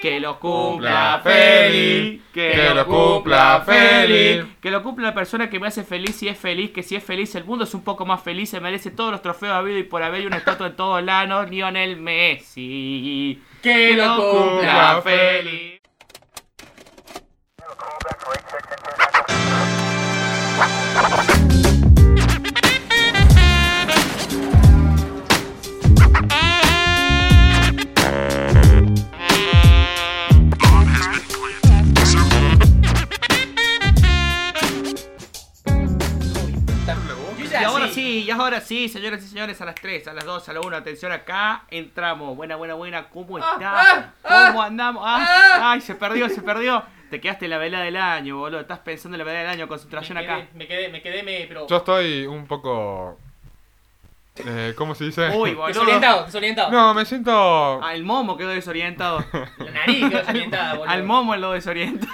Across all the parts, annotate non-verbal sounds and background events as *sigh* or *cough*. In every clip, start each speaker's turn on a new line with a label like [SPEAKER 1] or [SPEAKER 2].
[SPEAKER 1] Que lo cumpla feliz. Que, lo cumpla feliz. Que lo cumpla la persona que me hace feliz si es feliz. Que si es feliz el mundo es un poco más feliz. Se merece todos los trofeos habido y por haber y una estatua en todo lano. Lionel Messi. Que lo cumpla feliz.
[SPEAKER 2] Yo
[SPEAKER 1] Y ahora sí, y ahora sí, señoras y señores, a las 3, a las 2, a la 1, atención acá, entramos. Buena, buena, buena, ¿cómo estás? ¿Cómo andamos? Ah, ay, se perdió, se perdió. Te quedaste en la velada del año, boludo. Estás pensando en la velada del año, concentración
[SPEAKER 2] me
[SPEAKER 1] acá.
[SPEAKER 2] quedé, me quedé, me quedé, me, pero...
[SPEAKER 3] Yo estoy un poco. eh, ¿Cómo se dice? *laughs*
[SPEAKER 1] Uy, boludo.
[SPEAKER 2] Desorientado, desorientado.
[SPEAKER 3] No, me siento.
[SPEAKER 1] *laughs* Al momo quedó desorientado.
[SPEAKER 2] La nariz
[SPEAKER 1] *laughs*
[SPEAKER 2] quedó desorientada, Ah, boludo.
[SPEAKER 1] Al momo lo desorienta.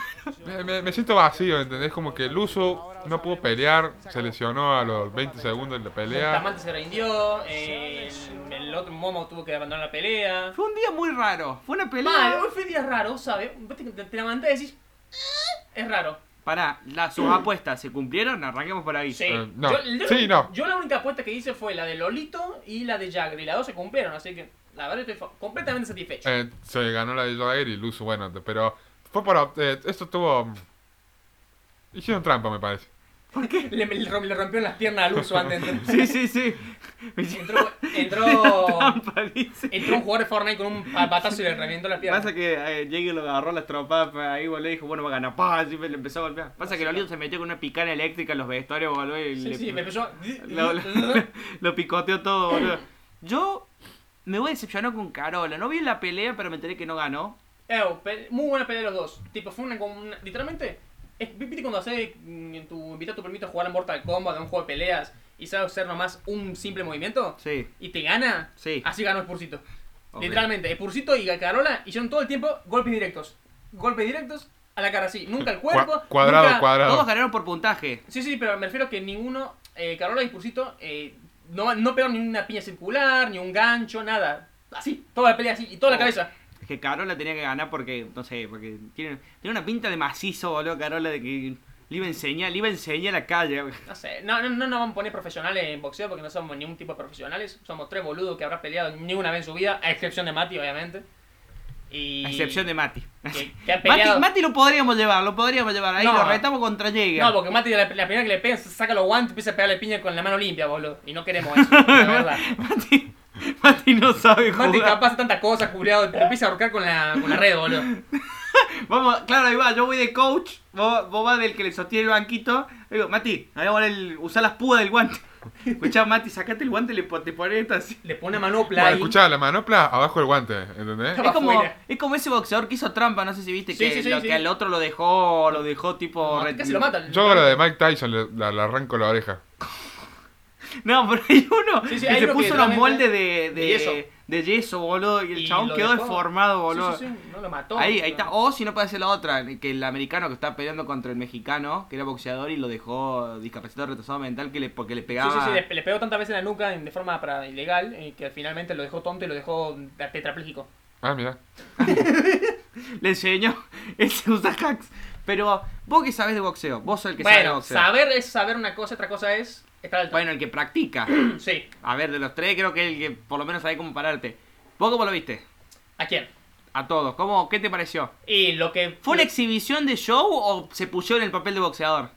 [SPEAKER 3] Me, me- me siento vacío, ¿entendés? Como que Luzu no pudo pelear, se lesionó a los 20 segundos de la pelea.
[SPEAKER 2] Bustamante se rindió, eh, el, el otro momo tuvo que abandonar la pelea.
[SPEAKER 1] *laughs* Fue un día muy raro. Fue una pelea.
[SPEAKER 2] Mal, hoy fue día raro, ¿sabes? Viste que Te, te levantás y decís... "Ah", Es raro.
[SPEAKER 1] Pará, las sus apuestas se cumplieron, arranquemos por ahí.
[SPEAKER 2] Sí.
[SPEAKER 3] Eh, no.
[SPEAKER 2] Yo, yo-
[SPEAKER 3] Sí, no.
[SPEAKER 2] yo la única apuesta que hice fue la de Lolito y la de Jagger. Y las dos se cumplieron, así que la verdad estoy fa- completamente satisfecho.
[SPEAKER 3] Eh, se ganó la de Jagger y Luzu, bueno, te- pero. Fue para. eh, esto tuvo. mm, Hicieron trampa, me parece.
[SPEAKER 2] Le, le rom- le rompieron las piernas al uso antes. de entrar.
[SPEAKER 1] Sí, sí, sí. *laughs* Me hicieron
[SPEAKER 3] *laughs*
[SPEAKER 2] Entró, entró,
[SPEAKER 1] trampa, dice.
[SPEAKER 2] entró un jugador de Fortnite con un batazo y le revientó las piernas.
[SPEAKER 1] Pasa que eh, Jagger lo agarró las tropas ahí, boludo, y dijo, bueno, va a ganar. pa, Así le empezó a golpear. Pasa que Lolito se metió con una picana eléctrica en los vestuarios, boludo, y
[SPEAKER 2] Sí,
[SPEAKER 1] le-
[SPEAKER 2] sí, me empezó...
[SPEAKER 1] lo,
[SPEAKER 2] *laughs*
[SPEAKER 1] lo- *laughs* lo picoteó todo, boludo. Yo me voy decepcionado con Carola. No vi la pelea, pero me enteré que no ganó.
[SPEAKER 2] Ew, eh, oh, pe- muy buena pelea los dos. Tipo, fue una, como una- literalmente, es, viste cuando haces mm, en tu invitado tu permite jugar a Mortal Kombat, a un juego de peleas, y sabe hacer nomás un simple movimiento,
[SPEAKER 1] Sí.
[SPEAKER 2] y te gana,
[SPEAKER 1] Sí.
[SPEAKER 2] así ganó Spursito.
[SPEAKER 1] Ok.
[SPEAKER 2] Literalmente, Spursito y Carola hicieron todo el tiempo golpes directos. Golpes directos a la cara así, nunca al cuerpo.
[SPEAKER 3] Cua- cuadrado,
[SPEAKER 2] nunca-
[SPEAKER 3] cuadrado.
[SPEAKER 1] Todos ganaron por puntaje.
[SPEAKER 2] Sí, sí, pero me refiero que ninguno, eh, Carola y Spursito, eh, no, no pegaron ni una piña circular, ni un gancho, nada. Así, toda la pelea así, y toda la
[SPEAKER 1] Oh.
[SPEAKER 2] cabeza.
[SPEAKER 1] Es que Carola tenía que ganar porque, no sé, porque tiene, tiene una pinta de macizo, boludo, Carola, de que le iba a enseñar, le iba a enseñar la calle.
[SPEAKER 2] No sé, no, no, no nos vamos a poner profesionales en boxeo porque no somos ningún tipo de profesionales. Somos tres boludos que habrá peleado ni una vez en su vida, a excepción de Mati, obviamente. Y...
[SPEAKER 1] A excepción de Mati.
[SPEAKER 2] Que, que
[SPEAKER 1] *laughs*
[SPEAKER 2] ha
[SPEAKER 1] Mati,
[SPEAKER 2] peleado.
[SPEAKER 1] Mati lo podríamos llevar, lo podríamos llevar. Ahí
[SPEAKER 2] No.
[SPEAKER 1] lo retamos contra Jagger.
[SPEAKER 2] No, porque Mati, la, la primera que le pega, se saca los guantes y empieza a pegarle piña con la mano limpia, boludo. Y no queremos
[SPEAKER 1] *laughs*
[SPEAKER 2] eso, la verdad.
[SPEAKER 1] Mati, Mati no sabe jugar.
[SPEAKER 2] Mati capaz de tantas cosas, culiado, te empieza a ahorcar con la, con la red, boludo.
[SPEAKER 1] Vamos, claro, ahí va, yo voy de coach, vos, vos vas del que le sostiene el banquito. Le Digo, Mati, ahí va el, usá las púas del guante. *laughs* Escuchá, Mati, sacate el guante y le pon- te pones esta así.
[SPEAKER 2] Le pone una manopla
[SPEAKER 3] Bueno,
[SPEAKER 2] ahí.
[SPEAKER 3] escuchá, la manopla abajo del guante, ¿entendés?
[SPEAKER 1] Es como,
[SPEAKER 2] afuera.
[SPEAKER 1] es como ese boxeador que hizo trampa, no sé si viste,
[SPEAKER 2] Sí,
[SPEAKER 1] que,
[SPEAKER 2] sí, sí,
[SPEAKER 1] lo-
[SPEAKER 2] sí.
[SPEAKER 1] que al otro lo dejó, lo dejó tipo...
[SPEAKER 2] Mati
[SPEAKER 1] re-
[SPEAKER 2] Casi lo mata.
[SPEAKER 3] Yo hago la de Mike Tyson, le, la, le arranco la oreja.
[SPEAKER 1] No, pero hay uno
[SPEAKER 2] Sí, sí,
[SPEAKER 1] que
[SPEAKER 2] hay
[SPEAKER 1] se
[SPEAKER 2] uno que
[SPEAKER 1] puso unos
[SPEAKER 2] realmente-
[SPEAKER 1] moldes de, de,
[SPEAKER 2] de yeso.
[SPEAKER 1] de yeso, boludo, y el
[SPEAKER 2] Y
[SPEAKER 1] chabón
[SPEAKER 2] lo
[SPEAKER 1] quedó
[SPEAKER 2] dejó.
[SPEAKER 1] deformado, boludo.
[SPEAKER 2] Sí, sí, sí, no lo mató.
[SPEAKER 1] Ahí, ahí está. O si no puede ser la otra, que el americano que estaba peleando contra el mexicano, que era boxeador y lo dejó discapacitado, retrasado mental, que le, porque le
[SPEAKER 2] Sí,
[SPEAKER 1] pegaba.
[SPEAKER 2] sí, sí, le, le pegó tantas veces en la nuca en- de forma para, ilegal eh, que finalmente lo dejó tonto y lo dejó te- tetrapléjico.
[SPEAKER 3] Ah, mira.
[SPEAKER 1] Le enseñó *laughs* ese usa hacks. Pero vos que sabés de boxeo, vos sos el que sabe de
[SPEAKER 2] Bueno,
[SPEAKER 1] boxeo.
[SPEAKER 2] saber es saber una cosa, otra cosa es estar al
[SPEAKER 1] Bueno, el que practica.
[SPEAKER 2] Sí.
[SPEAKER 1] A ver, de los tres creo que el que por lo menos sabe cómo pararte. ¿Vos cómo lo viste?
[SPEAKER 2] ¿A quién?
[SPEAKER 1] A todos. ¿Cómo, ¿Qué te pareció?
[SPEAKER 2] Y lo que
[SPEAKER 1] ¿Fue una exhibición de show o se pusieron en el papel de boxeador?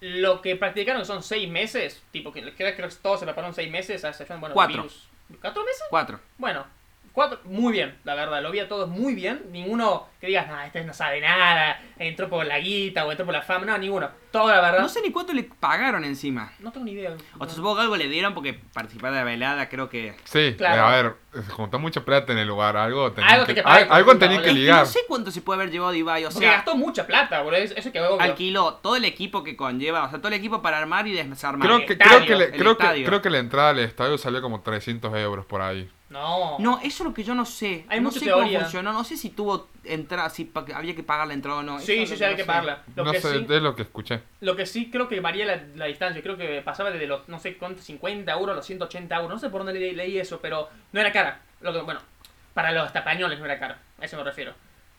[SPEAKER 2] lo que practicaron son seis meses, tipo que creo, creo que todos se prepararon seis meses, a excepción, bueno,
[SPEAKER 1] Cuatro.
[SPEAKER 2] virus. ¿Cuatro meses?
[SPEAKER 1] Cuatro.
[SPEAKER 2] Bueno, cuatro, muy bien, la verdad, lo vi a todos muy bien. Ninguno que digas, no, este no sabe nada, entró por la guita o entró por la fama, no, ninguno. Todo la verdad.
[SPEAKER 1] No sé ni cuánto le pagaron encima.
[SPEAKER 2] No tengo ni idea.
[SPEAKER 1] O sea, supongo que algo le dieron porque participar de la velada, creo que.
[SPEAKER 3] Sí, eh,
[SPEAKER 2] Claro.
[SPEAKER 3] a ver, se juntó mucha plata en el lugar, algo tenían
[SPEAKER 2] Algo
[SPEAKER 3] que,
[SPEAKER 2] tenía que pagar,
[SPEAKER 3] al- algo
[SPEAKER 2] puta,
[SPEAKER 3] tenían
[SPEAKER 2] boludo.
[SPEAKER 3] que
[SPEAKER 1] Es que
[SPEAKER 3] ligar.
[SPEAKER 1] no sé cuánto se puede haber llevado Ibai, o
[SPEAKER 2] Porque
[SPEAKER 1] sea,
[SPEAKER 2] gastó mucha plata, boludo, eso eso quedó obvio.
[SPEAKER 1] alquiló todo el equipo que conlleva, o sea, todo el equipo para armar y desarmar.
[SPEAKER 3] Creo que,
[SPEAKER 2] estadio,
[SPEAKER 3] creo, que le-
[SPEAKER 1] el
[SPEAKER 3] creo, que,
[SPEAKER 1] estadio.
[SPEAKER 3] creo que la entrada al estadio salió como 300 euros por ahí.
[SPEAKER 2] No.
[SPEAKER 1] No, eso es lo que yo no sé.
[SPEAKER 2] Hay
[SPEAKER 1] no
[SPEAKER 2] mucha
[SPEAKER 1] sé
[SPEAKER 2] teoría.
[SPEAKER 1] cómo funcionó, no sé si tuvo entrada, si pa- había que pagar la entrada o no. eso
[SPEAKER 2] Sí,
[SPEAKER 1] es
[SPEAKER 2] sí,
[SPEAKER 1] lo
[SPEAKER 2] sí, hay
[SPEAKER 1] no
[SPEAKER 2] que
[SPEAKER 1] sé.
[SPEAKER 2] pagarla. Lo
[SPEAKER 3] no
[SPEAKER 2] que
[SPEAKER 3] sé,
[SPEAKER 2] sí,
[SPEAKER 3] es lo que escuché.
[SPEAKER 2] Lo que sí creo que varía la, la distancia, creo que pasaba desde los, no sé cuántos, 50 euros a los 180 euros, no sé por dónde le- leí eso, pero no era cara. Lo que, bueno, para los tapañoles no era cara. A eso me refiero.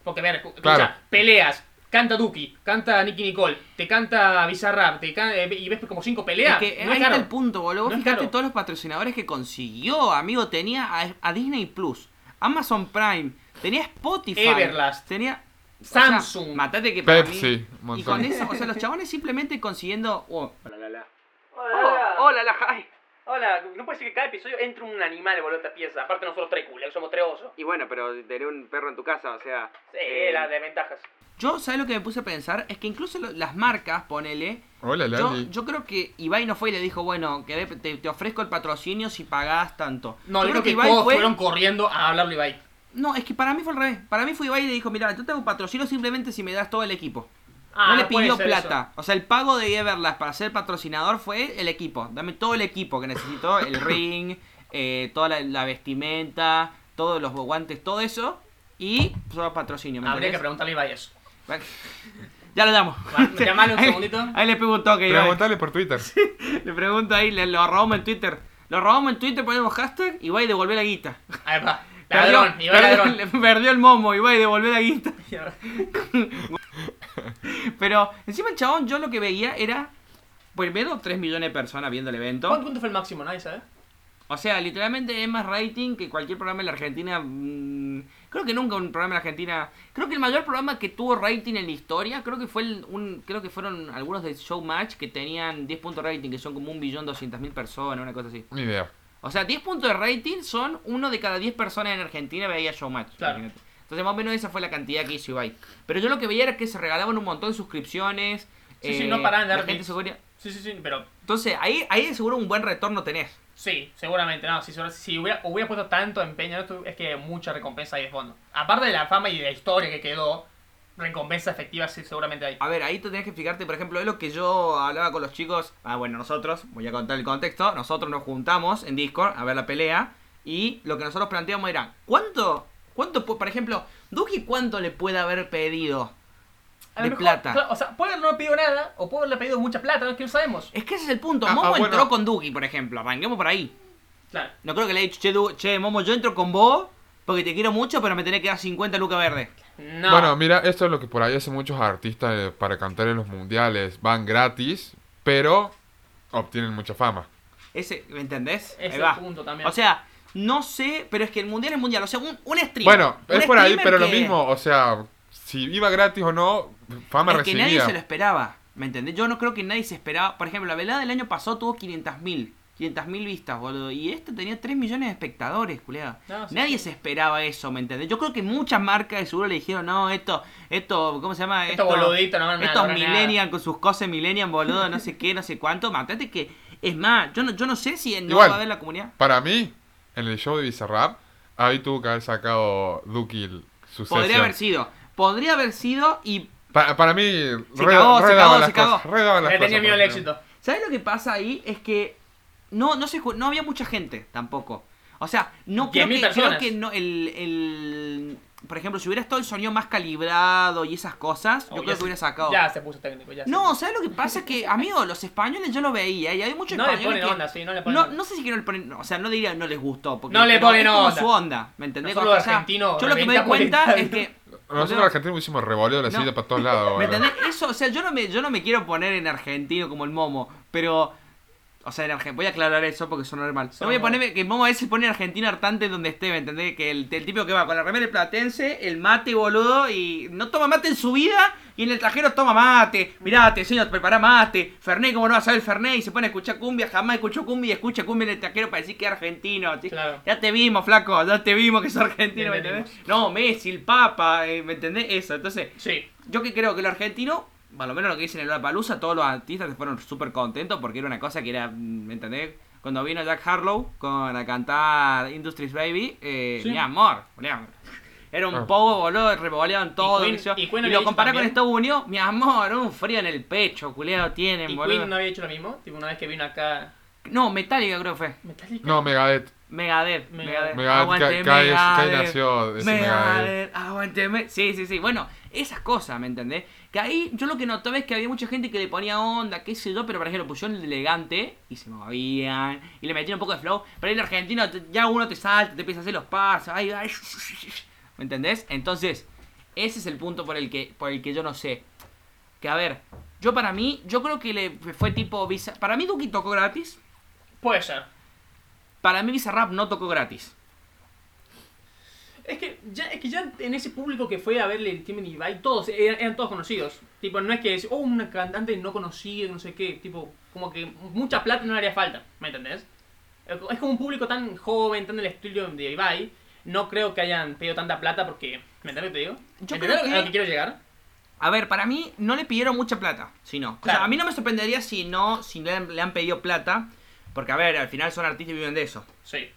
[SPEAKER 2] Porque, a ver, escu- escucha,
[SPEAKER 3] Claro.
[SPEAKER 2] peleas, canta Duki, canta Nicky Nicole, te canta Bizarrap, te can- eh, y ves como cinco peleas.
[SPEAKER 1] Es que
[SPEAKER 2] no es
[SPEAKER 1] ahí
[SPEAKER 2] caro.
[SPEAKER 1] está el punto, boludo. Vos
[SPEAKER 2] No es
[SPEAKER 1] fijate
[SPEAKER 2] caro.
[SPEAKER 1] todos los patrocinadores que consiguió, amigo. Tenía a, a Disney Plus, Amazon Prime, tenía Spotify,
[SPEAKER 2] Everlast.
[SPEAKER 1] tenía o
[SPEAKER 2] Samsung.
[SPEAKER 1] sea, matate que para mí-
[SPEAKER 3] Pepsi, un
[SPEAKER 1] y
[SPEAKER 3] montón.
[SPEAKER 1] con eso, o sea, los chabones simplemente consiguiendo. oh, hola, la, la.
[SPEAKER 2] Hola.
[SPEAKER 1] Oh, hola, la, ay.
[SPEAKER 2] Hola, no puede ser que cada episodio entre un animal de esta pieza. Aparte, nosotros tres culiados, somos tres osos.
[SPEAKER 1] Y bueno, pero tener un perro en tu casa, o sea.
[SPEAKER 2] Sí,
[SPEAKER 1] eh,
[SPEAKER 2] las desventajas.
[SPEAKER 1] Yo, ¿sabes lo que me puse a pensar? Es que incluso lo- las marcas, ponele.
[SPEAKER 3] Hola,
[SPEAKER 1] Yo,
[SPEAKER 3] Lali.
[SPEAKER 1] yo creo que Ibai no fue y le dijo, bueno, querés- te, te ofrezco el patrocinio si pagás tanto.
[SPEAKER 2] No,
[SPEAKER 1] Yo
[SPEAKER 2] yo creo que, todos
[SPEAKER 1] fue-
[SPEAKER 2] fueron corriendo a hablarle a Ibai.
[SPEAKER 1] No, es que para mí fue al revés. Para mí fue Ibai y le dijo, mira, yo te hago patrocinio simplemente si me das todo el equipo.
[SPEAKER 2] Ah,
[SPEAKER 1] no le pidió plata. O sea, el pago de Everlast para ser patrocinador fue el equipo. Dame todo el equipo que necesito.
[SPEAKER 2] *coughs*
[SPEAKER 1] El ring, eh, toda la, la vestimenta, todos los guantes, todo eso. Y solo patrocinio, ¿me
[SPEAKER 2] Habría que
[SPEAKER 1] entendés?
[SPEAKER 2] preguntarle a Ibai eso.
[SPEAKER 1] Ya lo damos. *laughs*
[SPEAKER 2] Va, Llamale un
[SPEAKER 1] Ahí-
[SPEAKER 2] segundito.
[SPEAKER 1] Ahí le pego un toque. Ibai.
[SPEAKER 3] Preguntale por Twitter.
[SPEAKER 1] Le pregunto ahí, le- lo robamos en Twitter. Lo robamos en Twitter, ponemos hashtag, Ibai devolvió la guita.
[SPEAKER 2] Ahí va. Ladrón,
[SPEAKER 1] Perdió-
[SPEAKER 2] Ibai
[SPEAKER 1] perdió-
[SPEAKER 2] ladrón.
[SPEAKER 1] le- Perdió *laughs* el momo, Ibai devolvió la guita.
[SPEAKER 2] *laughs*
[SPEAKER 1] Pero encima el chabón, yo lo que veía era. pues, Primero, 3 millones de personas viendo el
[SPEAKER 2] ¿Cuánto
[SPEAKER 1] evento.
[SPEAKER 2] cuánto fue el máximo? Nadie sabe.
[SPEAKER 1] O sea, literalmente es más rating que cualquier programa en la Argentina. mm, Creo que nunca un programa en la Argentina. Creo que el mayor programa que tuvo rating en la historia, creo que fue el- un, creo que fueron algunos de Showmatch que tenían 10 puntos de rating, que son como 1.200.000 personas, una cosa así.
[SPEAKER 3] Ni idea.
[SPEAKER 1] O sea, 10 puntos de rating son uno de cada 10 personas en Argentina veía Showmatch.
[SPEAKER 2] Claro.
[SPEAKER 1] imagínate. Entonces, más o menos esa fue la cantidad que hizo Ibai. Pero yo lo que veía era que se regalaban un montón de suscripciones. eh,
[SPEAKER 2] Sí, sí, no paraban de
[SPEAKER 1] la
[SPEAKER 2] dar
[SPEAKER 1] gente
[SPEAKER 2] bits.
[SPEAKER 1] se ponía-
[SPEAKER 2] Sí, sí, sí, pero
[SPEAKER 1] Entonces, ahí, ahí de seguro un buen retorno tenés.
[SPEAKER 2] sí, seguramente. No, si, si hubiera, hubiera puesto tanto empeño en esto, es que mucha recompensa ahí de fondo. Aparte de la fama y de la historia que quedó, recompensa efectiva sí, seguramente hay.
[SPEAKER 1] A ver, ahí te tenés que explicarte, por ejemplo, es lo que yo hablaba con los chicos. Ah, bueno, nosotros, voy a contar el contexto, nosotros nos juntamos en Discord a ver la pelea y lo que nosotros planteamos era, ¿cuánto? ¿Cuánto, pu- por ejemplo, Duki cuánto le puede haber pedido?
[SPEAKER 2] A
[SPEAKER 1] De
[SPEAKER 2] lo mejor-
[SPEAKER 1] plata.
[SPEAKER 2] claro, o sea, puede haber no pedido nada, o puede haberle pedido mucha plata, no es que no sabemos.
[SPEAKER 1] Es que ese es el punto.
[SPEAKER 3] Ah,
[SPEAKER 1] Momo
[SPEAKER 3] ah, bueno.
[SPEAKER 1] entró con Duki, por ejemplo. Arranquemos por ahí.
[SPEAKER 2] Claro.
[SPEAKER 1] No creo que le haya dicho, che, Du- che, Momo, yo entro con vos porque te quiero mucho, pero me tenés que dar 50 lucas verde.
[SPEAKER 2] No.
[SPEAKER 3] Bueno, mira, esto es lo que por ahí hacen muchos artistas eh, para cantar en los mundiales. Van gratis, pero obtienen mucha fama.
[SPEAKER 1] Ese, ¿me entendés?
[SPEAKER 2] Ese
[SPEAKER 1] Ahí va.
[SPEAKER 2] punto también.
[SPEAKER 1] O sea, no sé, pero es que el mundial es mundial. O sea, un, un streamer.
[SPEAKER 3] Bueno,
[SPEAKER 1] un
[SPEAKER 3] es por ahí,
[SPEAKER 1] streamer
[SPEAKER 3] pero lo
[SPEAKER 1] que-
[SPEAKER 3] mismo. O sea, si iba gratis o no, fama
[SPEAKER 1] Es que nadie
[SPEAKER 3] recibida.
[SPEAKER 1] se lo esperaba. ¿Me entendés? Yo no creo que nadie se esperaba. Por ejemplo, la velada del año pasado tuvo 500.000. 500.000 vistas, boludo. Y esto tenía 3 millones de espectadores, culeado.
[SPEAKER 2] No, sí,
[SPEAKER 1] Nadie
[SPEAKER 2] sí.
[SPEAKER 1] se esperaba eso, ¿me entendés? Yo creo que muchas marcas de seguro le dijeron, no, esto, esto, ¿cómo se llama?
[SPEAKER 2] Estos boluditos no van a
[SPEAKER 1] Estos
[SPEAKER 2] lograr nada".
[SPEAKER 1] millennials con sus cosas millennials, boludo, no sé qué, no sé cuánto. Matate que, es más, yo no, yo no sé si no
[SPEAKER 3] Igual.
[SPEAKER 1] va a haber la comunidad.
[SPEAKER 3] Para mí, en el show de Bizarrap, ahí tuvo que haber sacado Duki el- su
[SPEAKER 1] Podría
[SPEAKER 3] sesión.
[SPEAKER 1] haber sido. Podría haber sido y
[SPEAKER 3] Pa- para mí,
[SPEAKER 1] Se
[SPEAKER 3] re-
[SPEAKER 1] cagó, se
[SPEAKER 3] redaban
[SPEAKER 1] cagó,
[SPEAKER 3] las
[SPEAKER 1] se cagó.
[SPEAKER 3] cosas, redaban las
[SPEAKER 2] Le Eh, tenía
[SPEAKER 3] cosas,
[SPEAKER 2] miedo al
[SPEAKER 3] porque-
[SPEAKER 2] éxito.
[SPEAKER 1] ¿Sabes lo que pasa ahí? Es que no, no, se, ju- no había mucha gente tampoco. O sea, no creo
[SPEAKER 2] 10.000
[SPEAKER 1] que, creo
[SPEAKER 2] personas.
[SPEAKER 1] que no, el, el- Por ejemplo, si hubiera estado el sonido más calibrado y esas cosas,
[SPEAKER 2] Oh,
[SPEAKER 1] yo
[SPEAKER 2] ya
[SPEAKER 1] creo que
[SPEAKER 2] se-
[SPEAKER 1] hubiera sacado.
[SPEAKER 2] Ya se puso técnico, ya. se
[SPEAKER 1] No,
[SPEAKER 2] puso.
[SPEAKER 1] ¿sabes lo que pasa? Que, amigo, los españoles yo lo veía y hay muchos
[SPEAKER 2] No le
[SPEAKER 1] españoles.
[SPEAKER 2] ponen
[SPEAKER 1] que-
[SPEAKER 2] onda, sí, no le ponen
[SPEAKER 1] no,
[SPEAKER 2] onda.
[SPEAKER 1] no sé si que no le ponen. O sea, no diría no les gustó. Porque,
[SPEAKER 2] No le
[SPEAKER 1] pero
[SPEAKER 2] ponen
[SPEAKER 1] es como
[SPEAKER 2] onda.
[SPEAKER 1] su onda, ¿me entendés?
[SPEAKER 2] Nosotros los
[SPEAKER 1] O sea,
[SPEAKER 2] argentinos,
[SPEAKER 1] yo lo que me doy
[SPEAKER 2] reventamos el
[SPEAKER 1] cuenta es
[SPEAKER 2] estadio.
[SPEAKER 1] que.
[SPEAKER 3] Nosotros los argentinos hicimos revoleo la
[SPEAKER 1] No.
[SPEAKER 3] silla para todos lados.
[SPEAKER 1] ¿Me
[SPEAKER 3] boludo.
[SPEAKER 1] entendés? Eso, o sea, yo no me, yo no me quiero poner en argentino como el momo, pero. O sea, en Argentina. Voy a aclarar eso porque suena mal. No
[SPEAKER 2] Suena
[SPEAKER 1] voy a
[SPEAKER 2] mal.
[SPEAKER 1] ponerme que el momo a veces pone argentino hartante donde esté, ¿me entendés? Que el, el tipo que va con la remera del platense, el mate, boludo, y no toma mate en su vida, y en el trajero toma mate. Mirá, te enseño a preparar mate. Ferné, como no va a saber Ferné, y se pone a escuchar cumbia, jamás escuchó cumbia y escucha cumbia en el trajero para decir que es argentino. ¿sí?
[SPEAKER 2] Claro.
[SPEAKER 1] Ya te vimos, flaco, ya te vimos que sos argentino, ¿me
[SPEAKER 2] Entendemos.
[SPEAKER 1] entendés? No, Messi, el Papa, eh, ¿me entendés? Eso, entonces.
[SPEAKER 2] Sí.
[SPEAKER 1] Yo que creo que el argentino, por lo menos lo que dicen en la palusa, todos los artistas se fueron súper contentos porque era una cosa que era, mm, ¿me entendés? Cuando vino Jack Harlow con a cantar Industries Baby, eh,
[SPEAKER 2] Sí.
[SPEAKER 1] mi amor, mi amor. Era un
[SPEAKER 3] Ah.
[SPEAKER 1] pogo, boludo, revoleaban todo.
[SPEAKER 2] Queen-
[SPEAKER 1] qué sé yo.
[SPEAKER 2] y Queen
[SPEAKER 1] y
[SPEAKER 2] había
[SPEAKER 1] lo
[SPEAKER 2] dicho
[SPEAKER 1] comparás con
[SPEAKER 2] también.
[SPEAKER 1] Estados Unidos, mi amor, un frío en el pecho, culeado tienen,
[SPEAKER 2] ¿Y
[SPEAKER 1] boludo.
[SPEAKER 2] Queen no había hecho lo mismo? Tipo, una vez que vino acá.
[SPEAKER 1] No, Metallica creo que fue.
[SPEAKER 2] ¿Metallica?
[SPEAKER 3] No, Megadeth.
[SPEAKER 1] Megadeth, Megadeth.
[SPEAKER 2] Megadeth.
[SPEAKER 3] Megadeth,
[SPEAKER 1] aguante,
[SPEAKER 3] Kai- Kai- Kai
[SPEAKER 1] Megadeth.
[SPEAKER 3] nació ese Megadeth.
[SPEAKER 1] Megadeth, aguánteme. Sí, sí, sí. Bueno, esas cosas, ¿me entendés? Que ahí yo lo que notaba es que había mucha gente que le ponía onda, qué sé yo, pero por ejemplo pusieron el elegante y se movían y le metían un poco de flow. Pero ahí el argentino te- ya uno te salta, te empieza a hacer los pasos. Ay, ay, *laughs* ¿Me entendés? Entonces, ese es el punto por el que, por el que yo no sé. Que a ver, yo para mí, yo creo que le fue tipo Visa. Para mí Duki tocó gratis.
[SPEAKER 2] Puede ser.
[SPEAKER 1] Para mí Bizarrap no tocó gratis.
[SPEAKER 2] Es que, ya, es que ya en ese público que fue a verle el Timmy Divide, todos e-, eran, eran todos conocidos. Tipo, no es que es, oh, una cantante no conocida, no sé qué. Tipo, como que mucha plata no le haría falta, ¿me entendés? Es como un público tan joven, tan del estudio de Ibai, no creo que hayan pedido tanta plata porque, ¿me entendés lo que te digo?
[SPEAKER 1] Yo
[SPEAKER 2] ¿Me entendés
[SPEAKER 1] creo
[SPEAKER 2] a lo
[SPEAKER 1] que-
[SPEAKER 2] que quiero llegar?
[SPEAKER 1] A ver, para mí no le pidieron mucha plata, si no. O
[SPEAKER 2] Claro.
[SPEAKER 1] sea, a mí no me sorprendería si no, si le han, le han pedido plata. Porque, a ver, al final son artistas y viven de eso.
[SPEAKER 2] Sí.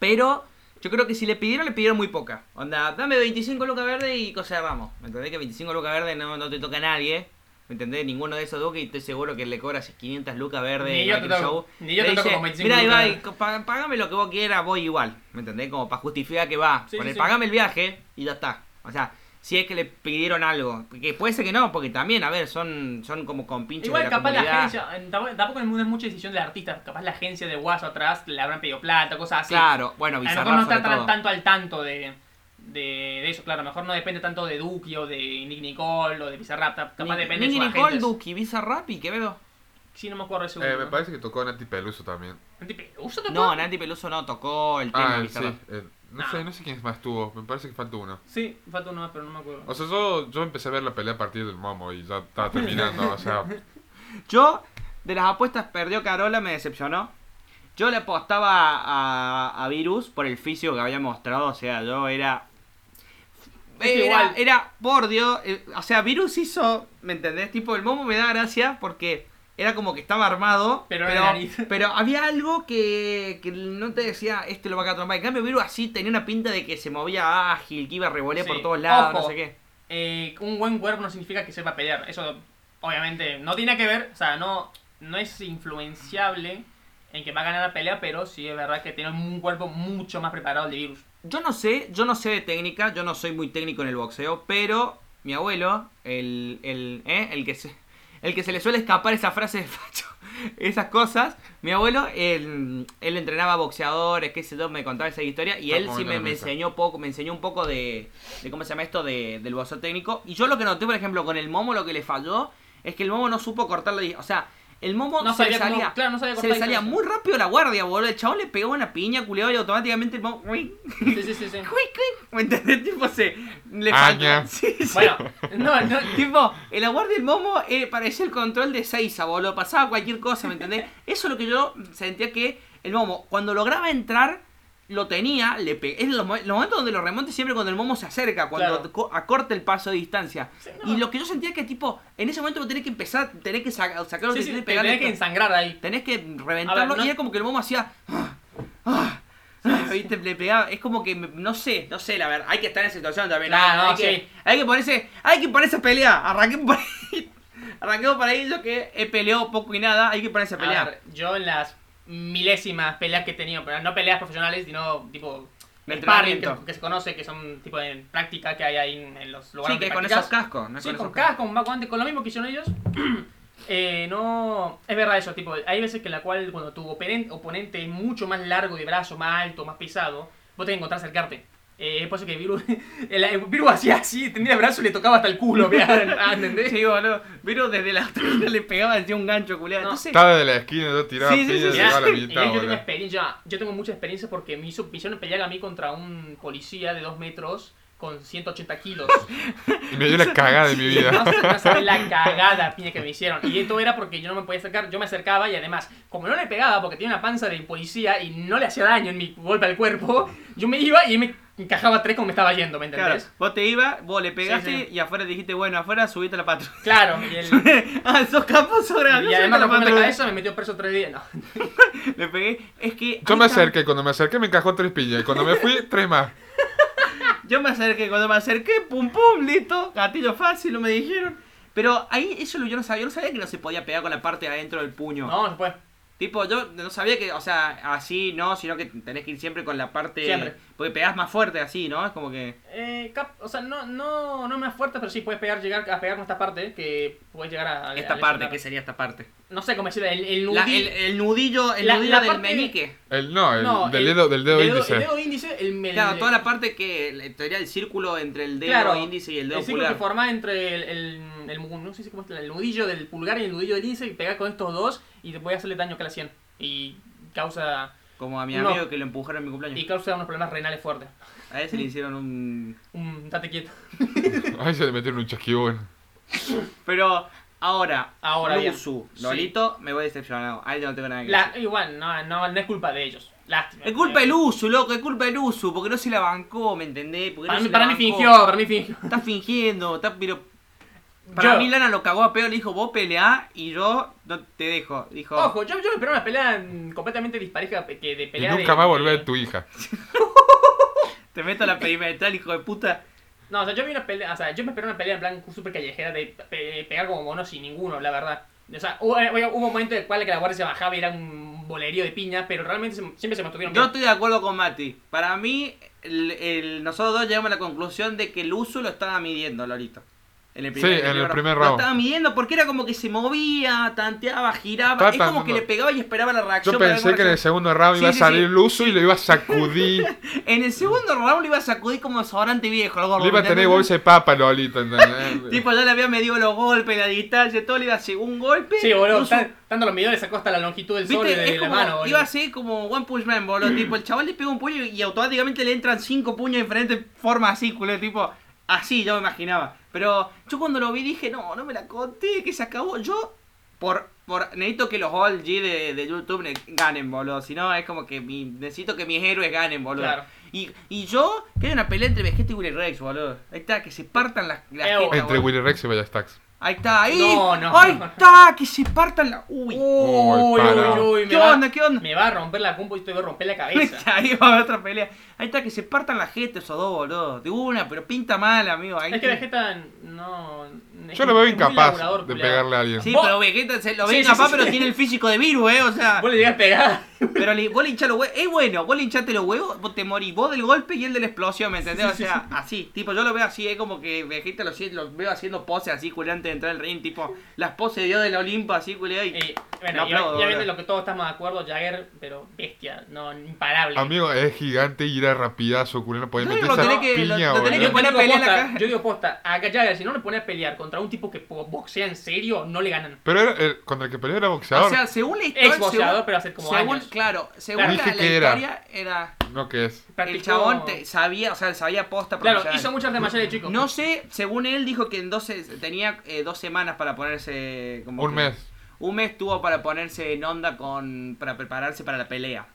[SPEAKER 1] Pero yo creo que si le pidieron, le pidieron muy poca. Onda, dame 25 lucas verde y cosa vamos. ¿Me entendés que 25 lucas verde no, no te toca a nadie? ¿Me entendés? Ninguno de esos dos que estoy seguro que le cobras 500 lucas verde
[SPEAKER 2] Ni
[SPEAKER 1] en
[SPEAKER 2] yo
[SPEAKER 1] aquel
[SPEAKER 2] te toco-
[SPEAKER 1] show.
[SPEAKER 2] ni yo te toco con 25
[SPEAKER 1] Mira,
[SPEAKER 2] lucas".
[SPEAKER 1] Ibai, co- pa- pagame lo que vos quieras, voy igual. ¿Me entendés? Como para justificar que va.
[SPEAKER 2] Sí,
[SPEAKER 1] Poné,
[SPEAKER 2] sí, sí.
[SPEAKER 1] Pagame el viaje y ya está. O sea, si es que le pidieron algo. Que puede ser que no, porque también, a ver, son, son como compinches
[SPEAKER 2] Igual
[SPEAKER 1] de la
[SPEAKER 2] capaz
[SPEAKER 1] comunidad.
[SPEAKER 2] la agencia, en- tampoco tampoco en el mundo es mucha decisión del artista, capaz la agencia de Guaso atrás le habrán pedido plata, cosas así.
[SPEAKER 1] Claro, bueno,
[SPEAKER 2] A lo mejor no
[SPEAKER 1] Bizarrap sobre
[SPEAKER 2] está tan-
[SPEAKER 1] todo.
[SPEAKER 2] tanto al tanto de, de, de eso, claro, a lo mejor no depende tanto de Duki o de Nick Nicole o de Bizarrap, ta- capaz
[SPEAKER 1] Ni-
[SPEAKER 2] depende
[SPEAKER 1] Nicky
[SPEAKER 2] de sus
[SPEAKER 1] Nicole,
[SPEAKER 2] agentes.
[SPEAKER 1] Duki, Bizarrap y Quevedo.
[SPEAKER 2] Sí, no me acuerdo ese
[SPEAKER 3] Eh,
[SPEAKER 2] uno.
[SPEAKER 3] me parece que tocó Nati Peluso también.
[SPEAKER 2] ¿Antipeluso tocó?
[SPEAKER 1] No, Nati Peluso no tocó el
[SPEAKER 3] Ah,
[SPEAKER 1] tema
[SPEAKER 3] sí.
[SPEAKER 1] Bizarrap.
[SPEAKER 3] eh, no
[SPEAKER 2] Ah.
[SPEAKER 3] sé, no sé quién más tuvo. Me parece que falta uno.
[SPEAKER 2] Sí, falta uno más, pero no me acuerdo.
[SPEAKER 3] O sea, yo, yo empecé a ver la pelea a partir del Momo y ya estaba terminando. o
[SPEAKER 1] *laughs*
[SPEAKER 3] sea,
[SPEAKER 1] Yo, de las apuestas perdió Carola, me decepcionó. Yo le apostaba a, a- a Virus por el físico que había mostrado, o sea, yo era...
[SPEAKER 2] Es
[SPEAKER 1] Era,
[SPEAKER 2] igual.
[SPEAKER 1] era, por Dios, eh, o sea, Virus hizo, ¿me entendés? Tipo, el momo me da gracia porque era como que estaba armado,
[SPEAKER 2] Pero
[SPEAKER 1] pero,
[SPEAKER 2] era
[SPEAKER 1] pero,
[SPEAKER 2] nariz. *laughs*
[SPEAKER 1] había algo que, que no te decía, este lo va a trompar. En cambio, Virus así tenía una pinta de que se movía ágil, que iba a revolear
[SPEAKER 2] Sí.
[SPEAKER 1] por todos lados, no
[SPEAKER 2] Ojo.
[SPEAKER 1] sé qué.
[SPEAKER 2] Eh, un buen cuerpo no significa que sepa pelear. Eso, obviamente, no tiene que ver, o sea, no, no es influenciable en que va a ganar la pelea, pero sí es verdad que tiene un cuerpo mucho más preparado al de Virus.
[SPEAKER 1] Yo no sé, yo no sé de técnica, yo no soy muy técnico en el boxeo, pero mi abuelo, el, el, ¿eh? el que se, el que se le suele escapar esa frase de facho, *laughs* esas cosas, mi abuelo, él, él entrenaba boxeadores, qué sé yo, me contaba esa historia, y
[SPEAKER 3] Está
[SPEAKER 1] él sí
[SPEAKER 3] moviendo
[SPEAKER 1] me,
[SPEAKER 3] la
[SPEAKER 1] me
[SPEAKER 3] mesa.
[SPEAKER 1] enseñó poco, me enseñó un poco de, de cómo se llama esto, de, del boxeo técnico, y yo lo que noté, por ejemplo, con el momo lo que le falló, es que el momo no supo cortar la, di- o sea, el momo
[SPEAKER 2] No
[SPEAKER 1] se le
[SPEAKER 2] sabía cómo-
[SPEAKER 1] salía,
[SPEAKER 2] claro, no sabía
[SPEAKER 1] se
[SPEAKER 2] cortar
[SPEAKER 1] le
[SPEAKER 2] la
[SPEAKER 1] salía
[SPEAKER 2] distancia.
[SPEAKER 1] muy rápido la guardia, boludo, el chabón le pegó una piña, culeaba y automáticamente el momo, uy,
[SPEAKER 2] Sí, sí,
[SPEAKER 1] *laughs*
[SPEAKER 2] sí, sí.
[SPEAKER 1] Cuic, cuic. ¿Me entendés? Tipo, se. Le
[SPEAKER 3] Aña.
[SPEAKER 1] faltó- Sí, sí.
[SPEAKER 2] Bueno, no, no,
[SPEAKER 1] Tipo, el aguarde del momo eh, parecía el control de Seiza, boludo. Pasaba cualquier cosa, ¿me
[SPEAKER 2] *laughs*
[SPEAKER 1] entendés? Eso es lo que yo sentía que el momo, cuando lograba entrar, lo tenía, le pe- Es los, mo- los momentos donde lo remonte siempre cuando el momo se acerca, cuando
[SPEAKER 2] Claro.
[SPEAKER 1] co- acorta el paso de distancia.
[SPEAKER 2] Sí, no.
[SPEAKER 1] Y lo que yo sentía que, tipo, en ese momento lo tenés que empezar, tenés que saca- sacar lo
[SPEAKER 2] sí,
[SPEAKER 1] que
[SPEAKER 2] sí,
[SPEAKER 1] tenés que
[SPEAKER 2] te
[SPEAKER 1] pegarle.
[SPEAKER 2] tenés que ensangrar ahí.
[SPEAKER 1] Tenés que reventarlo
[SPEAKER 2] A ver, no-
[SPEAKER 1] y era como que el momo hacía. "Ah, ah", ¿viste? Le pegaba. Es como que me- no sé, no sé, la verdad. Hay que estar en situación también. ¿no?
[SPEAKER 2] Claro,
[SPEAKER 1] hay,
[SPEAKER 2] no, sí.
[SPEAKER 1] que, hay que ponerse. Hay que ponerse a pelear. Arranquemos por ahí. *laughs* Arranquemos por ahí. Yo que he peleado poco y nada. Hay que ponerse a
[SPEAKER 2] A
[SPEAKER 1] pelear.
[SPEAKER 2] ver, yo en las milésimas peleas que he tenido, pero no peleas profesionales, sino tipo
[SPEAKER 1] De
[SPEAKER 2] sparring que,
[SPEAKER 1] entrenamiento.
[SPEAKER 2] que se conoce, que son tipo de práctica que hay ahí en, en los lugares
[SPEAKER 1] sí, que
[SPEAKER 2] donde
[SPEAKER 1] con
[SPEAKER 2] practicas.
[SPEAKER 1] esos cascos. ¿no?
[SPEAKER 2] Sí,
[SPEAKER 1] esos
[SPEAKER 2] con casco, con guante, con lo mismo que hicieron ellos. *clears throat* Eh, no, es verdad eso, tipo, hay veces que en la cual cuando tu operen- oponente es mucho más largo de brazo, más alto, más pesado, vos tenés que encontrar acercarte. Eh, es por eso que Viru, *laughs* el, el Viru hacía así, tenía el brazo y le tocaba hasta el culo,
[SPEAKER 3] *laughs*
[SPEAKER 2] mirá, ¿entendés?
[SPEAKER 1] *laughs* Sí, boludo. Vieron desde la esquina le pegaba así un gancho culiado.
[SPEAKER 2] No.
[SPEAKER 1] Entonces,
[SPEAKER 3] estaba de la esquina, yo tiraba
[SPEAKER 1] Sí, sí,
[SPEAKER 3] piña
[SPEAKER 1] sí,
[SPEAKER 3] y
[SPEAKER 1] sí.
[SPEAKER 3] llegaba a la
[SPEAKER 1] *laughs*
[SPEAKER 2] En
[SPEAKER 3] mitad,
[SPEAKER 2] ello yo tengo
[SPEAKER 3] boludo.
[SPEAKER 2] experiencia, yo tengo mucha experiencia porque me, hizo, me hicieron pelear a mí contra un policía de 2 metros con 180 kilos.
[SPEAKER 3] Y me dio la cagada de mi
[SPEAKER 1] *laughs*
[SPEAKER 3] vida.
[SPEAKER 2] *laughs* No, se- no sabes la cagada piña que me hicieron. Y esto era porque yo no me podía acercar, yo me acercaba y además, como no le pegaba porque tenía una panza de policía y no le hacía daño en mi golpe al cuerpo, yo me iba y me encajaba tres como me estaba yendo, ¿me
[SPEAKER 1] claro,
[SPEAKER 2] entendés?
[SPEAKER 1] vos te ibas, vos le pegaste
[SPEAKER 2] Sí, sí.
[SPEAKER 1] y afuera dijiste, bueno, afuera subiste a la patrulla. *laughs*
[SPEAKER 2] Claro, y, *laughs* el-
[SPEAKER 1] ah, sos capo, sobra.
[SPEAKER 2] y además lo en la cabeza me metió preso tres días. No.
[SPEAKER 1] Le pegué. Es que.
[SPEAKER 3] Yo
[SPEAKER 1] ahí
[SPEAKER 3] me
[SPEAKER 1] está.
[SPEAKER 3] acerqué, cuando me acerqué me encajó tres piñas. Y cuando me fui, tres más.
[SPEAKER 1] Yo me acerqué. Cuando me acerqué, pum pum, listo. Gatillo fácil, no me dijeron. Pero ahí eso lo- yo no sabía. Yo no sabía que no se podía pegar con la parte de adentro del puño.
[SPEAKER 2] No, no puede.
[SPEAKER 1] Tipo, yo no sabía que, o sea, así no, sino que tenés que ir siempre con la parte.
[SPEAKER 2] Siempre.
[SPEAKER 1] Porque pegás más fuerte así, ¿no? Es como que.
[SPEAKER 2] Eh, cap- o sea, no, no, no más fuerte, pero sí puedes pegar, llegar a pegar con esta parte, que puedes llegar a... a-
[SPEAKER 1] Esta
[SPEAKER 2] a
[SPEAKER 1] parte,
[SPEAKER 2] lesionar.
[SPEAKER 1] ¿qué sería esta parte?
[SPEAKER 2] No sé cómo decirlo, el, el
[SPEAKER 1] La-
[SPEAKER 2] nudillo-
[SPEAKER 1] el, el nudillo, el
[SPEAKER 2] La-
[SPEAKER 1] nudillo
[SPEAKER 2] la
[SPEAKER 1] del
[SPEAKER 2] parte de-
[SPEAKER 1] meñique.
[SPEAKER 3] El, no, el,
[SPEAKER 2] no,
[SPEAKER 3] del,
[SPEAKER 2] el-
[SPEAKER 3] dedo, del dedo
[SPEAKER 2] el
[SPEAKER 3] índice.
[SPEAKER 2] El dedo índice, el... el-
[SPEAKER 1] Claro, toda la parte que. En teoría, el círculo entre el dedo
[SPEAKER 2] Claro,
[SPEAKER 1] índice y el dedo
[SPEAKER 2] el círculo
[SPEAKER 1] pulgar.
[SPEAKER 2] que forma entre el, el, el mu- no sé si cómo está, el nudillo del pulgar y el nudillo del índice y pegar con estos dos y te puede hacerle daño a la 100 y causa
[SPEAKER 1] Como a mi
[SPEAKER 2] No.
[SPEAKER 1] amigo que lo empujaron en mi cumpleaños.
[SPEAKER 2] y causa unos problemas renales fuertes.
[SPEAKER 1] A ese le hicieron un.
[SPEAKER 2] Un date quieto.
[SPEAKER 3] Ay, se le metieron un chasquibón.
[SPEAKER 1] Pero ahora,
[SPEAKER 2] Ahora bien.
[SPEAKER 1] Luzu,
[SPEAKER 2] Sí.
[SPEAKER 1] Lolito, me voy decepcionado. Ahí no tengo nada que
[SPEAKER 2] La- Eh.
[SPEAKER 1] decir.
[SPEAKER 2] igual no, no, no es culpa de ellos. Lástima.
[SPEAKER 1] Es culpa del Luzu, loco, es culpa del Luzu, porque no se la bancó, ¿me entendés? Porque
[SPEAKER 2] Para,
[SPEAKER 1] no
[SPEAKER 2] mí,
[SPEAKER 1] se la
[SPEAKER 2] para mí
[SPEAKER 1] bancó.
[SPEAKER 2] fingió, para mí fingió.
[SPEAKER 1] Está fingiendo, está pero para
[SPEAKER 2] Yo-
[SPEAKER 1] mí Lana lo cagó a peor, le dijo, vos peleá y yo no te dejo. Dijo,
[SPEAKER 2] Ojo, yo, yo me esperaba una pelea mm, completamente dispareja pe- que de
[SPEAKER 3] Y
[SPEAKER 2] pelea de-
[SPEAKER 3] nunca más volver tu hija.
[SPEAKER 1] te meto a la perimetral, hijo de puta.
[SPEAKER 2] No, o sea, yo vi una pelea, o sea, yo me esperaba una pelea en plan super callejera de pe- pegar como mono sin ninguno, la verdad. O sea, hubo, eh, hubo un momento en el cual que la guardia se bajaba y era un bolerío de piña, pero realmente se- siempre se mantuvieron
[SPEAKER 1] Yo
[SPEAKER 2] bien.
[SPEAKER 1] estoy de acuerdo con Mati. Para mí, el- el- nosotros dos llegamos a la conclusión de que el uso lo estaba midiendo, Lolito. En el
[SPEAKER 3] Sí, en el primer
[SPEAKER 1] Lo
[SPEAKER 3] round.
[SPEAKER 1] estaba midiendo porque era como que se movía, tanteaba, giraba.
[SPEAKER 3] Estaba
[SPEAKER 1] es como
[SPEAKER 3] tratando.
[SPEAKER 1] que le pegaba y esperaba la
[SPEAKER 3] Yo
[SPEAKER 1] reacción. para ver
[SPEAKER 3] pensé
[SPEAKER 1] cómo
[SPEAKER 3] que en el
[SPEAKER 1] reaccionaba.
[SPEAKER 3] segundo round
[SPEAKER 1] Sí,
[SPEAKER 3] iba a
[SPEAKER 1] sí,
[SPEAKER 3] salir
[SPEAKER 1] sí.
[SPEAKER 3] Luzu y lo iba a sacudir.
[SPEAKER 1] *laughs* en el segundo round le iba a sacudir como desodorante viejo. Lo gordo,
[SPEAKER 3] Le iba a tener
[SPEAKER 1] ¿entendés?
[SPEAKER 3] bolsa de papa, Lolito, ¿entendés?
[SPEAKER 1] Tipo, ya le había medido los golpes, la distancia, todo. Le iba a hacer un golpe.
[SPEAKER 2] Sí, boludo,
[SPEAKER 1] Luzu
[SPEAKER 2] tan- tanto los millones sacó hasta la longitud del sol
[SPEAKER 1] ¿Viste?
[SPEAKER 2] de, de
[SPEAKER 1] es
[SPEAKER 2] la
[SPEAKER 1] como,
[SPEAKER 2] mano, boludo.
[SPEAKER 1] iba a ser como One Punch Man, boludo.
[SPEAKER 2] *clears throat*
[SPEAKER 1] tipo, el chaval le pega un puño y automáticamente le entran cinco puños de diferentes formas así, culé. Tipo, así yo me imaginaba. Pero yo cuando lo vi dije, no, no me la conté, que se acabó. Yo, por, por necesito que los OLG de, de YouTube ne- ganen, boludo. Si no, es como que mi- necesito que mis héroes ganen, boludo.
[SPEAKER 2] Claro.
[SPEAKER 1] Y, y yo, que hay una pelea entre Vegeta y Willy Rex, boludo. Ahí está, que se partan las, las
[SPEAKER 2] Ew.
[SPEAKER 1] jetas,
[SPEAKER 3] Entre
[SPEAKER 1] boludo.
[SPEAKER 3] Willy Rex y Bella Stacks.
[SPEAKER 1] Ahí está, ahí.
[SPEAKER 2] No, no. Oh,
[SPEAKER 1] Ahí está, que se partan las. Uy.
[SPEAKER 2] Uy,
[SPEAKER 3] Uy, para.
[SPEAKER 2] uy, uy, me
[SPEAKER 1] ¿Qué
[SPEAKER 2] va,
[SPEAKER 1] onda? ¿Qué onda?
[SPEAKER 2] me va a romper la compu y te voy a
[SPEAKER 1] *laughs*
[SPEAKER 2] romper la cabeza.
[SPEAKER 1] Ahí va a haber otra pelea. Ahí está que se partan la gente esos dos, boludo. De una, pero pinta mal, amigo. Ahí
[SPEAKER 2] es que
[SPEAKER 1] está.
[SPEAKER 2] Vegeta no... es-
[SPEAKER 3] Yo lo veo
[SPEAKER 2] es muy
[SPEAKER 3] incapaz
[SPEAKER 2] laburador,
[SPEAKER 3] de
[SPEAKER 2] culiao.
[SPEAKER 3] pegarle a alguien.
[SPEAKER 1] Sí,
[SPEAKER 2] Vos-
[SPEAKER 1] pero Vegeta se lo
[SPEAKER 2] Sí,
[SPEAKER 1] ve
[SPEAKER 2] sí,
[SPEAKER 1] capaz,
[SPEAKER 2] sí,
[SPEAKER 1] pero
[SPEAKER 2] sí.
[SPEAKER 1] tiene el físico de Virus, eh. O sea,
[SPEAKER 2] *laughs* Vos le llegas
[SPEAKER 1] *laughs*
[SPEAKER 2] a pegar.
[SPEAKER 1] pero le- vos le hinchás los huevos. Es bueno, vos le hinchaste los huevos, vos te morís. Vos del golpe y él de la explosión, ¿me entendés? o sea, así. Tipo, yo lo veo así, es como que Vegeta lo, sie- lo veo haciendo poses así, culé, antes de entrar al ring. Tipo, las poses de Dios del Olimpo, así, culé. Y...
[SPEAKER 2] Y, bueno,
[SPEAKER 1] No,
[SPEAKER 2] y-
[SPEAKER 1] pero-
[SPEAKER 2] obviamente lo que todos estamos de acuerdo, Jagger, pero bestia, no, imparable.
[SPEAKER 3] Amigo, es gigante y era rapidazo, culero. Podés
[SPEAKER 1] No,
[SPEAKER 3] meter
[SPEAKER 1] lo
[SPEAKER 3] esa
[SPEAKER 1] tenés que- lo-
[SPEAKER 3] piña,
[SPEAKER 1] lo tenés
[SPEAKER 2] Yo
[SPEAKER 1] que
[SPEAKER 3] boludo.
[SPEAKER 1] poner-
[SPEAKER 2] digo,
[SPEAKER 1] a pelear
[SPEAKER 2] posta,
[SPEAKER 1] acá.
[SPEAKER 2] yo digo posta, a Jagger, si no le pone a pelear contra un tipo que po- boxea en serio, no le ganan.
[SPEAKER 3] Pero era, el- contra el que peleó era
[SPEAKER 1] O
[SPEAKER 3] boxeador.
[SPEAKER 1] sea, según la historia.
[SPEAKER 2] Ex boxeador,
[SPEAKER 1] según-
[SPEAKER 2] pero hace como
[SPEAKER 1] según-
[SPEAKER 2] años.
[SPEAKER 1] Claro, según
[SPEAKER 3] Dije
[SPEAKER 1] la, la
[SPEAKER 3] que era.
[SPEAKER 1] historia era.
[SPEAKER 3] No, que es?
[SPEAKER 1] El
[SPEAKER 2] Practicó-
[SPEAKER 1] chabón te- sabía, o sea, sabía posta
[SPEAKER 2] Claro,
[SPEAKER 1] profesional.
[SPEAKER 2] hizo muchas artes marciales de chico.
[SPEAKER 1] No sé, según él dijo que en 12, tenía eh, dos semanas para ponerse... Como
[SPEAKER 3] Un
[SPEAKER 1] que-
[SPEAKER 3] mes.
[SPEAKER 1] Un mes tuvo para ponerse en onda con, para prepararse para la pelea.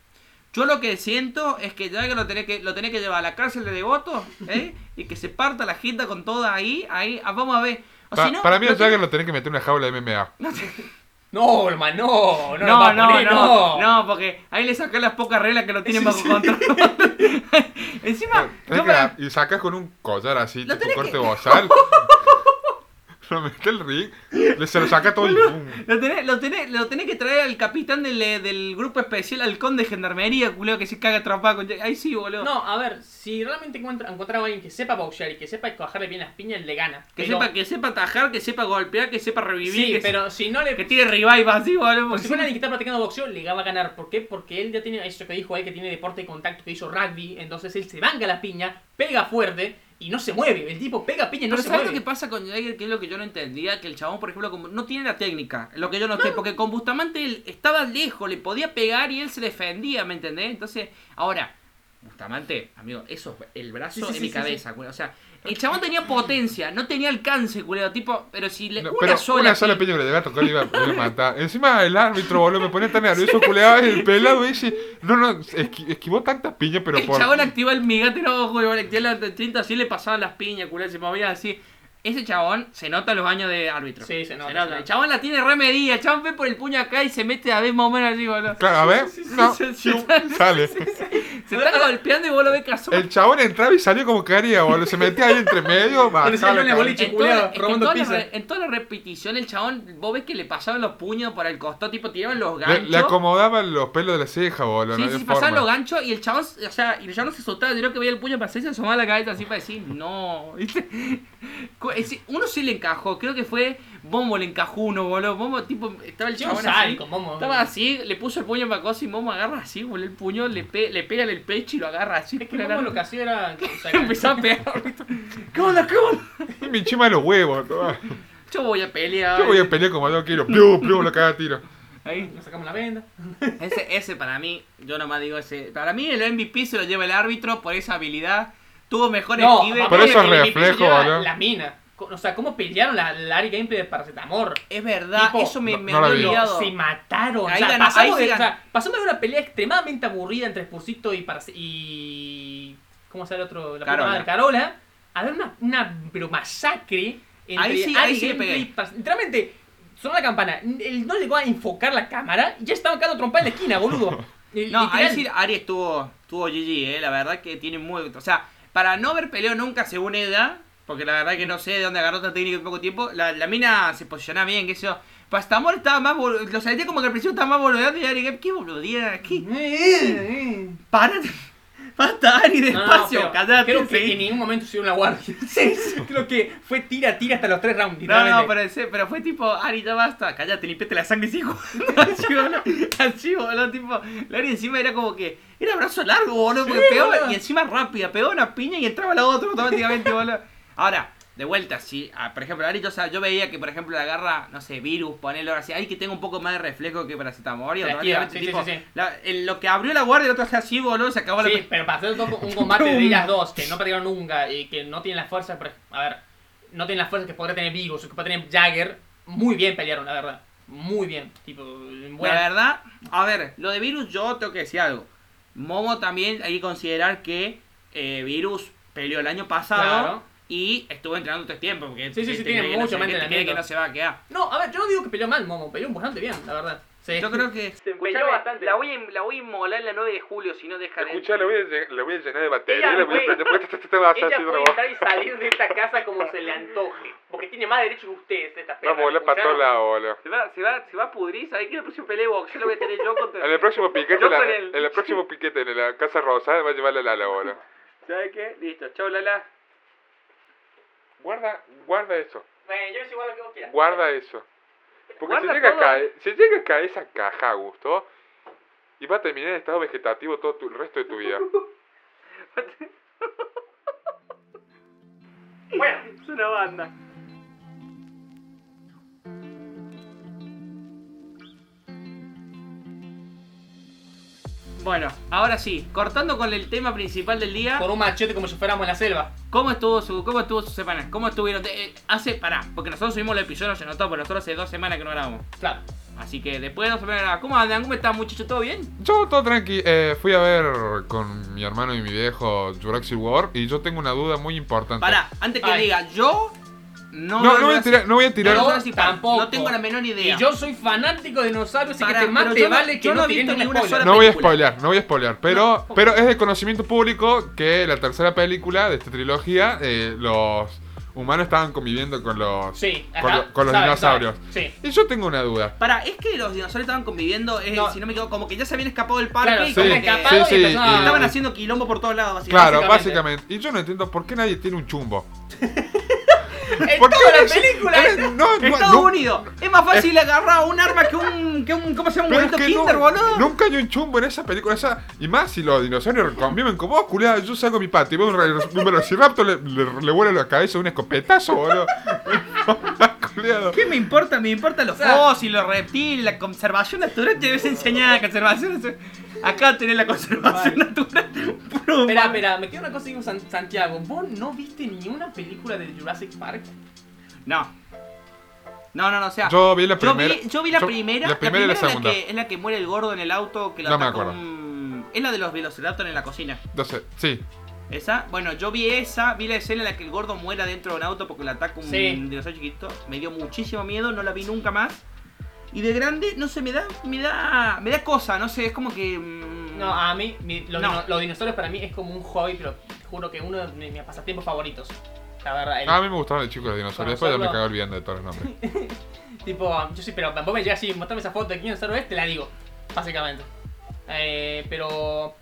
[SPEAKER 1] Yo lo que siento es que ya que lo tenés que, lo tenés que llevar a la cárcel de devotos, ¿eh? y que se parta la gente con toda ahí, ahí, ah, vamos a ver. O
[SPEAKER 3] Pa-
[SPEAKER 1] si no,
[SPEAKER 3] para mí,
[SPEAKER 1] no
[SPEAKER 3] a
[SPEAKER 1] tiene-
[SPEAKER 3] Jagger lo tenés que meter en una jaula de MMA.
[SPEAKER 2] No, hermano, no,
[SPEAKER 1] No,
[SPEAKER 2] no, lo va a
[SPEAKER 1] no,
[SPEAKER 2] poner,
[SPEAKER 1] no, no, porque ahí le sacás las pocas reglas que lo tienen bajo control. *laughs* Encima,
[SPEAKER 3] Tenés
[SPEAKER 1] yo
[SPEAKER 3] que-
[SPEAKER 1] para-
[SPEAKER 3] Y sacas con un collar así,
[SPEAKER 1] Lo
[SPEAKER 3] tipo
[SPEAKER 1] tenés
[SPEAKER 3] corte
[SPEAKER 1] que-
[SPEAKER 3] bozal.
[SPEAKER 1] *laughs*
[SPEAKER 3] lo metes el ring, le, se lo saca todo y pum.
[SPEAKER 1] Lo tenés, lo, tenés, lo tenés que traer al capitán del, eh, del grupo especial, al conde de gendarmería, culeo, que se caga atrapado con... Ahí sí, boludo.
[SPEAKER 2] No, a ver, si realmente encuentra, encontraba a alguien que sepa boxear y que sepa cogerle bien las piñas, le gana.
[SPEAKER 1] que,
[SPEAKER 2] Pero-
[SPEAKER 1] sepa, que sepa atajar, que sepa golpear, que sepa revivir.
[SPEAKER 2] Sí,
[SPEAKER 1] que,
[SPEAKER 2] pero si no le...
[SPEAKER 1] que tire revive así, boludo. *laughs*
[SPEAKER 2] Si fuera alguien que está practicando boxeo, le va a ganar. ¿Por qué? Porque él ya tiene eso que dijo él, que tiene deporte de contacto, que hizo rugby. Entonces él se banca la piña, pega fuerte y no se mueve. El tipo pega piña y no
[SPEAKER 1] Pero
[SPEAKER 2] se
[SPEAKER 1] ¿sabes
[SPEAKER 2] mueve.
[SPEAKER 1] lo que pasa con Jagger? Que es lo que yo no entendía, que el chabón, por ejemplo, como no tiene la técnica, lo que yo noté, porque con Bustamante él estaba lejos, le podía pegar y él se defendía, ¿me entendés? Entonces, ahora, Bustamante, amigo, eso, el brazo
[SPEAKER 2] Sí, sí,
[SPEAKER 1] en
[SPEAKER 2] sí,
[SPEAKER 1] mi
[SPEAKER 2] sí,
[SPEAKER 1] cabeza, güey, o sea, el chabón tenía potencia, no tenía alcance, culero, tipo, pero si le...
[SPEAKER 3] No,
[SPEAKER 1] una
[SPEAKER 3] pero
[SPEAKER 1] sola...
[SPEAKER 3] una sola piña que le llegaba a tocar le iba, le iba a
[SPEAKER 1] *laughs*
[SPEAKER 3] matar. Encima el árbitro, boludo, me ponía tan nervioso, culeaba el pelado y dice, no, no, esqui- esquivó tantas piñas, pero
[SPEAKER 1] el
[SPEAKER 3] por...
[SPEAKER 1] chabón activa el migate ojo, y activaba la 30, así le pasaban las piñas, culero, se movía así. Ese chabón se nota los años de árbitro.
[SPEAKER 2] Sí, se nota,
[SPEAKER 1] Se
[SPEAKER 2] se nota.
[SPEAKER 1] El chabón la tiene remedida, el chabón ve por el puño acá y se mete a ver más o menos así, boludo.
[SPEAKER 3] Claro, a ver, no,
[SPEAKER 1] sí, sí,
[SPEAKER 3] sale.
[SPEAKER 1] Se está golpeando y vos lo ves que asoma.
[SPEAKER 3] El chabón entraba y salió como quería, boludo. Se metía ahí entre medio. bajaba
[SPEAKER 2] salió
[SPEAKER 3] la cabeza.
[SPEAKER 2] una boliche.
[SPEAKER 1] En, toda la-
[SPEAKER 2] Chiculeo,
[SPEAKER 1] es que en
[SPEAKER 2] robando
[SPEAKER 1] toda la
[SPEAKER 2] pizza.
[SPEAKER 1] re- en toda la repetición, el chabón, vos ves que le pasaban los puños por el costado, tipo tiraban los
[SPEAKER 3] Le,
[SPEAKER 1] ganchos.
[SPEAKER 3] le acomodaban los pelos de la ceja, boludo.
[SPEAKER 1] Sí,
[SPEAKER 3] no había
[SPEAKER 1] sí, pasaban
[SPEAKER 3] forma.
[SPEAKER 1] los ganchos y el chabón, o sea, y el chabón se soltaba, creo que veía el puño para hacer, se asomaba la cabeza así para decir, no, ¿viste? *laughs* Cu- es decir, Uno sí le encajó, creo que fue Momo le encajó uno, boludo. Momo, tipo, estaba el
[SPEAKER 2] Yo
[SPEAKER 1] chabón así.
[SPEAKER 2] sádico, Momo.
[SPEAKER 1] Estaba así, le puso el puño para cosa y Momo agarra así, boludo, el puño, le, pe- le pega en el pecho y lo agarra así.
[SPEAKER 2] Es que
[SPEAKER 1] pero
[SPEAKER 2] Momo
[SPEAKER 1] era-
[SPEAKER 2] lo que hacía era. o sea,
[SPEAKER 1] *laughs* Empezaba a pegar, ¿viste? ¿Qué onda, qué onda?
[SPEAKER 3] Y me chima los huevos. todo.
[SPEAKER 1] Yo voy a pelear.
[SPEAKER 3] Yo voy a pelear como yo quiero. Plum, plum, lo caga a tiro.
[SPEAKER 1] Ahí.
[SPEAKER 2] Nos sacamos la venda.
[SPEAKER 1] Ese, ese para mí, yo nomás digo ese. Para mí el MVP se lo lleva el árbitro por esa habilidad. Tuvo mejor
[SPEAKER 2] No,
[SPEAKER 1] esquive.
[SPEAKER 2] aparte
[SPEAKER 3] Por eso
[SPEAKER 2] el
[SPEAKER 3] es
[SPEAKER 2] MVP se
[SPEAKER 3] reflejo,
[SPEAKER 2] lleva
[SPEAKER 3] ¿no?
[SPEAKER 2] La mina. Co- O sea, cómo pelearon la, la Ari Gameplay de Paracetamor.
[SPEAKER 1] Es verdad,
[SPEAKER 2] Tipo,
[SPEAKER 1] eso me,
[SPEAKER 3] no-
[SPEAKER 1] me
[SPEAKER 3] no la
[SPEAKER 1] había
[SPEAKER 3] vi.
[SPEAKER 1] olvidado.
[SPEAKER 2] Se mataron.
[SPEAKER 1] Ahí
[SPEAKER 2] o, sea,
[SPEAKER 1] ganó-
[SPEAKER 2] pasamos
[SPEAKER 1] ahí
[SPEAKER 2] de,
[SPEAKER 1] sí
[SPEAKER 2] o sea,
[SPEAKER 1] ganó.
[SPEAKER 2] pasamos de una pelea extremadamente aburrida entre Spursito y Parace- y ¿cómo se llama el otro? La puta
[SPEAKER 1] Carola.
[SPEAKER 2] madre, Carola. A ver una, una pero masacre entre
[SPEAKER 1] Ahí sí-
[SPEAKER 2] Ari
[SPEAKER 1] ahí sí le
[SPEAKER 2] Gameplay
[SPEAKER 1] pegué.
[SPEAKER 2] y Parace- Literalmente sonó la campana, él no llegó a enfocar la cámara y ya estaban cada trompa en la esquina, boludo.
[SPEAKER 1] *laughs* No, ahí
[SPEAKER 2] Literal.
[SPEAKER 1] sí Ari estuvo, estuvo GG, eh, la verdad que tiene muy... O sea, para no haber peleado nunca según edad, porque la verdad que no sé de dónde agarró tanta técnica en poco tiempo, la, la mina se posicionaba bien, qué sé yo. Pastamor estaba más... bol- Lo sentía como que al principio estaba más boludeando y Ari, ¿qué- ¿qué boludea? ¿Qué? Párate. Basta, Ari,
[SPEAKER 2] No, no,
[SPEAKER 1] despacio,
[SPEAKER 2] pero
[SPEAKER 1] cállate.
[SPEAKER 2] Creo que
[SPEAKER 1] sí.
[SPEAKER 2] en ningún momento se dio una guardia. *laughs* Creo que fue tira, tira hasta los tres rounds.
[SPEAKER 1] No, no,
[SPEAKER 2] literalmente.
[SPEAKER 1] pero, en serio, pero fue tipo, Ari, ya basta, cállate, limpiate la sangre, hijo. *laughs* así, boludo, *laughs* así, boludo, tipo, Lari encima era como que, era brazo largo, boludo, porque
[SPEAKER 2] Sí,
[SPEAKER 1] pegaba,
[SPEAKER 2] boludo.
[SPEAKER 1] y encima rápida, pegaba una piña y entraba la otra automáticamente, boludo. Ahora, de vuelta, sí, ah, por ejemplo, Ari, yo, o sea, yo veía que, por ejemplo, la agarra, no sé, virus, ponelo, así, ay, que tenga un poco más de reflejo que paracetamol, y
[SPEAKER 2] Te activa,
[SPEAKER 1] automáticamente,
[SPEAKER 2] sí, sí,
[SPEAKER 1] tipo,
[SPEAKER 2] sí, sí.
[SPEAKER 1] la- en lo que abrió la guardia, el otro hacía así, boludo, se acabó la...
[SPEAKER 2] Sí,
[SPEAKER 1] pe-
[SPEAKER 2] pero para hacer todo
[SPEAKER 1] *laughs*
[SPEAKER 2] un combate de ellas dos que no perdieron nunca y que no tienen las fuerzas, por ej- a ver, no tienen las fuerzas que podría tener Virus o que podría tener Jagger, muy bien pelearon, la verdad. Muy bien, tipo, bueno.
[SPEAKER 1] La verdad, a ver, lo de Virus yo tengo que decir algo. Momo también hay que considerar que eh, Virus peleó el año pasado
[SPEAKER 2] Claro.
[SPEAKER 1] y estuvo entrenando tres tiempos. Porque
[SPEAKER 2] Sí, sí, sí,
[SPEAKER 1] te-
[SPEAKER 2] tiene
[SPEAKER 1] te-
[SPEAKER 2] mucho
[SPEAKER 1] no
[SPEAKER 2] más
[SPEAKER 1] sé, que te cree
[SPEAKER 2] entrenamiento.
[SPEAKER 1] que no se va a quedar.
[SPEAKER 2] No, a ver, yo no digo que peleó mal, Momo, peleó bastante bien, la verdad. Sí.
[SPEAKER 1] Yo creo que...
[SPEAKER 2] peleó bastante.
[SPEAKER 1] La voy, a, la voy a inmolar la 9 de julio si no deja de...
[SPEAKER 3] Escuchá, le voy a, lle- le voy a llenar de batería.
[SPEAKER 2] Ella,
[SPEAKER 3] Le voy a
[SPEAKER 2] güey.
[SPEAKER 3] prender. porque Este tema va a estar haciendo una voz.
[SPEAKER 2] y salir de esta casa como se le antoje, porque tiene más derecho que ustedes esta
[SPEAKER 3] Vamos a volar para todos lados, boludo.
[SPEAKER 1] Se va, se, va, se va a pudrir, ¿sabes que el próximo pelea de boxeo lo voy a tener yo
[SPEAKER 2] *laughs*
[SPEAKER 1] contra...
[SPEAKER 3] En el próximo piquete,
[SPEAKER 1] Yo
[SPEAKER 3] la-
[SPEAKER 1] con él.
[SPEAKER 3] en el próximo piquete, en la Casa Rosada, va a llevarle la ala, boludo.
[SPEAKER 1] ¿Sabes qué? Listo, chau Lala.
[SPEAKER 3] Guarda, guarda eso.
[SPEAKER 2] Bueno, yo es igual lo que vos quieras.
[SPEAKER 3] Guarda eso. Porque
[SPEAKER 1] Guarda
[SPEAKER 3] si, llega
[SPEAKER 1] todo.
[SPEAKER 3] a caer, si llega a caer esa caja, Gusto, y va a terminar en estado vegetativo todo tu- el resto de tu vida.
[SPEAKER 1] Bueno, es una banda. Bueno, ahora sí, cortando con el tema principal del día,
[SPEAKER 2] Con un machete como si fuéramos en la selva.
[SPEAKER 1] ¿cómo estuvo su, cómo estuvo su semana? ¿Cómo estuvieron? Eh, hace, pará, porque nosotros subimos los episodios, se notó, porque nosotros hace dos semanas que no grabamos.
[SPEAKER 2] Claro.
[SPEAKER 1] Así que después de dos semanas grabamos. ¿Cómo andan? ¿Cómo están, muchachos? ¿Todo bien?
[SPEAKER 3] Yo todo tranqui, eh, fui a ver con mi hermano y mi viejo Jurassic World y yo tengo una duda muy importante.
[SPEAKER 1] Pará, antes que
[SPEAKER 2] Ay.
[SPEAKER 1] diga, yo
[SPEAKER 3] No, no,
[SPEAKER 1] no, veo
[SPEAKER 3] voy a
[SPEAKER 1] Jurassic-
[SPEAKER 3] tirar, no voy a tirar.
[SPEAKER 1] no,
[SPEAKER 2] Yo
[SPEAKER 1] Jurassic Park.
[SPEAKER 2] tampoco.
[SPEAKER 1] No tengo la menor idea.
[SPEAKER 2] Y yo soy fanático de dinosaurios, así
[SPEAKER 1] Pará,
[SPEAKER 2] que te más
[SPEAKER 1] pero
[SPEAKER 2] te
[SPEAKER 1] yo no-
[SPEAKER 2] vale que
[SPEAKER 1] yo no
[SPEAKER 2] no
[SPEAKER 1] he
[SPEAKER 2] tires
[SPEAKER 1] visto
[SPEAKER 2] ningún
[SPEAKER 1] ninguna
[SPEAKER 2] spoiler.
[SPEAKER 1] sola-
[SPEAKER 3] No voy a
[SPEAKER 1] película.
[SPEAKER 3] spoilear, no voy a spoilear, pero,
[SPEAKER 2] No.
[SPEAKER 3] pero es de conocimiento público que la tercera película de esta trilogía, eh, los humanos estaban conviviendo con los,
[SPEAKER 2] Sí,
[SPEAKER 3] con,
[SPEAKER 2] ajá,
[SPEAKER 3] lo- con los
[SPEAKER 2] sabe,
[SPEAKER 3] dinosaurios.
[SPEAKER 2] sabe, sí.
[SPEAKER 3] Y yo tengo una duda.
[SPEAKER 1] Para, es que los dinosaurios estaban conviviendo, eh,
[SPEAKER 2] No.
[SPEAKER 1] si no me equivoco, como que ya se habían escapado del parque
[SPEAKER 2] Claro,
[SPEAKER 1] y
[SPEAKER 2] se
[SPEAKER 1] como
[SPEAKER 2] habían
[SPEAKER 1] que
[SPEAKER 2] escapado
[SPEAKER 3] sí,
[SPEAKER 2] y
[SPEAKER 3] sí,
[SPEAKER 2] empezaron a-
[SPEAKER 1] estaban haciendo quilombo por todos lados, básicamente.
[SPEAKER 3] Claro,
[SPEAKER 2] básicamente.
[SPEAKER 3] básicamente. Y yo no entiendo por qué nadie tiene un chumbo.
[SPEAKER 2] En
[SPEAKER 3] ¿Por qué
[SPEAKER 2] toda la
[SPEAKER 3] es-
[SPEAKER 2] película
[SPEAKER 3] eh,
[SPEAKER 2] esta.
[SPEAKER 3] No, no,
[SPEAKER 1] Estados
[SPEAKER 3] no, Eh.
[SPEAKER 1] Unidos, es más fácil agarrar un arma que un, que un ¿cómo se llama? Un
[SPEAKER 3] pero es
[SPEAKER 1] huevito
[SPEAKER 3] que no-
[SPEAKER 1] kinder, boludo.
[SPEAKER 3] nunca hay un chumbo en esa película. Esa, y más si los dinosaurios conviven con vos, culiado. Yo salgo a mi patio y veo un, re- un velociraptor, le, le, le vuelo la cabeza de un escopetazo, boludo. Culiado.
[SPEAKER 1] ¿Qué me importa? Me importan los
[SPEAKER 2] sea-
[SPEAKER 1] fósiles, los reptiles, la conservación natural. Te debes enseñar conservación natural. Acá tenés la conservación natural. Puro-
[SPEAKER 2] Espera, espera, me queda una cosa digo San- Santiago. ¿Vos no viste ni una película de Jurassic Park?
[SPEAKER 1] No. No, no, no, o sea.
[SPEAKER 3] Yo vi la primera.
[SPEAKER 1] Yo vi, yo vi la primera.
[SPEAKER 3] La primera y la
[SPEAKER 1] es la
[SPEAKER 3] segunda.
[SPEAKER 1] que- es la que muere el gordo en el auto que lo
[SPEAKER 3] No me
[SPEAKER 1] ataca
[SPEAKER 3] acuerdo.
[SPEAKER 1] un- Es la de los velociraptor en la cocina.
[SPEAKER 3] Entonces, sí.
[SPEAKER 1] Esa, bueno, yo vi esa, vi la escena en la que el gordo muera dentro de un auto porque le ataca un
[SPEAKER 2] Sí.
[SPEAKER 1] dinosaurio chiquito. Me dio muchísimo miedo, no la vi nunca más. Y de grande, no sé, me da, me da, me da cosa, no sé, es como que mm,
[SPEAKER 2] No, ah, a mí, mi- los,
[SPEAKER 4] No.
[SPEAKER 2] dino- los dinosaurios para mí es como un hobby, pero te juro que uno de mis, mis pasatiempos favoritos. La verdad, el-
[SPEAKER 3] Ah, a mí me gustaban los chicos de dinosaurios. Después ya me
[SPEAKER 2] Conocerlo.
[SPEAKER 3] cagué olvidando de todos los nombres.
[SPEAKER 2] tipo, yo sí, pero vos me llegas así, mostrame esa foto de quién dinosaurio es, te la digo, básicamente. Eh, pero.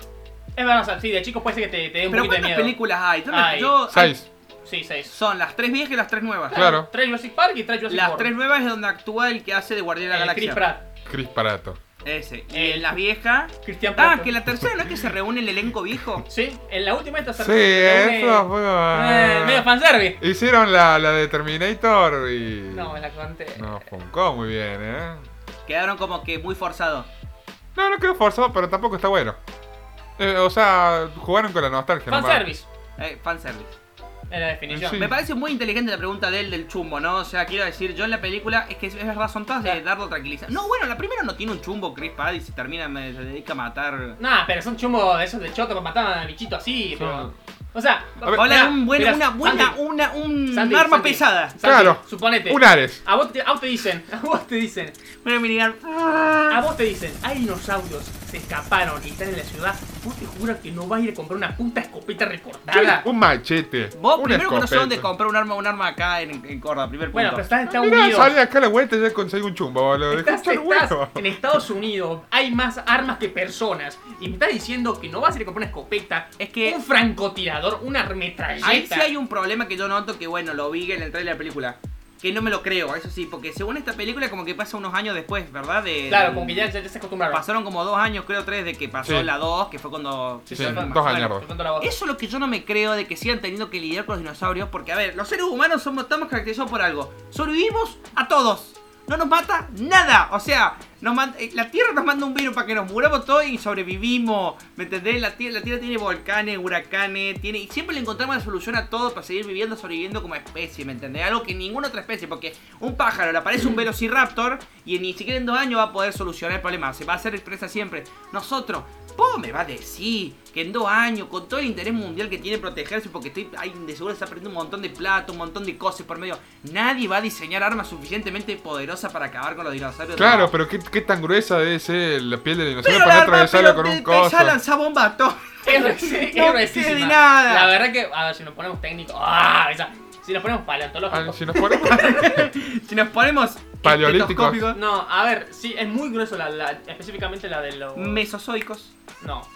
[SPEAKER 2] Es verdad, o sea, sí, de chico puede ser que te, te dé un
[SPEAKER 1] Pero
[SPEAKER 2] poquito de
[SPEAKER 1] ¿cuántas
[SPEAKER 2] miedo.
[SPEAKER 1] películas hay? Yo, no-
[SPEAKER 2] Ay.
[SPEAKER 1] yo-
[SPEAKER 3] Seis.
[SPEAKER 2] Sí, seis.
[SPEAKER 1] son las tres viejas y las tres nuevas.
[SPEAKER 3] Claro.
[SPEAKER 2] Tres Jurassic Park y tres Jurassic
[SPEAKER 1] Las
[SPEAKER 2] World.
[SPEAKER 1] tres nuevas es donde actúa el que hace de Guardián de la
[SPEAKER 2] Eh, Chris
[SPEAKER 1] Galaxia.
[SPEAKER 2] Pratt.
[SPEAKER 3] Chris Parato.
[SPEAKER 1] Ese. Y
[SPEAKER 2] Eh.
[SPEAKER 1] en las viejas.
[SPEAKER 2] Cristian Pratt.
[SPEAKER 1] Ah, que la tercera no es que se reúne el elenco viejo.
[SPEAKER 2] Sí, en la última esta se *laughs*
[SPEAKER 3] Sí,
[SPEAKER 2] reúne-
[SPEAKER 3] eso fue.
[SPEAKER 2] Eh, medio fanservice.
[SPEAKER 3] Hicieron la, la de Terminator y.
[SPEAKER 2] No, me la conté.
[SPEAKER 3] No, funcó muy bien, ¿eh?
[SPEAKER 1] Quedaron como que muy forzados.
[SPEAKER 3] No, no creo forzado, pero tampoco está bueno. Eh, o sea, jugaron con la nostalgia. nomás.
[SPEAKER 2] Fanservice,
[SPEAKER 1] Eh, fanservice.
[SPEAKER 2] es la definición.
[SPEAKER 3] Sí.
[SPEAKER 1] Me parece muy inteligente la pregunta de él del chumbo, ¿no? O sea, quiero decir, yo en la película, es que es es verdad, son todas
[SPEAKER 2] Ah.
[SPEAKER 1] de darlo tranquiliza. No, bueno, la primera no tiene un chumbo, Chris Pratt, y se termina, me- se dedica a matar.
[SPEAKER 2] Nah, pero son chumos de esos de choto para matar a bichito así. pero- O sea,
[SPEAKER 3] A ver,
[SPEAKER 1] Hola,
[SPEAKER 2] mirá,
[SPEAKER 1] un buen,
[SPEAKER 2] mirá,
[SPEAKER 1] una buena,
[SPEAKER 2] Santi,
[SPEAKER 1] una, un
[SPEAKER 2] Santi,
[SPEAKER 1] arma
[SPEAKER 2] Santi,
[SPEAKER 1] pesada.
[SPEAKER 2] Santi,
[SPEAKER 3] Claro.
[SPEAKER 2] Suponete.
[SPEAKER 3] Un Ares.
[SPEAKER 2] A vos, te, a vos te dicen, *laughs* a vos te dicen,
[SPEAKER 1] Una minigun.
[SPEAKER 2] a vos te dicen, hay dinosaurios, se escaparon y están en la ciudad. Vos te juras que no vas a ir a comprar una puta escopeta recortada.
[SPEAKER 3] Un machete.
[SPEAKER 1] Vos
[SPEAKER 3] una
[SPEAKER 1] primero que no sé
[SPEAKER 3] escopeta.
[SPEAKER 1] dónde comprar un arma, un arma acá en, en Córdoba, primer punto.
[SPEAKER 2] Bueno, pero estás en Estados
[SPEAKER 3] Mirá,
[SPEAKER 2] Unidos.
[SPEAKER 3] salí acá a la vuelta y ya conseguí un chumbo, boludo. Dejá
[SPEAKER 2] Estás,
[SPEAKER 3] de ser
[SPEAKER 2] estás
[SPEAKER 3] huevo.
[SPEAKER 2] en Estados Unidos, hay más armas que personas. Y me estás diciendo que no vas a ir a comprar una escopeta,
[SPEAKER 1] Es que-
[SPEAKER 2] un francotirador, una metralleta.
[SPEAKER 1] Ahí sí hay un problema que yo noto que, bueno, lo vi en el trailer de la película. Que no me lo creo, eso sí, porque según esta película como que pasa unos años después, ¿verdad? De,
[SPEAKER 2] Claro, como que ya, ya- ya se acostumbraron.
[SPEAKER 1] Pasaron como dos años, creo, tres, de que pasó
[SPEAKER 3] Sí.
[SPEAKER 1] la 2, que fue cuando...
[SPEAKER 3] Sí,
[SPEAKER 2] se fue-
[SPEAKER 3] dos
[SPEAKER 2] fue-
[SPEAKER 3] añardos.
[SPEAKER 2] fue tanto la voz.
[SPEAKER 1] Eso es lo que yo no me creo de que sigan teniendo que lidiar con los dinosaurios, porque a ver, los seres humanos somos, estamos caracterizados por algo. Sobrevivimos a todos. No nos mata nada. O sea, nos man- eh, la Tierra nos manda un virus para que nos muramos todos y sobrevivimos. ¿Me entendés? La tierra, la tierra tiene volcanes, huracanes, tiene... Y siempre le encontramos la solución a todo para seguir viviendo, sobreviviendo como especie, ¿me entendés? Algo que ninguna otra especie, porque un pájaro le aparece un velociraptor y ni siquiera en dos años va a poder solucionar el problema. Se va a hacer presa siempre. Nosotros, ¿Vos me va a decir que en dos años, con todo el interés mundial que tiene protegerse, porque estoy, ay, de seguro está perdiendo un montón de plata, un montón de cosas por medio, nadie va a diseñar armas suficientemente poderosas para acabar con los dinosaurios?
[SPEAKER 3] Claro,
[SPEAKER 1] No.
[SPEAKER 3] pero ¿qué, qué tan gruesa debe ser la piel del dinosaurio
[SPEAKER 1] pero la
[SPEAKER 3] para
[SPEAKER 1] arma,
[SPEAKER 3] atravesarla
[SPEAKER 1] pero
[SPEAKER 3] con un
[SPEAKER 1] te- te
[SPEAKER 3] coso.
[SPEAKER 1] ya lanza bomba a todo.
[SPEAKER 2] Es- es
[SPEAKER 1] No
[SPEAKER 2] gruesísima.
[SPEAKER 1] tiene nada.
[SPEAKER 2] La verdad que, a ver, si nos ponemos técnicos. ¡Ah! Esa, si nos ponemos
[SPEAKER 3] Ah,
[SPEAKER 2] paleontológicos.
[SPEAKER 3] si nos
[SPEAKER 1] *laughs*
[SPEAKER 3] ponemos.
[SPEAKER 1] *laughs* Si nos ponemos
[SPEAKER 3] Paleolíticos.
[SPEAKER 1] estetoscópicos,
[SPEAKER 2] No, a ver, sí, es muy grueso la, la- específicamente la de los.
[SPEAKER 1] mesozoicos.
[SPEAKER 2] No.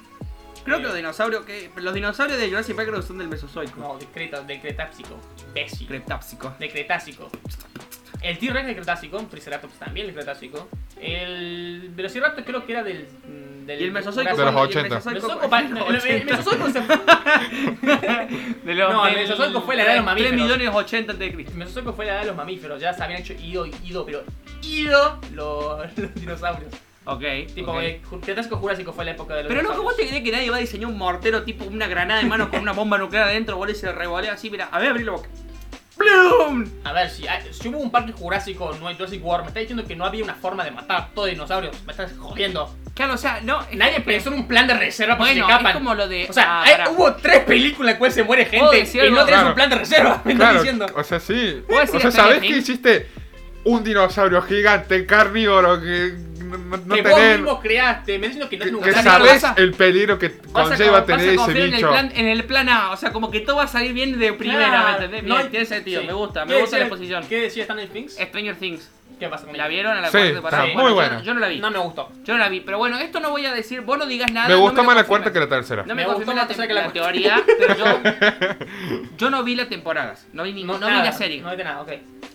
[SPEAKER 1] Creo que
[SPEAKER 2] Eh,
[SPEAKER 1] los dinosaurios que los dinosaurios de Jurassic Park creo que son del mesozoico.
[SPEAKER 2] No, de, creta, de cretápsico. Imbécil.
[SPEAKER 1] Cretápsico.
[SPEAKER 2] de Cretácico. El T-Rex del Cretácico, Triceratops también del Cretácico. El Velociraptor creo que era del. mm, del
[SPEAKER 1] Y el mesozoico
[SPEAKER 3] De los
[SPEAKER 1] fue- y el
[SPEAKER 3] 80.
[SPEAKER 1] mesozoico-
[SPEAKER 2] Mesozoico pa-
[SPEAKER 1] de
[SPEAKER 2] no,
[SPEAKER 1] los
[SPEAKER 2] el- el
[SPEAKER 1] 80.
[SPEAKER 2] Mesozoico se-
[SPEAKER 4] De los-
[SPEAKER 2] No, el
[SPEAKER 4] del-
[SPEAKER 2] Mesozoico fue la edad de los mamíferos.
[SPEAKER 1] 3 millones 80 antes de Cristo.
[SPEAKER 2] el Mesozoico fue la edad de los mamíferos, ya se habían hecho ido, ido, pero ido los, *laughs* los dinosaurios.
[SPEAKER 1] Ok. eh,
[SPEAKER 2] Tipo,
[SPEAKER 1] ok.
[SPEAKER 2] el Ju- Cretácico Jurásico fue la época de los
[SPEAKER 1] Pero loco,
[SPEAKER 2] dinosaurios.
[SPEAKER 1] vos te crees que nadie va a diseñar un mortero tipo una granada en mano con una bomba nuclear adentro, boludo, y se lo revolea así, mira, a ver, abrí la boca. ¡Plum!
[SPEAKER 2] A ver, si, hay- si hubo un parque jurásico, no hay Jurassic World, me está diciendo que no había una forma de matar a todos los dinosaurios. Me estás jodiendo.
[SPEAKER 1] Claro, o sea, no. es-
[SPEAKER 2] Nadie pensó en un plan de reserva para
[SPEAKER 1] Este, Bueno,
[SPEAKER 2] que se escapan.
[SPEAKER 1] es como lo de.
[SPEAKER 2] O sea,
[SPEAKER 1] ah,
[SPEAKER 2] hay-
[SPEAKER 1] pará.
[SPEAKER 2] hubo tres películas en cuales se muere
[SPEAKER 4] ¿Puedo
[SPEAKER 2] gente y no
[SPEAKER 4] decir
[SPEAKER 2] tenés
[SPEAKER 4] algo?
[SPEAKER 3] Claro.
[SPEAKER 2] un plan de reserva, me
[SPEAKER 3] claro,
[SPEAKER 2] estás diciendo.
[SPEAKER 3] o sea, sí.
[SPEAKER 4] ¿Puedo decir
[SPEAKER 3] O sea,
[SPEAKER 4] la teoría
[SPEAKER 3] ¿sabés
[SPEAKER 4] de
[SPEAKER 3] que
[SPEAKER 4] Nick?
[SPEAKER 3] hiciste? Un dinosaurio gigante, carnívoro, que no, no- no
[SPEAKER 2] que vos
[SPEAKER 3] tenés-
[SPEAKER 2] mismo creaste, me estás diciendo que no
[SPEAKER 3] Que,
[SPEAKER 2] es un
[SPEAKER 3] que
[SPEAKER 2] plan de
[SPEAKER 1] sabe-
[SPEAKER 3] sabés
[SPEAKER 1] pasa-
[SPEAKER 3] el peligro que
[SPEAKER 1] Vas a
[SPEAKER 3] conlleva
[SPEAKER 1] con- vas a
[SPEAKER 3] tener ese
[SPEAKER 1] confiar en el,
[SPEAKER 3] bicho.
[SPEAKER 1] plan, en el plan A, o sea, como que todo va a salir bien de primera,
[SPEAKER 2] Claro,
[SPEAKER 1] ¿me entendés?
[SPEAKER 2] no
[SPEAKER 1] Bien,
[SPEAKER 2] hay-
[SPEAKER 1] tiene sentido,
[SPEAKER 2] sí.
[SPEAKER 1] me gusta, me
[SPEAKER 2] ¿Qué
[SPEAKER 1] gusta la
[SPEAKER 2] decía-
[SPEAKER 1] posición.
[SPEAKER 2] ¿Qué decía Stanley Things?
[SPEAKER 1] Stranger Things,
[SPEAKER 2] ¿Qué pasa con
[SPEAKER 1] ¿la
[SPEAKER 2] ella?
[SPEAKER 1] vieron a la
[SPEAKER 3] Sí,
[SPEAKER 1] cuarta
[SPEAKER 3] está
[SPEAKER 1] temporada?
[SPEAKER 2] muy
[SPEAKER 1] yo
[SPEAKER 3] buena.
[SPEAKER 1] no- Yo no la vi.
[SPEAKER 2] No me gustó.
[SPEAKER 1] Yo no la vi, pero bueno, esto no voy a decir, vos no digas
[SPEAKER 2] Ah,
[SPEAKER 1] nada.
[SPEAKER 3] me
[SPEAKER 1] no
[SPEAKER 3] gustó
[SPEAKER 1] lo
[SPEAKER 3] más la
[SPEAKER 1] confirmes.
[SPEAKER 3] cuarta que la tercera.
[SPEAKER 1] No me,
[SPEAKER 2] Me
[SPEAKER 1] confirmó
[SPEAKER 2] gustó
[SPEAKER 1] la,
[SPEAKER 2] más la
[SPEAKER 1] te-
[SPEAKER 2] tercera
[SPEAKER 1] la
[SPEAKER 2] que la
[SPEAKER 1] teoría, pero yo, *laughs* yo no vi las temporadas, no vi, ni, no, vi
[SPEAKER 2] nada,
[SPEAKER 1] la serie.
[SPEAKER 2] No vi nada, ok.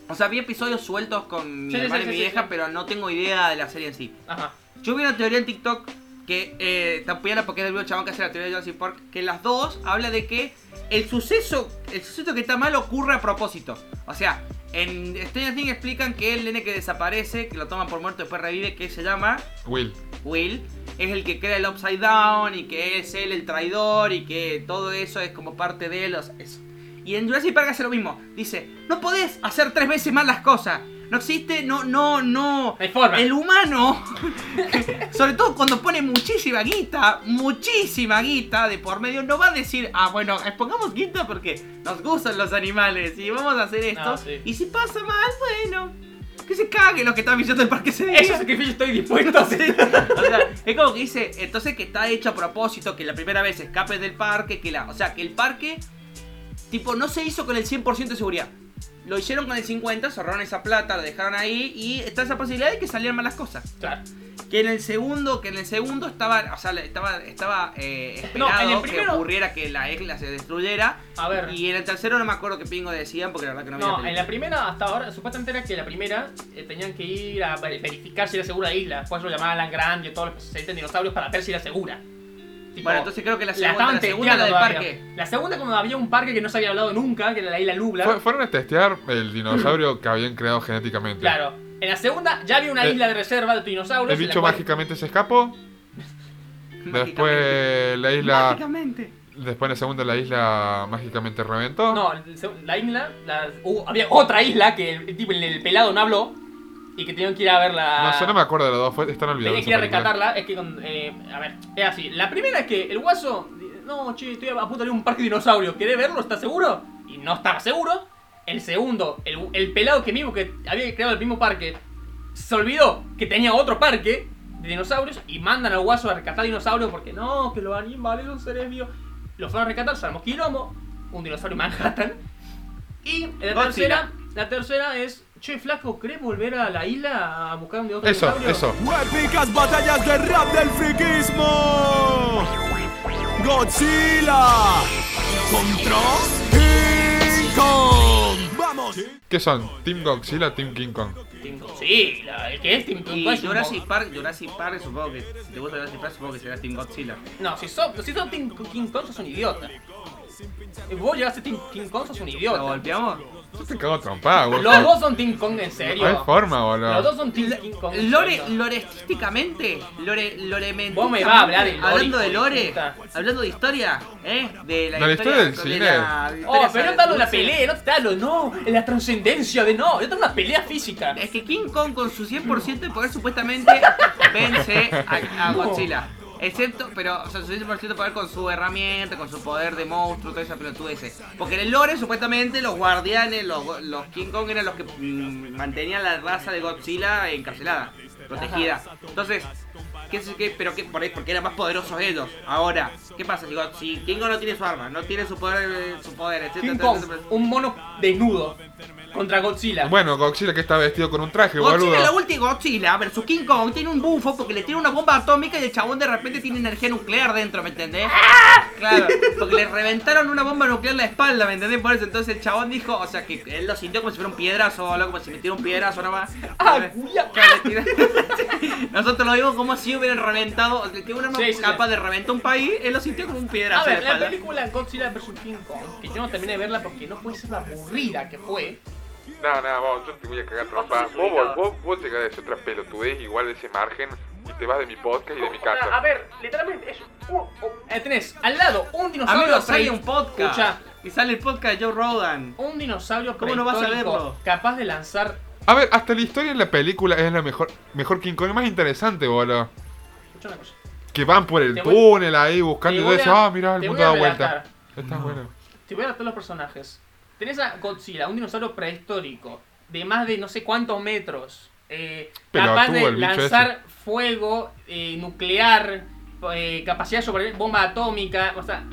[SPEAKER 1] O sea, vi episodios sueltos con mi
[SPEAKER 2] Sí, sí,
[SPEAKER 1] hermana
[SPEAKER 2] sí,
[SPEAKER 1] y mi
[SPEAKER 2] sí,
[SPEAKER 1] vieja,
[SPEAKER 2] sí.
[SPEAKER 1] pero no tengo idea de la serie en sí.
[SPEAKER 2] Ajá.
[SPEAKER 1] Yo vi una teoría en TikTok que eh, tampoco porque es el mismo chabón que hace la teoría de Jurassic Park, que las dos habla de que el suceso, el suceso que está mal ocurre a propósito. O sea, en Stranger Things explican que el nene que desaparece, que lo toman por muerto y después revive, que se llama
[SPEAKER 3] Will.
[SPEAKER 1] Will es el que crea el Upside Down y que es él el traidor y que todo eso es como parte de él. o sea, eso. Y en Jurassic Park hace lo mismo. Dice, no podés hacer tres veces más las cosas. No existe, no, no, no.
[SPEAKER 2] No hay forma.
[SPEAKER 1] El humano, *laughs* sobre todo cuando pone muchísima guita, muchísima guita de por medio, no va a decir, ah, bueno, eh, pongamos guita porque nos gustan los animales y vamos a hacer esto.
[SPEAKER 2] No, Ah, sí.
[SPEAKER 1] Y si pasa mal, bueno. Que se cague los que están visitando el parque ese día.
[SPEAKER 2] Ese sacrificio estoy dispuesto a hacer.
[SPEAKER 1] *laughs* O sea, es como que dice, entonces que está hecho a propósito, que la primera vez escape del parque, que la. O sea, que el parque, tipo, no se hizo con el 100% de seguridad. Lo hicieron con el 50, cerraron esa plata, la dejaron ahí y está esa posibilidad de que salieran malas cosas.
[SPEAKER 2] Claro.
[SPEAKER 1] Que en el segundo, que en el segundo estaba, o sea, estaba, estaba eh,
[SPEAKER 2] No, en el
[SPEAKER 1] esperado que
[SPEAKER 2] primero-
[SPEAKER 1] ocurriera que la isla se destruyera.
[SPEAKER 2] A ver.
[SPEAKER 1] Y en el tercero no me acuerdo qué pingo decían porque la verdad que no,
[SPEAKER 2] No,
[SPEAKER 1] había
[SPEAKER 2] en la primera, hasta ahora, supuestamente era que la primera eh, tenían que ir a ver- verificar si era segura la isla. Después lo llamaban Alan Grande y todos los especialistas en dinosaurios para ver si era segura. Tipo,
[SPEAKER 1] Bueno, entonces creo que la segunda, la,
[SPEAKER 2] estaban
[SPEAKER 1] segunda era del
[SPEAKER 2] testeando todavía.
[SPEAKER 1] parque.
[SPEAKER 2] La segunda, cuando había un parque que no se había hablado nunca, que era la isla Lubla.
[SPEAKER 3] Fue- Fueron a testear el
[SPEAKER 2] *clears throat*
[SPEAKER 3] dinosaurio que habían creado genéticamente.
[SPEAKER 2] Claro. En la segunda, ya había una
[SPEAKER 3] Eh,
[SPEAKER 2] isla de reserva de dinosaurios.
[SPEAKER 3] El
[SPEAKER 2] en la
[SPEAKER 3] bicho
[SPEAKER 2] cual-
[SPEAKER 3] mágicamente se escapó. Después la isla.
[SPEAKER 1] Mágicamente.
[SPEAKER 3] Después en la segunda la isla mágicamente reventó.
[SPEAKER 2] No, el seg- la isla. la- hubo- había otra isla que el, el tipo, el, el pelado no habló. Y que tenían que ir a verla.
[SPEAKER 3] No, yo no me acuerdo de los dos, fue- están olvidados.
[SPEAKER 2] Tenía ah, que ir a rescatarla, es que con, eh, a ver, es así. La primera es que el guaso, dice, no, che, estoy a punto de ir a un parque de dinosaurios, ¿querés verlo? ¿Estás seguro? Y no estaba seguro. El segundo, el, el pelado que mismo que había creado el mismo parque, se olvidó que tenía otro parque de dinosaurios y mandan al guaso a rescatar dinosaurios porque no, que los animales son seres vivos. Los fueron a rescatar, salmos quilombo, un dinosaurio en Manhattan. Y la
[SPEAKER 1] Godzilla.
[SPEAKER 2] tercera, la tercera es, che, flaco, ¿querés volver a la isla a buscar un otro
[SPEAKER 3] Eso,
[SPEAKER 2] dinosaurio?
[SPEAKER 3] eso.
[SPEAKER 5] Épicas batallas de rap del friquismo. Godzilla contra King Kong. Vamos.
[SPEAKER 3] ¿Qué son? ¿Team Godzilla Team King Kong?
[SPEAKER 2] Team Godzilla, el que es Team
[SPEAKER 1] Y
[SPEAKER 2] Godzilla es un
[SPEAKER 1] Jurassic
[SPEAKER 2] mon-
[SPEAKER 1] Park, Jurassic Park, supongo que si te gusta Jurassic Park, supongo que será Team Godzilla.
[SPEAKER 2] No, si sos, si sos Team King Kong sos un idiota. Y Vos llegaste a Team King Kong sos un
[SPEAKER 1] ¿Lo
[SPEAKER 2] idiota.
[SPEAKER 1] golpeamos?
[SPEAKER 3] Yo te cago trompada, boludo.
[SPEAKER 2] Los dos son Team Kong en
[SPEAKER 3] No hay
[SPEAKER 2] serio.
[SPEAKER 3] forma,
[SPEAKER 2] Los
[SPEAKER 3] boludo.
[SPEAKER 2] dos son Team King Kong. en
[SPEAKER 1] Lore,
[SPEAKER 2] serio.
[SPEAKER 1] lorestísticamente, lore, loremente.
[SPEAKER 2] Vos me vas a hablar de lore,
[SPEAKER 1] Hablando de
[SPEAKER 2] hijo de
[SPEAKER 1] lore,
[SPEAKER 2] puta.
[SPEAKER 1] hablando de historia, ¿eh? De la,
[SPEAKER 3] De la historia del
[SPEAKER 1] de
[SPEAKER 3] cine.
[SPEAKER 1] la- de
[SPEAKER 2] Oh,
[SPEAKER 1] historia
[SPEAKER 2] pero no
[SPEAKER 1] sal-
[SPEAKER 2] te hablo de la
[SPEAKER 1] dulce.
[SPEAKER 2] pelea, no te hablo, no, en la trascendencia de no, yo te hablo de una pelea física.
[SPEAKER 1] Es que King Kong con su 100% de poder supuestamente vence a, a
[SPEAKER 2] No.
[SPEAKER 1] Godzilla. Excepto, pero, o sea, su 100% de poder con su herramienta, con su poder de monstruo, toda esa pelotudez. Porque en el lore, supuestamente, los guardianes, los, los King Kong eran los que mm, mantenían la raza de Godzilla encarcelada, protegida. Entonces, ¿qué sé qué? Pero que, por ahí, porque eran más poderosos ellos. Ahora, ¿qué pasa? Digo, si King Kong no tiene su arma, no tiene su poder, eh, su poder, etcétera,
[SPEAKER 2] King
[SPEAKER 1] etcétera,
[SPEAKER 2] Kong,
[SPEAKER 1] etcétera.
[SPEAKER 2] un mono desnudo contra Godzilla.
[SPEAKER 3] Bueno, Godzilla que está vestido con un traje,
[SPEAKER 1] Godzilla, la
[SPEAKER 3] boludo.
[SPEAKER 1] última Godzilla versus King Kong tiene un bufo porque le tiene una bomba atómica y el chabón de repente tiene energía nuclear dentro, ¿me entendés? Claro, porque le reventaron una bomba nuclear en la espalda, ¿me entendés? Por eso entonces el chabón dijo, o sea, que él lo sintió como si fuera un piedrazo, boludo, como si metiera un piedrazo nada más.
[SPEAKER 2] Ah, culia.
[SPEAKER 1] Claro, le tira- *laughs* Nosotros lo vimos como si hubieran reventado, o sea, que una
[SPEAKER 2] Sí, sí,
[SPEAKER 1] capa
[SPEAKER 2] sí.
[SPEAKER 1] de reventar un país, él lo sintió como un
[SPEAKER 2] A
[SPEAKER 1] piedrazo en
[SPEAKER 2] ver,
[SPEAKER 1] la
[SPEAKER 2] la
[SPEAKER 1] espalda.
[SPEAKER 2] película Godzilla vs King Kong, que yo no terminé de verla porque no puede ser la aburrida que fue.
[SPEAKER 3] No, no, vos, yo te voy a cagar trompada. Vos, vos, vos, vos te cagás otra pelotudez igual de ese margen y te vas de mi podcast y de mi
[SPEAKER 2] A
[SPEAKER 3] casa.
[SPEAKER 2] ver, literalmente es un. un- eh, tenés al lado un
[SPEAKER 1] A mí
[SPEAKER 2] dinosaurio.
[SPEAKER 1] lo sale
[SPEAKER 2] pre-
[SPEAKER 1] un podcast
[SPEAKER 2] Escucha,
[SPEAKER 1] y sale el podcast de Joe Rodan.
[SPEAKER 2] un dinosaurio
[SPEAKER 1] ¿Cómo no vas a
[SPEAKER 2] prehistórico
[SPEAKER 1] verlo?
[SPEAKER 2] capaz de lanzar.
[SPEAKER 3] A ver, hasta la historia en la película es la mejor, mejor King Kong, es más interesante, boludo.
[SPEAKER 2] Escucha una cosa.
[SPEAKER 3] Que van por el
[SPEAKER 2] Te voy-
[SPEAKER 3] túnel ahí buscando
[SPEAKER 2] te
[SPEAKER 3] y
[SPEAKER 2] voy
[SPEAKER 3] dices,
[SPEAKER 2] a-
[SPEAKER 3] ah, mirá, el
[SPEAKER 2] te
[SPEAKER 3] mundo
[SPEAKER 2] voy a
[SPEAKER 3] da vuelta.
[SPEAKER 2] relatar.
[SPEAKER 3] Está bueno.
[SPEAKER 2] Te voy a dar todos los personajes. Tenés a Godzilla, un dinosaurio prehistórico, de más de no sé cuántos metros. eh,
[SPEAKER 3] Pero
[SPEAKER 2] capaz
[SPEAKER 3] tuvo
[SPEAKER 2] de
[SPEAKER 3] el bicho
[SPEAKER 2] lanzar fuego eh, nuclear, eh, capacidad sobre bomba atómica. O sea,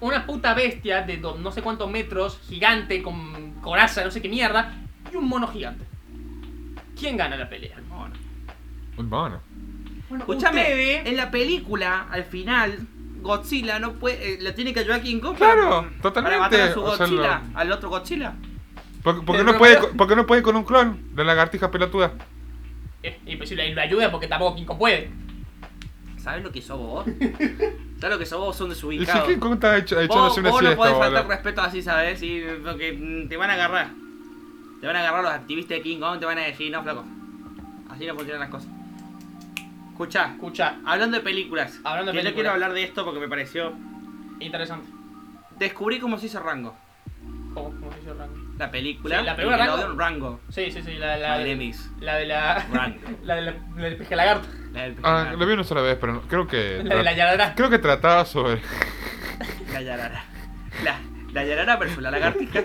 [SPEAKER 2] una puta bestia de do- no sé cuántos metros, gigante, con coraza, no sé qué mierda, y un mono gigante. ¿Quién gana la pelea?
[SPEAKER 3] Un mono.
[SPEAKER 2] Bueno,
[SPEAKER 1] Escúchame,
[SPEAKER 2] ustedes-
[SPEAKER 1] en la película, al final, Godzilla no puede. eh, le tiene que ayudar a King Kong.
[SPEAKER 3] Claro,
[SPEAKER 1] para,
[SPEAKER 3] totalmente,
[SPEAKER 1] Para matar a su
[SPEAKER 3] o sea,
[SPEAKER 1] Godzilla,
[SPEAKER 3] lo-
[SPEAKER 1] al otro Godzilla.
[SPEAKER 3] ¿Por, por qué
[SPEAKER 2] Pero
[SPEAKER 3] no
[SPEAKER 2] no
[SPEAKER 3] puede,
[SPEAKER 2] puedo-
[SPEAKER 3] con- por qué no puede con un clon? La lagartija pelotuda.
[SPEAKER 2] Eh, y pues si le, le ayuda porque tampoco Kinko puede.
[SPEAKER 1] ¿Sabes lo que sos vos? ¿Sabes lo que sos vos? Son
[SPEAKER 3] Y si
[SPEAKER 1] desubicados.
[SPEAKER 3] King Kong está hecho-
[SPEAKER 1] vos
[SPEAKER 3] echándose una
[SPEAKER 1] vos no
[SPEAKER 3] siesta,
[SPEAKER 1] podés faltar
[SPEAKER 3] boludo.
[SPEAKER 1] respeto así, ¿sabes? Y, porque mm, te van a agarrar. Te van a agarrar los activistas de King Kong, te van a decir, no, flaco. Así no funcionan las cosas. Escuchá,
[SPEAKER 2] Escucha,
[SPEAKER 1] hablando de películas.
[SPEAKER 2] Hablando de
[SPEAKER 1] que
[SPEAKER 2] películas.
[SPEAKER 1] Yo quiero hablar de esto porque me pareció.
[SPEAKER 2] interesante.
[SPEAKER 1] Descubrí cómo se hizo Rango.
[SPEAKER 2] ¿Cómo, cómo se hizo el rango?
[SPEAKER 1] La película.
[SPEAKER 2] Sí, la película Rango.
[SPEAKER 1] Nickelodeon, Rango.
[SPEAKER 2] Sí, sí, sí, la, la,
[SPEAKER 1] My
[SPEAKER 2] de,
[SPEAKER 1] name is
[SPEAKER 2] la
[SPEAKER 3] *laughs*
[SPEAKER 2] de la.
[SPEAKER 1] Rango.
[SPEAKER 2] La de la, la del pesca lagarto.
[SPEAKER 1] La del
[SPEAKER 3] Ah,
[SPEAKER 1] pijama.
[SPEAKER 3] lo vi una sola vez, pero no- creo que.
[SPEAKER 2] La de la llanadra.
[SPEAKER 3] Creo que trataba sobre.
[SPEAKER 1] La yarara. La, la yarara versus la lagartija.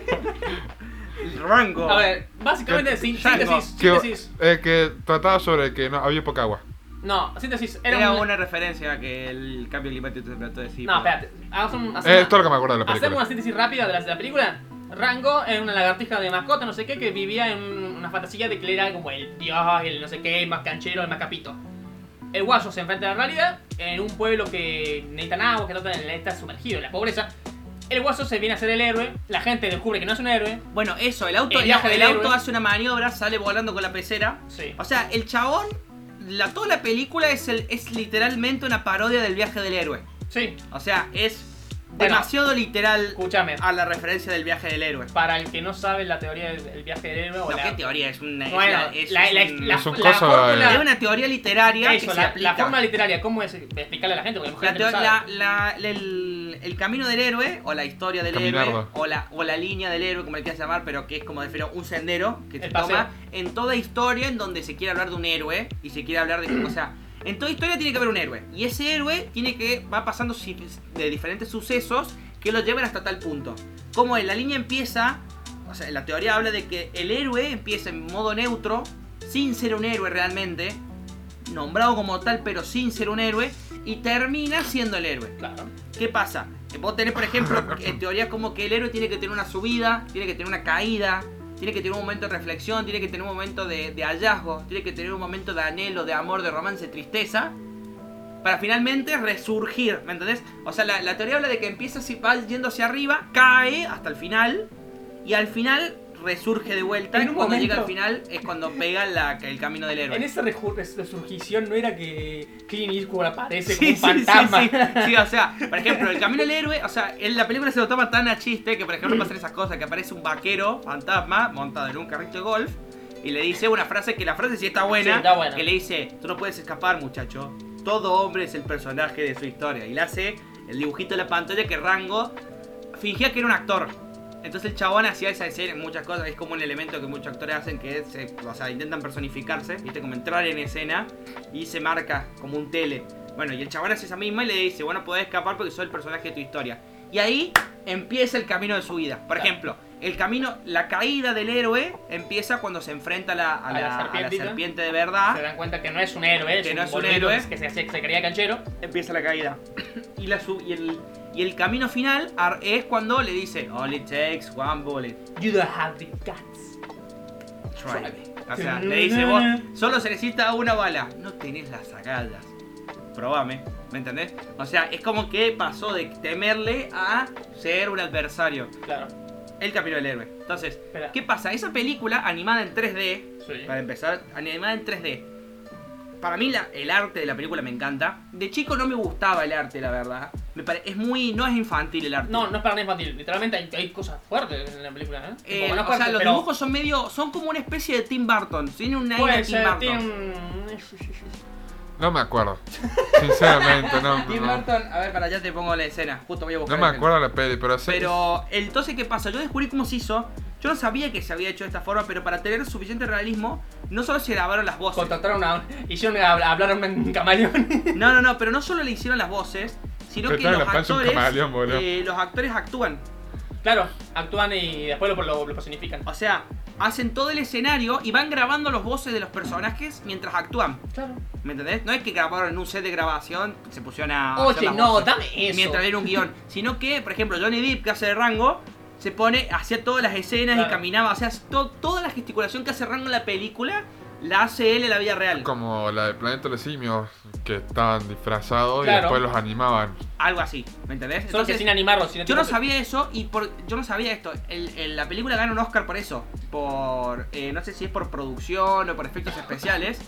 [SPEAKER 1] *laughs* Rango.
[SPEAKER 2] A ver, básicamente,
[SPEAKER 1] Que-
[SPEAKER 2] sí-
[SPEAKER 1] Django.
[SPEAKER 2] síntesis,
[SPEAKER 3] Que,
[SPEAKER 2] síntesis.
[SPEAKER 3] eh, que trataba sobre que no, había poca agua.
[SPEAKER 2] No, síntesis,
[SPEAKER 1] Era,
[SPEAKER 2] era, un-
[SPEAKER 1] una referencia a que el cambio climático se trató de decir.
[SPEAKER 2] No, espérate, hagamos un... hacemos
[SPEAKER 3] Eh,
[SPEAKER 2] una-
[SPEAKER 3] es todo lo que me acuerdo de la
[SPEAKER 2] Hacemos
[SPEAKER 3] película.
[SPEAKER 2] una síntesis rápida de la, de la película. Rango era una lagartija de mascota, no sé qué, que vivía en una fantasía de que él era como el dios, el no sé qué, el más canchero, el más capito. El guayo se enfrenta a la realidad en un pueblo que necesitan agua, que el otro está sumergido en la pobreza. El guaso se viene a ser el héroe, la gente descubre que no es un héroe.
[SPEAKER 1] Bueno, eso, el auto,
[SPEAKER 2] El
[SPEAKER 1] el,
[SPEAKER 2] viaje del
[SPEAKER 1] el auto
[SPEAKER 2] héroe.
[SPEAKER 1] hace una maniobra, sale volando con la pecera.
[SPEAKER 2] Sí.
[SPEAKER 1] O sea, el chabón, la, toda la película es, el, es literalmente una parodia del viaje del héroe.
[SPEAKER 2] Sí,
[SPEAKER 1] O sea, es
[SPEAKER 2] Bueno.
[SPEAKER 1] demasiado literal
[SPEAKER 2] escúchame.
[SPEAKER 1] a la referencia del viaje del héroe.
[SPEAKER 2] Para el que no sabe la teoría del del viaje del héroe o
[SPEAKER 1] No,
[SPEAKER 2] la...
[SPEAKER 1] ¿Qué teoría? Es una, es
[SPEAKER 2] Bueno,
[SPEAKER 1] la- es
[SPEAKER 2] la- la-
[SPEAKER 1] un-
[SPEAKER 2] la-
[SPEAKER 3] es un
[SPEAKER 2] la
[SPEAKER 3] coso, eh,
[SPEAKER 2] fórmula-
[SPEAKER 1] es una teoría literaria
[SPEAKER 2] Eso,
[SPEAKER 1] que se
[SPEAKER 2] la,
[SPEAKER 1] aplica.
[SPEAKER 2] la forma literaria, ¿cómo es? Explicarle a la gente, porque la
[SPEAKER 1] La
[SPEAKER 2] gente no
[SPEAKER 1] teo-
[SPEAKER 2] sabe.
[SPEAKER 1] la- la- el, el camino del héroe, o la historia del héroe,
[SPEAKER 3] Caminardo.
[SPEAKER 1] o la, o la línea del héroe, como le quieras llamar, pero que es como definir un sendero que se
[SPEAKER 2] El paseo.
[SPEAKER 1] toma en toda historia en donde se quiere hablar de un héroe y se quiere hablar de. o sea, en toda historia tiene que haber un héroe. Y ese héroe tiene que. va pasando si- de diferentes sucesos que lo llevan hasta tal punto. Como en la línea empieza. O sea, la teoría habla de que el héroe empieza en modo neutro, sin ser un héroe realmente, nombrado como tal, pero sin ser un héroe, y termina siendo el héroe.
[SPEAKER 2] Claro.
[SPEAKER 1] ¿Qué pasa? Que Vos tenés, por ejemplo, en teoría como que el héroe tiene que tener una subida, tiene que tener una caída, tiene que tener un momento de reflexión, tiene que tener un momento de, de hallazgo, tiene que tener un momento de anhelo, de amor, de romance, tristeza, para finalmente resurgir, ¿me entendés? O sea, la, la teoría habla de que empieza si va yendo hacia arriba, cae hasta el final, y al final resurge de vuelta, y
[SPEAKER 2] En un
[SPEAKER 1] cuando llega al
[SPEAKER 2] momento.
[SPEAKER 1] final es cuando pega la, el camino del héroe.
[SPEAKER 2] En esa reju- res- resurgición no era que Clint Eastwood aparece
[SPEAKER 1] Sí,
[SPEAKER 2] como un
[SPEAKER 1] sí, sí,
[SPEAKER 2] fantasma.
[SPEAKER 1] sí, Sí, o sea, por ejemplo, el camino del héroe, o sea, en la película se lo toma tan a chiste que, por ejemplo, pasan esas cosas, que aparece un vaquero, fantasma, montado en un carrito de golf, y le dice una frase que la frase sí está buena,
[SPEAKER 2] Sí, está buena.
[SPEAKER 1] que le dice, tú no puedes escapar, muchacho, todo hombre es el personaje de su historia, y le hace el dibujito de la pantalla que Rango fingía que era un actor. Entonces el chabón hacía esa escena en muchas cosas, es como un elemento que muchos actores hacen que se, o sea, intentan personificarse, viste, como entrar en escena y se marca como un tele. Bueno, y el chabón hace esa misma y le dice, bueno, podés escapar porque soy el personaje de tu historia. Y ahí empieza el camino de su vida. Por
[SPEAKER 2] Claro.
[SPEAKER 1] ejemplo, el camino, la caída del héroe empieza cuando se enfrenta a la, a
[SPEAKER 2] A
[SPEAKER 1] la-
[SPEAKER 2] la
[SPEAKER 1] a la
[SPEAKER 2] serpientita.
[SPEAKER 1] serpiente de
[SPEAKER 2] Se
[SPEAKER 1] verdad,
[SPEAKER 2] dan cuenta que no es un héroe, es
[SPEAKER 1] Que
[SPEAKER 2] un
[SPEAKER 1] no es un
[SPEAKER 2] boludo
[SPEAKER 1] héroe.
[SPEAKER 2] que se, se- se creía canchero.
[SPEAKER 1] empieza la caída. Y, la sub- y, el, y el camino final ar- es cuando le dice, all it takes one bullet.
[SPEAKER 2] You don't have the guts.
[SPEAKER 1] Try me. O sea, le dice vos, solo se necesita una bala. No tenés las agallas. Probame, ¿me entendés? O sea, es como que pasó de temerle a ser un adversario.
[SPEAKER 2] Claro.
[SPEAKER 1] El camino del héroe. Entonces,
[SPEAKER 2] Espera.
[SPEAKER 1] ¿qué pasa? Esa película animada en 3D,
[SPEAKER 2] Sí.
[SPEAKER 1] para empezar, animada en 3D. Para mí la- el arte de la película me encanta. De chico no me gustaba el arte, la verdad. Me pare- es muy, no es infantil el arte.
[SPEAKER 2] No, no es para nada infantil. Literalmente hay, hay cosas fuertes en la película, ¿eh?
[SPEAKER 1] Eh,
[SPEAKER 2] Tipo, no
[SPEAKER 1] o sea,
[SPEAKER 2] fuertes,
[SPEAKER 1] los
[SPEAKER 2] pero
[SPEAKER 1] dibujos son medio, son como una especie de Tim Burton. Tiene un aire de
[SPEAKER 2] puede
[SPEAKER 1] Tim
[SPEAKER 2] ser,
[SPEAKER 1] Burton.
[SPEAKER 2] tiene un...
[SPEAKER 3] No me acuerdo. Sinceramente, no.
[SPEAKER 1] Tim
[SPEAKER 3] no.
[SPEAKER 1] Burton, a ver, para allá te pongo la escena. Justo voy a
[SPEAKER 3] No
[SPEAKER 1] buscar.
[SPEAKER 3] me
[SPEAKER 1] la escena.
[SPEAKER 3] acuerdo la peli, pero sé.
[SPEAKER 1] Pero entonces, ¿qué pasa? Yo descubrí cómo se hizo. Yo no sabía que se había hecho de esta forma, pero para tener suficiente realismo, no solo se grabaron las voces.
[SPEAKER 2] Contrataron a... *laughs* Hicieron a a hablar a un camaleón. *laughs*
[SPEAKER 1] No, no, no, pero no solo le hicieron las voces, sino
[SPEAKER 3] Pero
[SPEAKER 1] que
[SPEAKER 3] estaba en
[SPEAKER 1] los
[SPEAKER 3] la panza un
[SPEAKER 1] actores,
[SPEAKER 3] camaleón, boludo.
[SPEAKER 1] eh, los actores actúan.
[SPEAKER 2] claro, actúan y después lo, lo, lo personifican.
[SPEAKER 1] O sea, hacen todo el escenario y van grabando los voces de los personajes mientras actúan.
[SPEAKER 2] Claro.
[SPEAKER 1] ¿Me entendés? No es que grabaron en un set de grabación, se pusieron a. hacer
[SPEAKER 2] Oye,
[SPEAKER 1] las
[SPEAKER 2] no,
[SPEAKER 1] voces.
[SPEAKER 2] dame eso.
[SPEAKER 1] mientras era un guión. Sino que, por ejemplo, Johnny Depp, que hace de Rango, se pone, hacía todas las escenas y
[SPEAKER 2] Claro.
[SPEAKER 1] caminaba. O sea, to- toda la gesticulación que hace Rango en la película, la hace él en la vida real.
[SPEAKER 3] Como la de Planeta de los Simios, que estaban disfrazados y
[SPEAKER 2] Claro.
[SPEAKER 3] después los animaban.
[SPEAKER 1] Algo así, ¿me entendés?
[SPEAKER 2] Solo que
[SPEAKER 1] Entonces,
[SPEAKER 2] sin animarlo, sin
[SPEAKER 1] yo no sabía eso y por, yo no sabía esto. El- el- la película gana un Oscar por eso. Por. eh, no sé si es por producción o por efectos especiales.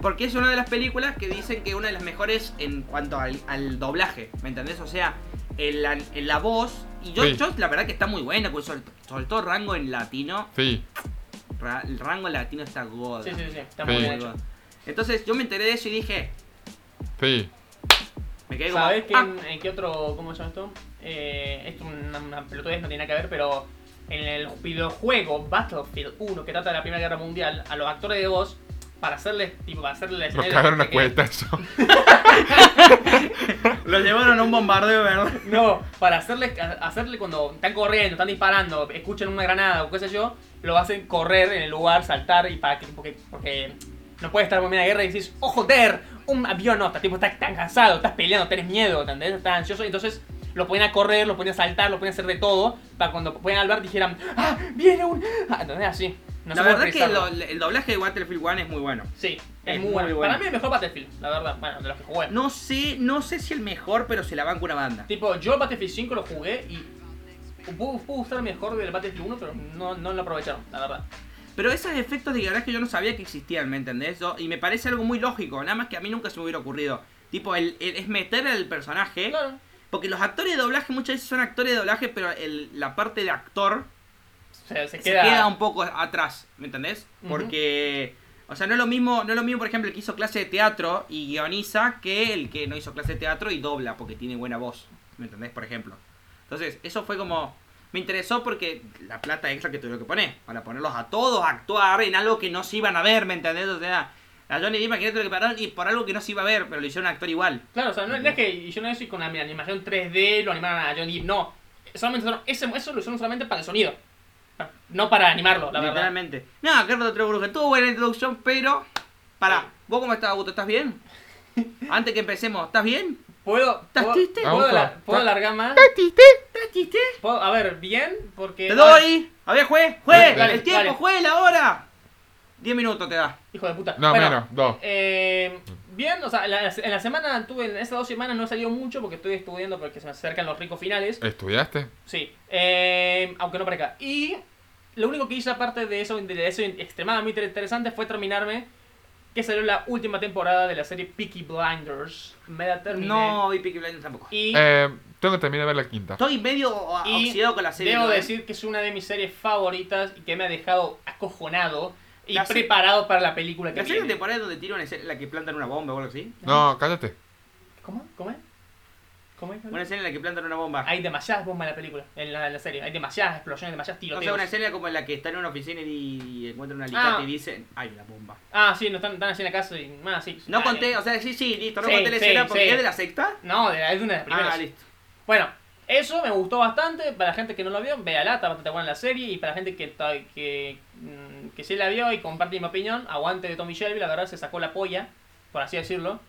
[SPEAKER 1] Porque es una de las películas que dicen que una de las mejores en cuanto al, al doblaje. ¿Me entendés? O sea, en la, en la voz. Y yo,
[SPEAKER 3] Sí.
[SPEAKER 1] yo, la verdad que está muy buena. pues, sobre, sobre todo rango en latino.
[SPEAKER 3] Sí.
[SPEAKER 1] Ra- el rango en latino está god.
[SPEAKER 2] Sí, sí, sí. Está
[SPEAKER 3] Sí.
[SPEAKER 2] muy bien
[SPEAKER 1] Muy
[SPEAKER 2] hecho.
[SPEAKER 1] god. Entonces yo me enteré de eso y dije.
[SPEAKER 3] Sí.
[SPEAKER 1] Me quedé como.
[SPEAKER 2] ¿Sabes qué,
[SPEAKER 1] "Ah,
[SPEAKER 2] en, en qué otro, cómo se llama esto? Eh, esto es una, una pelotudez, no tiene nada que ver, pero en el videojuego Battlefield 1 que trata de la Primera Guerra Mundial, a los actores de voz para hacerles, tipo, para hacerle la
[SPEAKER 3] Nos
[SPEAKER 2] escena
[SPEAKER 3] cagaron
[SPEAKER 2] de
[SPEAKER 3] a
[SPEAKER 2] que-
[SPEAKER 3] cuenta eso.
[SPEAKER 1] Lo llevaron a un bombardeo, ¿verdad?
[SPEAKER 2] No, para hacerle, hacerle cuando están corriendo, están disparando, escuchan una granada o qué sé yo, lo hacen correr en el lugar, saltar y para que, porque, porque no puede estar en medio de guerra y decís, ¡oh joder! Un avión no, está, tipo, estás tan cansado, estás peleando, tenés miedo, ¿entendés? Estás ansioso, entonces lo ponen a correr, lo ponen a saltar, lo ponen a hacer de todo, para cuando puedan hablar dijeran, ¡ah! ¡Viene un! Ah, ¿Entendés? Así. No
[SPEAKER 1] la
[SPEAKER 2] sé cómo
[SPEAKER 1] verdad es que
[SPEAKER 2] expresarlo.
[SPEAKER 1] lo- el doblaje de Battlefield 1 es muy bueno.
[SPEAKER 2] Sí, es,
[SPEAKER 1] es
[SPEAKER 2] muy,
[SPEAKER 1] muy
[SPEAKER 2] bueno.
[SPEAKER 1] bueno.
[SPEAKER 2] Para mí es el mejor Battlefield, la verdad, bueno, de los que jugué.
[SPEAKER 1] No sé, no sé si el mejor, pero se la banca una banda.
[SPEAKER 2] Tipo, yo el Battlefield 5 lo jugué y pudo, pudo gustar mejor del Battlefield 1, pero no, no lo aprovecharon, la verdad.
[SPEAKER 1] Pero esos efectos de guerra que yo no sabía que existían, ¿me entendés? Yo- y me parece algo muy lógico, nada más que a mí nunca se me hubiera ocurrido. Tipo, el, el- es meter al personaje.
[SPEAKER 2] Claro.
[SPEAKER 1] Porque los actores de doblaje muchas veces son actores de doblaje, pero el- la parte de actor
[SPEAKER 2] O sea, se
[SPEAKER 1] se
[SPEAKER 2] queda...
[SPEAKER 1] queda un poco atrás, ¿me entendés?
[SPEAKER 2] Ujú.
[SPEAKER 1] Porque. O sea, no es lo mismo, no es lo mismo, por ejemplo, el que hizo clase de teatro y guioniza que el que no hizo clase de teatro y dobla porque tiene buena voz. ¿Me entendés? Por ejemplo. Entonces, eso fue como. Me interesó porque la plata extra que tuvieron que poner. Para ponerlos a todos a actuar en algo que no se iban a ver, ¿me entendés? O sea, a Johnny Depp, imagínate lo que pararon y por algo que no se iba a ver, pero lo hicieron actor igual.
[SPEAKER 2] Claro, o sea, no no es que hicieron eso y con la animación 3D lo animaron a Johnny Depp, no. Solamente usaron- ese- eso lo hicieron solamente para el sonido. No para animarlo, la verdad.
[SPEAKER 1] literalmente. No, Carlos de Tres Brujas, tuvo buena introducción, pero. Pará, ¿vos cómo estás, Augusto? ¿Estás
[SPEAKER 2] *laughs*
[SPEAKER 1] bien? Antes que empecemos, ¿estás bien?
[SPEAKER 2] ¿Puedo,
[SPEAKER 1] ¿Estás
[SPEAKER 2] puedo,
[SPEAKER 1] triste?
[SPEAKER 2] ¿puedo,
[SPEAKER 3] Vamos,
[SPEAKER 2] la-
[SPEAKER 3] pa-
[SPEAKER 2] puedo
[SPEAKER 3] pa-
[SPEAKER 2] alargar más?
[SPEAKER 1] ¿Estás chiste?
[SPEAKER 2] ¿Puedo- a ver, bien, porque...
[SPEAKER 1] Te doy. A ver, juez, juez,
[SPEAKER 2] Dale,
[SPEAKER 1] el tiempo,
[SPEAKER 2] dale.
[SPEAKER 1] juez, la hora. 10 minutos te da.
[SPEAKER 2] Hijo de puta.
[SPEAKER 3] *laughs* No,
[SPEAKER 2] *laughs* Bueno,
[SPEAKER 3] menos, dos.
[SPEAKER 2] Eh, bien, o sea, la- en la semana tuve, en estas dos semanas no he salido mucho porque estoy estudiando porque se me acercan los ricos finales.
[SPEAKER 3] ¿Estudiaste?
[SPEAKER 2] Sí, eh, aunque no parezca. Y lo único que hice aparte de eso, de eso extremadamente interesante fue terminarme que salió la última temporada de la serie Peaky Blinders. Me la terminé.
[SPEAKER 1] No, vi Peaky Blinders tampoco.
[SPEAKER 2] Y
[SPEAKER 3] Eh, tengo que terminar de ver la quinta.
[SPEAKER 1] Estoy medio o-
[SPEAKER 2] Y
[SPEAKER 1] oxidado con la serie.
[SPEAKER 2] debo
[SPEAKER 1] ¿no? eh?
[SPEAKER 2] decir que es una de mis series favoritas y que me ha dejado acojonado y
[SPEAKER 1] La se-
[SPEAKER 2] preparado para la película que
[SPEAKER 1] La serie
[SPEAKER 2] viene.
[SPEAKER 1] temporada es donde tiran ese- la que plantan una bomba o algo así.
[SPEAKER 3] No, cállate.
[SPEAKER 2] ¿Cómo? ¿Cómo es? ¿Cómo es?
[SPEAKER 1] Una escena en la que plantan una bomba.
[SPEAKER 2] Hay demasiadas bombas en la película, en la, en la serie. Hay demasiadas explosiones, demasiados
[SPEAKER 1] O
[SPEAKER 2] tiroteos.
[SPEAKER 1] sea, una escena como en la que están en una oficina y encuentran una alicate
[SPEAKER 2] Ah.
[SPEAKER 1] y dicen, hay una bomba.
[SPEAKER 2] Ah, sí, no están, están haciendo caso y más, sí.
[SPEAKER 1] No
[SPEAKER 2] Ah,
[SPEAKER 1] conté,
[SPEAKER 2] eh,
[SPEAKER 1] o sea, sí, sí, listo, no
[SPEAKER 2] Sí,
[SPEAKER 1] conté la
[SPEAKER 2] sí,
[SPEAKER 1] escena porque
[SPEAKER 2] sí.
[SPEAKER 1] es de la sexta.
[SPEAKER 2] No, de- es de una de las primeras.
[SPEAKER 1] Ah, listo.
[SPEAKER 2] bueno, eso me gustó bastante. Para la gente que no lo vio, véala, está bastante buena la serie. Y para la gente que, ta- que, mm, que sí la vio y comparte mi opinión, aguante de Tommy Shelby, la verdad se sacó la polla, por así decirlo.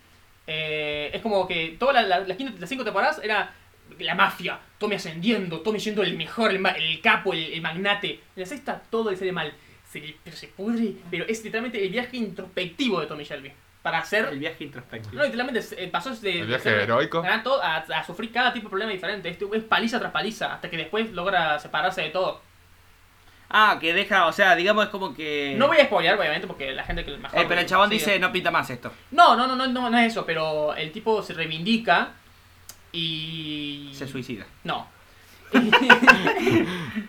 [SPEAKER 2] Eh, es como que todas la- la- las quinta- las cinco temporadas era la mafia, Tommy ascendiendo, Tommy siendo el mejor, el, ma- el capo, el, el magnate. En la sexta todo le sale mal. Se, le- pero se pudre, pero es literalmente el viaje introspectivo de Tommy Shelby. Para hacer
[SPEAKER 1] El viaje introspectivo.
[SPEAKER 2] No, literalmente eh, pasó de,
[SPEAKER 3] El
[SPEAKER 2] de
[SPEAKER 3] viaje heroico.
[SPEAKER 2] a, to- a- a sufrir cada tipo de problema diferente. Este es paliza tras paliza hasta que después logra separarse de todo.
[SPEAKER 1] Ah, que deja, o sea, digamos es como que.
[SPEAKER 2] No voy a spoilear, obviamente, porque la gente que mejor.
[SPEAKER 1] Eh, pero el chabón
[SPEAKER 2] sí.
[SPEAKER 1] dice, no pinta más esto.
[SPEAKER 2] No, no, no, no, no, no es eso, pero el tipo se reivindica y.
[SPEAKER 1] Se suicida.
[SPEAKER 2] No. *laughs*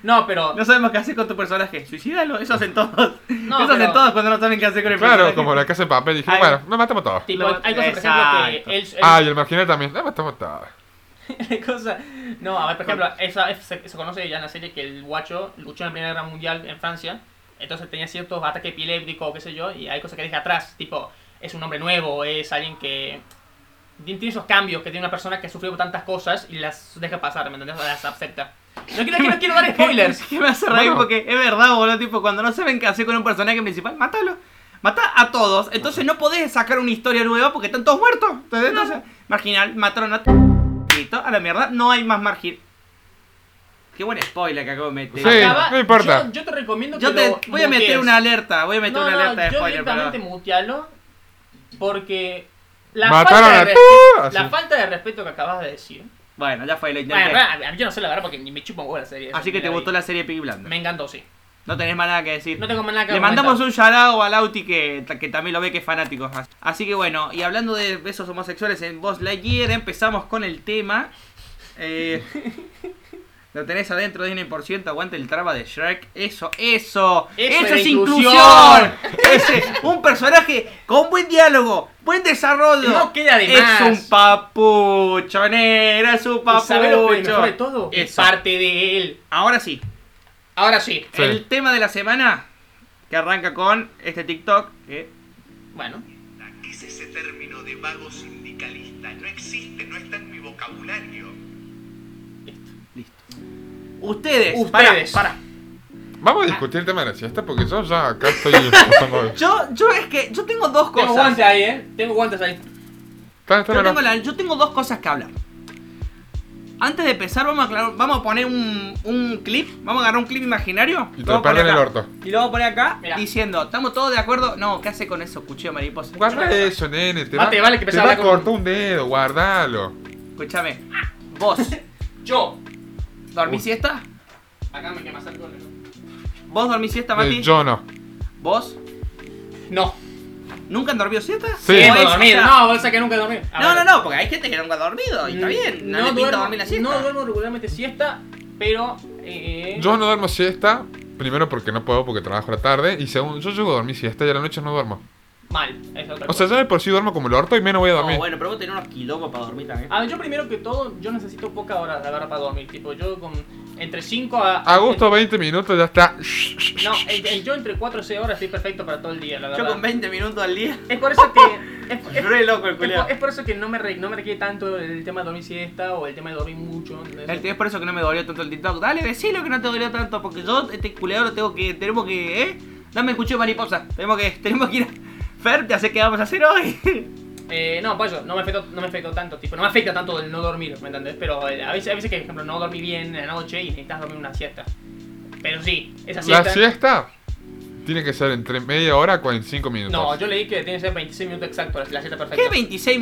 [SPEAKER 2] no, pero.
[SPEAKER 1] No sabemos qué hacer con tu personaje. Suicídalo, eso hacen todos.
[SPEAKER 2] No,
[SPEAKER 1] *laughs* eso hacen
[SPEAKER 2] pero-
[SPEAKER 1] todos cuando no saben qué hacer con el
[SPEAKER 3] Claro,
[SPEAKER 1] personaje.
[SPEAKER 3] como
[SPEAKER 1] *laughs*
[SPEAKER 3] la casa de papel. Dije,
[SPEAKER 1] Ay.
[SPEAKER 3] bueno, me matamos todos.
[SPEAKER 2] Tipo,
[SPEAKER 1] Lo-
[SPEAKER 2] hay cosas, por ejemplo,
[SPEAKER 1] Exacto.
[SPEAKER 2] que él, él-
[SPEAKER 3] Ah, y el marginal también. Me matamos todos.
[SPEAKER 2] *laughs* cosa. No, a ver, por ejemplo, esa, es- se, se conoce ya en la serie que el guacho luchó en la Primera Guerra Mundial en Francia, entonces tenía ciertos ataques epilépticos, qué sé yo, y hay cosas que deja atrás, tipo, es un hombre nuevo, es alguien que tiene tiene esos cambios que tiene una persona que ha sufrido tantas cosas y las deja pasar, ¿me entendés? O las acepta. No quiero, quiero,
[SPEAKER 3] *laughs*
[SPEAKER 2] quiero dar spoilers.
[SPEAKER 1] Que me hace reír
[SPEAKER 3] Bueno.
[SPEAKER 1] porque es verdad, boludo. Tipo, cuando no saben qué hacer con un personaje principal, mátalo. Mata a todos. Entonces no podés sacar una historia nueva porque están todos muertos. Entonces, entonces, marginal, mataron a. Listo, a la mierda. No hay más marginal. Qué buen spoiler que acabo de meter.
[SPEAKER 3] Sí. no importa.
[SPEAKER 2] Yo, yo te recomiendo que
[SPEAKER 1] Yo te
[SPEAKER 2] lo
[SPEAKER 1] voy a meter
[SPEAKER 2] mutees.
[SPEAKER 1] una alerta. Voy a meter
[SPEAKER 2] no,
[SPEAKER 1] una
[SPEAKER 2] no,
[SPEAKER 1] alerta de
[SPEAKER 2] yo
[SPEAKER 1] spoiler.
[SPEAKER 2] directamente
[SPEAKER 1] perdón.
[SPEAKER 2] mutealo porque la
[SPEAKER 3] Mataron
[SPEAKER 2] falta
[SPEAKER 3] a Ah,
[SPEAKER 2] de
[SPEAKER 3] tú,
[SPEAKER 2] respeto- la
[SPEAKER 3] así.
[SPEAKER 2] falta de respeto que acabas de decir
[SPEAKER 1] Bueno, ya fue, lo intenté.
[SPEAKER 2] Bueno, en realidad, a mí yo no sé la verdad porque ni me chupa un huevo la serie.
[SPEAKER 1] Así que te gustó la serie Piggy Blanda.
[SPEAKER 2] Me encantó, sí.
[SPEAKER 1] No tenés más nada que decir.
[SPEAKER 2] No tengo más nada que
[SPEAKER 1] Le mandamos
[SPEAKER 2] comentar.
[SPEAKER 1] un shout a Lauti que, que también lo ve que es fanático. Así que bueno, y hablando de besos homosexuales en Boss Lightyear, empezamos con el tema.
[SPEAKER 2] *laughs*
[SPEAKER 1] Eh, lo tenés adentro, Disney por ciento, aguante el traba de Shrek. Eso, eso. Eso,
[SPEAKER 2] era
[SPEAKER 1] es
[SPEAKER 2] inclusión.
[SPEAKER 1] inclusión. Ese, un personaje con buen diálogo, buen desarrollo.
[SPEAKER 2] No queda de
[SPEAKER 1] Es
[SPEAKER 2] más.
[SPEAKER 1] un papucho, negra, es un
[SPEAKER 2] ¿Y sabés lo que es mejor de
[SPEAKER 1] papucho.
[SPEAKER 2] todo? Es
[SPEAKER 1] Eso.
[SPEAKER 2] parte de él.
[SPEAKER 1] Ahora sí,
[SPEAKER 2] Ahora sí.
[SPEAKER 3] Sí.
[SPEAKER 1] el tema de la semana que arranca con este TikTok que
[SPEAKER 2] Bueno.
[SPEAKER 6] ¿Qué es ese término de vago sindicalista? No existe, no está en mi vocabulario.
[SPEAKER 1] Ustedes,
[SPEAKER 2] Ustedes.
[SPEAKER 1] Para,
[SPEAKER 3] Vamos a discutir el tema de la siesta porque yo ya acá estoy. pasando-
[SPEAKER 1] Yo, yo es que yo tengo dos
[SPEAKER 2] Tengo
[SPEAKER 1] cosas.
[SPEAKER 2] guantes ahí, ¿eh? Tengo guantes ahí.
[SPEAKER 3] Está- está
[SPEAKER 1] Yo
[SPEAKER 3] bien,
[SPEAKER 1] tengo, la- yo tengo dos cosas que hablar. Antes de empezar, vamos a, aclarar- vamos a poner un, un clip. Vamos a agarrar un clip imaginario.
[SPEAKER 3] Y
[SPEAKER 1] lo vamos
[SPEAKER 3] treparle
[SPEAKER 1] a poner
[SPEAKER 3] en el
[SPEAKER 1] acá.
[SPEAKER 3] orto.
[SPEAKER 1] Y lo vamos a poner acá
[SPEAKER 2] Mirá.
[SPEAKER 1] diciendo, ¿estamos todos de acuerdo? No, ¿qué hace con eso, cuchillo de mariposa?
[SPEAKER 3] Guarda eso, nene. Te,
[SPEAKER 2] Ah,
[SPEAKER 3] va,
[SPEAKER 2] te vale que
[SPEAKER 3] te
[SPEAKER 2] empezaba
[SPEAKER 3] va a
[SPEAKER 2] a hablar con-
[SPEAKER 3] cortar un dedo, guardalo.
[SPEAKER 1] Escúchame. Vos,
[SPEAKER 2] *laughs* Yo.
[SPEAKER 1] ¿dormís siesta?
[SPEAKER 2] Acá me quemas el cole, ¿no?
[SPEAKER 1] ¿Vos dormís siesta,
[SPEAKER 3] Eh,
[SPEAKER 1] Mati?
[SPEAKER 3] yo no.
[SPEAKER 1] ¿Vos?
[SPEAKER 2] No.
[SPEAKER 1] ¿Nunca han dormido siesta?
[SPEAKER 3] Sí.
[SPEAKER 1] ¿O
[SPEAKER 2] Hemos
[SPEAKER 1] es-
[SPEAKER 2] dormido.
[SPEAKER 1] o sea,
[SPEAKER 2] No, bolsa que nunca dormí. A
[SPEAKER 1] No, no,
[SPEAKER 2] ver. Mm,
[SPEAKER 1] no, porque hay gente que nunca ha dormido y está bien. No, le pinta
[SPEAKER 2] duermo-
[SPEAKER 1] dormir la siesta.
[SPEAKER 2] No duermo regularmente siesta, pero. Eh,
[SPEAKER 3] Yo no duermo siesta. Primero porque no puedo porque trabajo a la tarde. Y segundo, yo llego a dormir siesta y a la noche no duermo.
[SPEAKER 2] Mal. Es otra
[SPEAKER 3] O sea, ya de por sí duermo como el orto y menos voy a
[SPEAKER 1] No,
[SPEAKER 3] dormir.
[SPEAKER 1] Oh, bueno, pero vos tenés unos quilombos para dormir también.
[SPEAKER 2] A ver, yo primero que todo, yo necesito pocas horas de verdad para dormir. Tipo, yo con entre 5 a.
[SPEAKER 3] Agosto 20 minutos ya está.
[SPEAKER 2] No, en- en- yo entre 4 y 6 horas estoy perfecto para todo el día, la
[SPEAKER 1] Yo con
[SPEAKER 2] verdad.
[SPEAKER 1] 20 minutos al día. *laughs*
[SPEAKER 2] Es por eso que. Es, es-
[SPEAKER 1] Re loco el
[SPEAKER 2] es por-
[SPEAKER 1] culiao.
[SPEAKER 2] es por eso que no me, re- no me requiere tanto el tema de dormir siesta o el tema de dormir mucho. ¿entendés?
[SPEAKER 1] El tío es por eso que no me dolió tanto el TikTok. Dale, decilo que no te dolió tanto, porque yo, este culeado, lo tengo que. Tenemos que. ¿Eh? Dame el cuchillo de mariposa. Tenemos que, tenemos que ir a. Fer, te hace que vamos a hacer *laughs* hoy.
[SPEAKER 2] Eh, no, pues no me afectó, no me afectó tanto, tipo, no me afecta tanto el no dormir, ¿me entendés? Pero eh, a veces, a veces que, por ejemplo, no dormí bien en la noche y necesitas dormir una siesta. Pero sí, esa siesta.
[SPEAKER 3] La siesta tiene que ser entre media hora y 45 minutos.
[SPEAKER 2] No, yo leí que tiene que ser 26 minutos exactos la, la siesta perfecta.
[SPEAKER 1] ¿Qué 26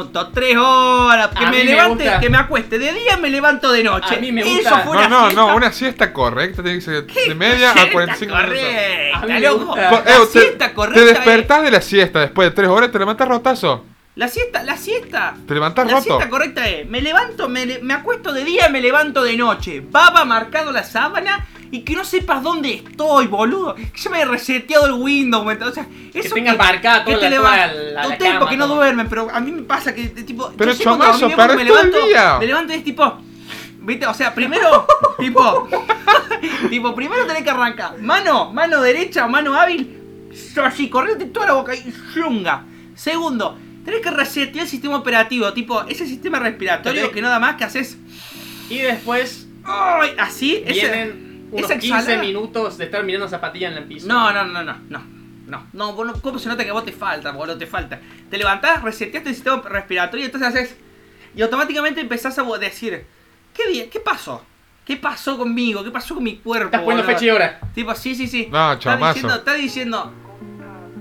[SPEAKER 1] minutos? 3 horas. Que
[SPEAKER 2] A
[SPEAKER 1] me
[SPEAKER 2] mí me
[SPEAKER 1] levante,
[SPEAKER 2] gusta.
[SPEAKER 1] que me acueste. De día me levanto de noche.
[SPEAKER 2] A mí me
[SPEAKER 1] Eso
[SPEAKER 2] gusta.
[SPEAKER 1] fue
[SPEAKER 3] no,
[SPEAKER 1] una
[SPEAKER 3] no,
[SPEAKER 1] siesta.
[SPEAKER 3] no, una siesta correcta tiene que ser de media a 45 minutos.
[SPEAKER 2] A mí
[SPEAKER 1] Correcta,
[SPEAKER 2] me
[SPEAKER 1] loco.
[SPEAKER 2] gusta.
[SPEAKER 3] Co-
[SPEAKER 1] La
[SPEAKER 3] eh, te-
[SPEAKER 1] siesta correcta.
[SPEAKER 3] Te
[SPEAKER 1] es-
[SPEAKER 3] despertás de la siesta después de 3 horas y te levantás rotazo.
[SPEAKER 1] La siesta, la siesta.
[SPEAKER 3] Te levantás
[SPEAKER 1] La
[SPEAKER 3] roto.
[SPEAKER 1] siesta correcta es, me levanto, me, le- me acuesto de día, me levanto de noche. Baba marcado la sábana y que no sepas dónde estoy, boludo. Que ya me he reseteado el Windows, ¿me ent- O sea, eso
[SPEAKER 2] tengas marcada toda la-
[SPEAKER 1] levan-
[SPEAKER 2] toda la- la
[SPEAKER 1] Total,
[SPEAKER 2] cama,
[SPEAKER 1] porque no
[SPEAKER 2] todo.
[SPEAKER 1] duermen, pero a mí me pasa que eh, tipo...
[SPEAKER 3] Pero
[SPEAKER 1] yo sé cuando
[SPEAKER 3] chomazo,
[SPEAKER 1] dormí,
[SPEAKER 3] para
[SPEAKER 1] me
[SPEAKER 3] todo el
[SPEAKER 1] levanto,
[SPEAKER 3] día.
[SPEAKER 1] Me levanto y es tipo... ¿Viste? O sea,
[SPEAKER 2] *laughs*
[SPEAKER 1] primero, tipo... *laughs* tipo, primero tenés que arrancar. Mano, mano derecha, mano hábil. Así, corriente toda la boca y yunga. Segundo, tenés que resetear el sistema operativo. Tipo, ese sistema respiratorio
[SPEAKER 2] Tenés-
[SPEAKER 1] que nada más que haces...
[SPEAKER 2] Y después
[SPEAKER 1] ¡Ay! Así, ese-
[SPEAKER 2] vienen unos
[SPEAKER 1] esa
[SPEAKER 2] 15
[SPEAKER 1] exhalada.
[SPEAKER 2] minutos de estar mirando zapatillas en el piso.
[SPEAKER 1] No, no, no, no, no. No, no, vos no- ¿cómo se nota que a vos te falta, boludo? Te falta. Te levantás, reseteaste el sistema respiratorio y entonces haces. Y automáticamente empezás a bo- decir: ¿Qué, día- ¿Qué pasó? ¿Qué pasó conmigo? ¿Qué pasó con mi cuerpo?
[SPEAKER 2] Estás poniendo
[SPEAKER 1] boludo?"
[SPEAKER 2] fecha y hora.
[SPEAKER 1] Tipo, sí, sí, sí.
[SPEAKER 3] No,
[SPEAKER 1] Está
[SPEAKER 3] chamazo.
[SPEAKER 1] diciendo, está diciendo.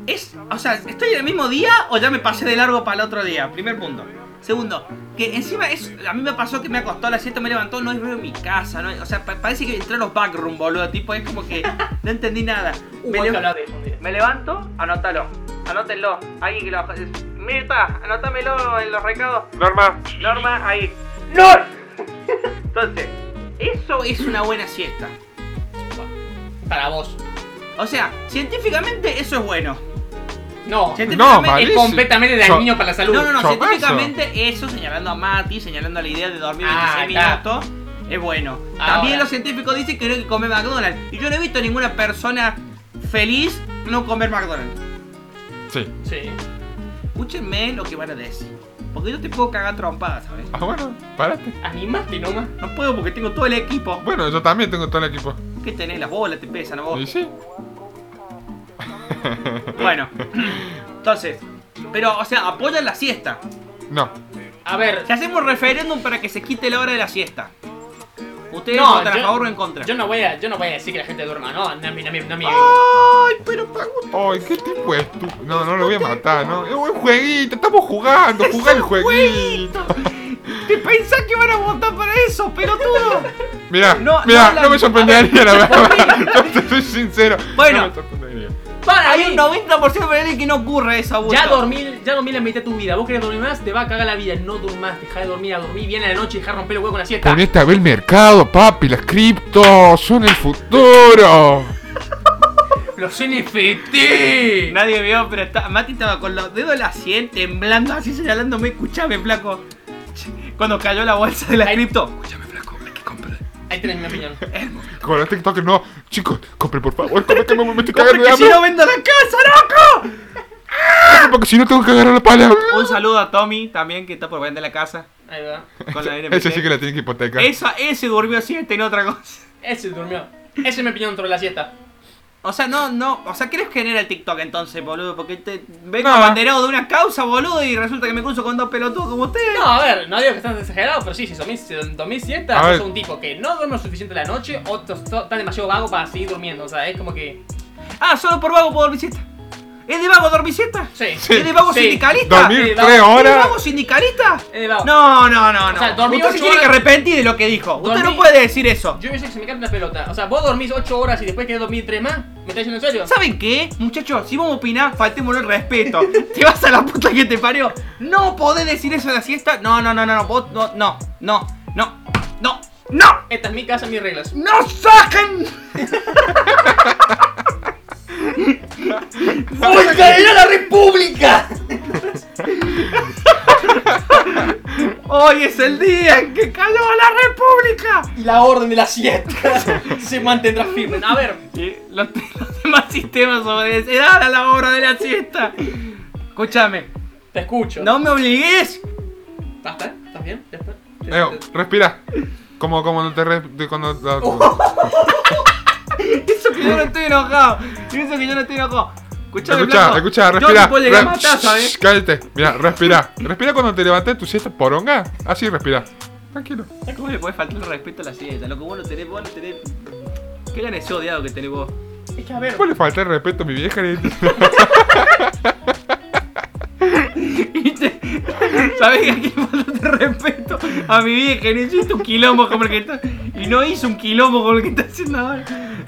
[SPEAKER 1] Es, o sea, ¿estoy en el mismo día o ya me pasé de largo para el otro día? Primer punto. Segundo, que encima es. A mí me pasó que me acostó a las 7, me levantó, no hay ruido en mi casa. No hay- o sea, pa- parece que entré a los backroom, boludo. Tipo, es como que no entendí *laughs* nada.
[SPEAKER 2] Uh,
[SPEAKER 1] Me
[SPEAKER 2] hay que
[SPEAKER 1] lev-
[SPEAKER 2] hablar de eso un día.
[SPEAKER 1] me levanto, anótalo. Anótenlo. Ahí que lo. Mirta, anótamelo en los recados.
[SPEAKER 3] Norma.
[SPEAKER 1] Norma, ahí. ¡NOR! Entonces, eso es una buena siesta.
[SPEAKER 2] Para vos.
[SPEAKER 1] O sea, científicamente eso es bueno.
[SPEAKER 2] No.
[SPEAKER 1] Científicamente
[SPEAKER 3] No,
[SPEAKER 2] Es
[SPEAKER 3] malísimo.
[SPEAKER 2] completamente dañino para la salud.
[SPEAKER 1] No, no, no,
[SPEAKER 3] Chomazo.
[SPEAKER 1] científicamente eso, señalando a Mati, señalando la idea de dormir
[SPEAKER 2] Ah,
[SPEAKER 1] 26
[SPEAKER 2] está.
[SPEAKER 1] minutos, es bueno.
[SPEAKER 2] Ahora.
[SPEAKER 1] También los científicos dicen que no hay que comer McDonald's. Y yo no he visto ninguna persona feliz no comer McDonald's.
[SPEAKER 3] Sí.
[SPEAKER 2] Sí.
[SPEAKER 1] Escúchenme lo que van a decir. Porque yo te puedo cagar trompadas, ¿sabes?
[SPEAKER 3] Ah, bueno, párate.
[SPEAKER 2] Animaste nomás.
[SPEAKER 1] No puedo porque tengo todo el equipo.
[SPEAKER 3] Bueno, yo también tengo todo el equipo.
[SPEAKER 1] ¿Qué tenés? Las bolas te pesan a vos.
[SPEAKER 3] Y sí.
[SPEAKER 2] *laughs*
[SPEAKER 1] Bueno, entonces, pero, o sea, apoyan la siesta.
[SPEAKER 3] No.
[SPEAKER 2] A ver.
[SPEAKER 1] Si hacemos referéndum para que se quite la hora de la siesta, ¿ustedes
[SPEAKER 2] No,
[SPEAKER 1] votan
[SPEAKER 2] yo-
[SPEAKER 1] a favor o en contra? Ah,
[SPEAKER 2] Yo no voy a, yo no voy a decir que la gente duerma, no, no, mi- no, mi- no, mi-
[SPEAKER 3] Ay, pero para Ay, qué tipo estúpido. No, no lo voy a matar, no. Es un jueguito, estamos jugando, jugá el jueguito.
[SPEAKER 1] ¿Te pensás que van a votar para eso, pelotudo?
[SPEAKER 3] Mirá,
[SPEAKER 1] No,
[SPEAKER 3] mirá,
[SPEAKER 1] no, la-
[SPEAKER 3] *laughs* no me sorprendería, la verdad. Yo te soy sincero.
[SPEAKER 1] Bueno.
[SPEAKER 3] No me sorprendería.
[SPEAKER 2] Para
[SPEAKER 1] Hay
[SPEAKER 2] mí,
[SPEAKER 1] un 90% de alguien que no ocurre eso, Augusto.
[SPEAKER 2] ya dormí, ya dormí la mitad de tu vida. Vos querés dormir más, te va a cagar la vida. No durmás, dejá de dormir, a dormir bien a la noche, dejá de romper el huevo con la siesta.
[SPEAKER 3] Ponete a ver el mercado, papi. Las criptos son el futuro.
[SPEAKER 2] Los NFT.
[SPEAKER 1] Nadie vio, pero está... Mati estaba con los dedos en la sien, temblando, así señalándome. Escuchame, flaco. Cuando cayó la bolsa de la cripto. Escuchame, flaco, hay que comprar.
[SPEAKER 2] Ahí tenés mi opinión.
[SPEAKER 3] Con el TikTok no. Chicos, compren por favor, compren que me, me estoy
[SPEAKER 1] Compre
[SPEAKER 3] cagando de
[SPEAKER 1] que si
[SPEAKER 3] hambre.
[SPEAKER 1] no vendo la casa, loco.
[SPEAKER 3] Dame porque si no tengo que agarrar la pala.
[SPEAKER 1] Un saludo a Tommy también, que está por vender la casa.
[SPEAKER 2] Ahí va.
[SPEAKER 1] Con *laughs* la NPC.
[SPEAKER 3] Ese sí que la tiene que hipotecar.
[SPEAKER 1] Esa- ese durmió siete, no otra cosa.
[SPEAKER 2] Ese durmió. Ese me piñó dentro de la siesta.
[SPEAKER 1] O sea, no, no. O sea, ¿qué les genera el TikTok entonces, boludo? Porque te vengo
[SPEAKER 3] No.
[SPEAKER 1] abanderado de una causa, boludo, y resulta que me cruzo con dos pelotudos como ustedes.
[SPEAKER 2] No, a ver, no digo que estás exagerado, pero sí, si dormís, si dormís siesta,
[SPEAKER 3] A
[SPEAKER 2] sos
[SPEAKER 3] ver.
[SPEAKER 2] un tipo que no duerme lo suficiente la noche, otros to- están demasiado vago para seguir durmiendo. O sea, es como que.
[SPEAKER 1] Ah, solo por vago puedo dormir siesta. ¿Es de vago dormir siesta?
[SPEAKER 2] Sí.
[SPEAKER 3] Sí.
[SPEAKER 1] ¿Es de vago
[SPEAKER 2] Sí.
[SPEAKER 1] sindicalista?
[SPEAKER 3] Dormir
[SPEAKER 2] Sí,
[SPEAKER 3] tres
[SPEAKER 2] vamos.
[SPEAKER 1] ¿Es de
[SPEAKER 3] horas.
[SPEAKER 1] vago sindicalista?
[SPEAKER 2] Es de vago.
[SPEAKER 1] No, no, no, no.
[SPEAKER 2] O sea, dormí
[SPEAKER 1] Usted se
[SPEAKER 2] ocho
[SPEAKER 1] tiene que
[SPEAKER 2] horas-
[SPEAKER 1] arrepentir de lo que dijo. Usted
[SPEAKER 2] Dormí-
[SPEAKER 1] no puede decir eso.
[SPEAKER 2] Yo pienso que se me cae una pelota. O sea, vos dormís 8 horas y después querés dormir 3 más. ¿Me estás diciendo en serio?
[SPEAKER 1] ¿Saben qué? Muchachos, si vamos a opinar, faltémonos el
[SPEAKER 2] *laughs*
[SPEAKER 1] respeto. Te vas a la puta que te parió. No podés decir eso en la siesta. No, no, no, no, no. Vos, no, no, no, no, no, no.
[SPEAKER 2] Esta es mi casa, mis reglas.
[SPEAKER 1] ¡No
[SPEAKER 2] *laughs*
[SPEAKER 1] saquen! *laughs*
[SPEAKER 2] ¡Volcaré la república!
[SPEAKER 1] Hoy es el día en que cayó la república.
[SPEAKER 2] La orden de la siesta se mantendrá firme. A ver,
[SPEAKER 1] Y Eh, los, *laughs* los demás sistemas obedecerán a la hora de la siesta. Escúchame,
[SPEAKER 2] te escucho.
[SPEAKER 1] no me obligues.
[SPEAKER 2] ¿Estás bien? ¿Estás bien? ¿Ya está?
[SPEAKER 3] Leo, respira. Como, como no te re- de cuando.
[SPEAKER 1] Eso que yo no estoy enojado. Y eso que yo no estoy enojado. Escuchame,
[SPEAKER 3] Escucha,
[SPEAKER 1] flaco,
[SPEAKER 3] escucha,
[SPEAKER 1] Yo
[SPEAKER 3] respira.
[SPEAKER 1] te puedo llegar eh. a matar, ¿sabes?
[SPEAKER 3] Shh, cállate. Mira, respira. Respira cuando te levantes tu siesta poronga. Así respira. Tranquilo.
[SPEAKER 1] ¿Cómo le podés faltar el respeto a la siesta? Lo que vos no tenés, vos no tenés. Qué ganes odiado que tenés vos.
[SPEAKER 2] Es que a ver.
[SPEAKER 3] ¿Cómo le falta el respeto a mi vieja?
[SPEAKER 1] ¿Viste? *laughs* ¿Sabés que aquí faltaste este respeto a mi vieja? No hiciste un quilombo como el que está. Y no hizo un quilombo como el que está haciendo ahora.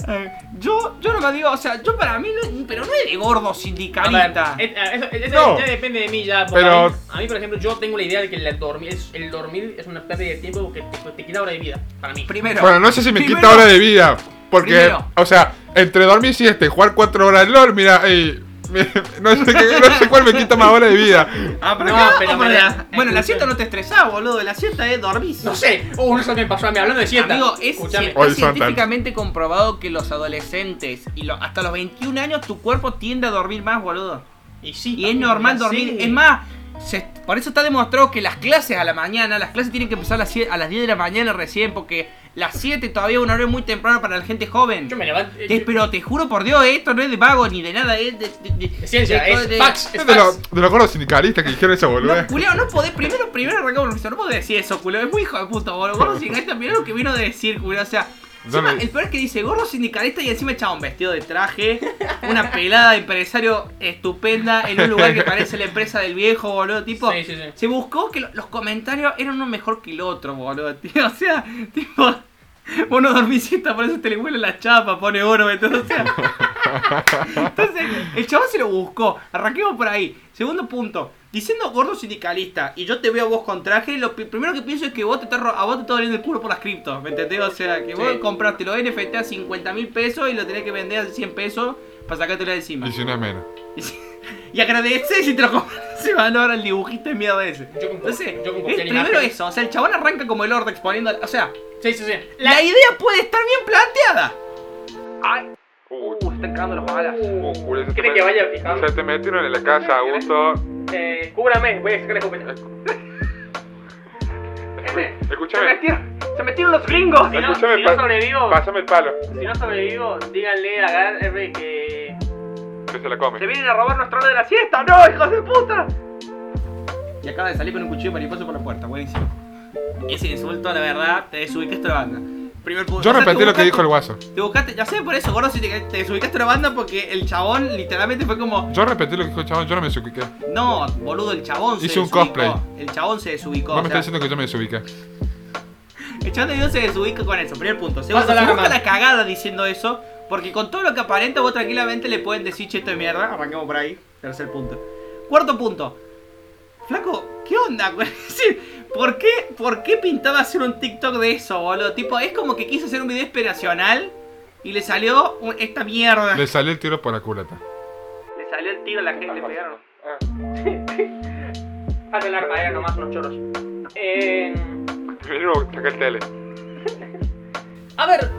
[SPEAKER 1] Eh, Yo, yo no me digo, o sea, yo para mí, no, pero no es de gordo
[SPEAKER 2] A ver,
[SPEAKER 1] sindicalista.
[SPEAKER 2] es- a- eso, eso
[SPEAKER 3] No.
[SPEAKER 2] ya depende de mí ya. porque
[SPEAKER 3] Pero-
[SPEAKER 2] a, mí, a mí, por ejemplo, yo tengo la idea de que el dormir, es, el dormir es una pérdida de tiempo que te, pues, te quita hora de vida. Para mí.
[SPEAKER 1] Primero.
[SPEAKER 3] Bueno, no sé si me
[SPEAKER 1] primero-
[SPEAKER 3] quita hora de vida. Porque,
[SPEAKER 1] Primero.
[SPEAKER 3] o sea, entre dormir y siesta y jugar cuatro horas al LOL, mira, ey, me- *laughs* no, sé qué- no sé cuál me quita más hora de vida.
[SPEAKER 1] Ah, pero
[SPEAKER 2] No,
[SPEAKER 1] acá-
[SPEAKER 2] pero
[SPEAKER 1] ah, para
[SPEAKER 2] me- eh,
[SPEAKER 1] la- Bueno, la
[SPEAKER 2] escucha.
[SPEAKER 1] siesta no te estresás, boludo. La siesta es dormís.
[SPEAKER 2] No sé. Oh, eso que me pasó a mí hablando de siesta.
[SPEAKER 1] Amigo, es
[SPEAKER 2] Escúchame.
[SPEAKER 1] está
[SPEAKER 3] Hoy son
[SPEAKER 1] científicamente comprobado que los adolescentes y lo- hasta los 21 años tu cuerpo tiende a dormir más, boludo.
[SPEAKER 2] Y sí.
[SPEAKER 1] Y es
[SPEAKER 2] papi,
[SPEAKER 1] normal
[SPEAKER 2] ya
[SPEAKER 1] dormir.
[SPEAKER 2] sé.
[SPEAKER 1] Es más, se- por eso está demostrado que las clases a la mañana, las clases tienen que empezar a las, sie- a las 10 de la mañana recién, porque las 7 todavía es una hora muy temprano para la gente joven.
[SPEAKER 2] Yo me levanto.
[SPEAKER 1] Te- pero te juro por Dios, esto no es de vago ni de nada, es de... de- de-
[SPEAKER 2] Es ciencia,
[SPEAKER 1] de-
[SPEAKER 2] es
[SPEAKER 1] de-
[SPEAKER 2] fax, es
[SPEAKER 3] Es de los
[SPEAKER 2] fax.
[SPEAKER 3] de los gordos sindicalistas que dijeron esa
[SPEAKER 1] No,
[SPEAKER 3] boludez.
[SPEAKER 1] culeo, no podés, primero, primero arrancamos con eso, no podés decir eso, culeo, es muy hijo de puta, boludo, gordo sindicalista, mirá lo que vino de decir, culeo, o sea, encima,
[SPEAKER 3] Dame.
[SPEAKER 1] el peor es que dice gordo sindicalista y encima echaba un vestido de traje, una pelada de empresario estupenda en un lugar que parece la empresa del viejo, boludo, tipo,
[SPEAKER 2] Sí, sí, sí.
[SPEAKER 1] se buscó que lo- los comentarios eran uno mejor que el otro, boludo, tío, o sea, tipo... Vos no dormís siesta, por eso te le huele la chapa, pone oro, entonces, o sea, entonces, el chaval se lo buscó. Arranquemos por ahí. Segundo punto. Diciendo gordo sindicalista y yo te veo a vos con traje, lo pi- primero que pienso es que vos te estás ro- a vos te está doliendo el culo por las criptos, ¿me entendés? O sea, que vos
[SPEAKER 2] Sí.
[SPEAKER 1] compraste los NFT a 50 mil pesos y lo tenés que vender a 100 pesos para sacártelo de encima.
[SPEAKER 3] Y si no es menos.
[SPEAKER 1] Y agradeces si te lo compras *laughs* ese valor al dibujito de miedo ese.
[SPEAKER 2] Yo con-
[SPEAKER 1] Entonces,
[SPEAKER 2] yo con
[SPEAKER 1] es
[SPEAKER 2] cualquier
[SPEAKER 1] primero
[SPEAKER 2] imagen.
[SPEAKER 1] eso. O sea, el chabón arranca como el orto exponiendo... O sea,
[SPEAKER 2] Sí, sí, sí.
[SPEAKER 1] la, idea puede estar bien planteada.
[SPEAKER 3] Uh,
[SPEAKER 2] Uh, ¿Quiere que vaya fijando?
[SPEAKER 3] te metieron en la casa, Augusto.
[SPEAKER 2] Eh, cúbrame, voy a sacar la escopeta.
[SPEAKER 3] Escúchame,
[SPEAKER 1] Se metieron los gringos.
[SPEAKER 2] Si no, si no sobrevivo,
[SPEAKER 3] pásame el palo,
[SPEAKER 2] si no sobrevivo, díganle a Garre que.
[SPEAKER 3] que se la come.
[SPEAKER 1] ¡Se vienen a robar nuestra hora de la siesta! ¡No, hijos de puta! Y acaba de salir con un cuchillo mariposa por la puerta, buenísimo. Ese insulto, la verdad, te desubicaste la banda. Primer punto.
[SPEAKER 3] Yo
[SPEAKER 1] O sea,
[SPEAKER 3] repetí lo
[SPEAKER 1] te
[SPEAKER 3] que
[SPEAKER 1] buscaste-
[SPEAKER 3] dijo el guaso.
[SPEAKER 1] Te buscaste, ya sé por eso, gordo, si te, te desubicaste la banda porque el chabón literalmente fue como.
[SPEAKER 3] Yo repetí lo que dijo el chabón, yo no me desubiqué.
[SPEAKER 1] No, boludo, el chabón se
[SPEAKER 3] Hice un
[SPEAKER 1] desubicó".
[SPEAKER 3] cosplay.
[SPEAKER 1] El chabón se desubicó.
[SPEAKER 3] Vos
[SPEAKER 1] o
[SPEAKER 3] me
[SPEAKER 1] sea,
[SPEAKER 3] estás diciendo que yo me desubiqué.
[SPEAKER 1] El chabón de Dios se desubica con eso, primer punto. Segundo,
[SPEAKER 2] Pasa la
[SPEAKER 1] se busca
[SPEAKER 2] cámara.
[SPEAKER 1] la cagada diciendo eso, porque con todo lo que aparenta vos tranquilamente le pueden decir cheto de mierda. Arranquemos por ahí, tercer punto. Cuarto punto. Flaco, ¿qué onda? *laughs* güey? Es decir, ¿por qué, ¿por qué pintaba hacer un TikTok de eso, boludo? Tipo, es como que quiso hacer un video inspiracional y le salió un- esta mierda.
[SPEAKER 3] Le salió el tiro por la culata.
[SPEAKER 1] Le salió el tiro a la gente, le pegaron.
[SPEAKER 3] Ah,
[SPEAKER 2] Haz el arma, era nomás unos choros. Eh,
[SPEAKER 3] Primero saca el tele.
[SPEAKER 2] a ver,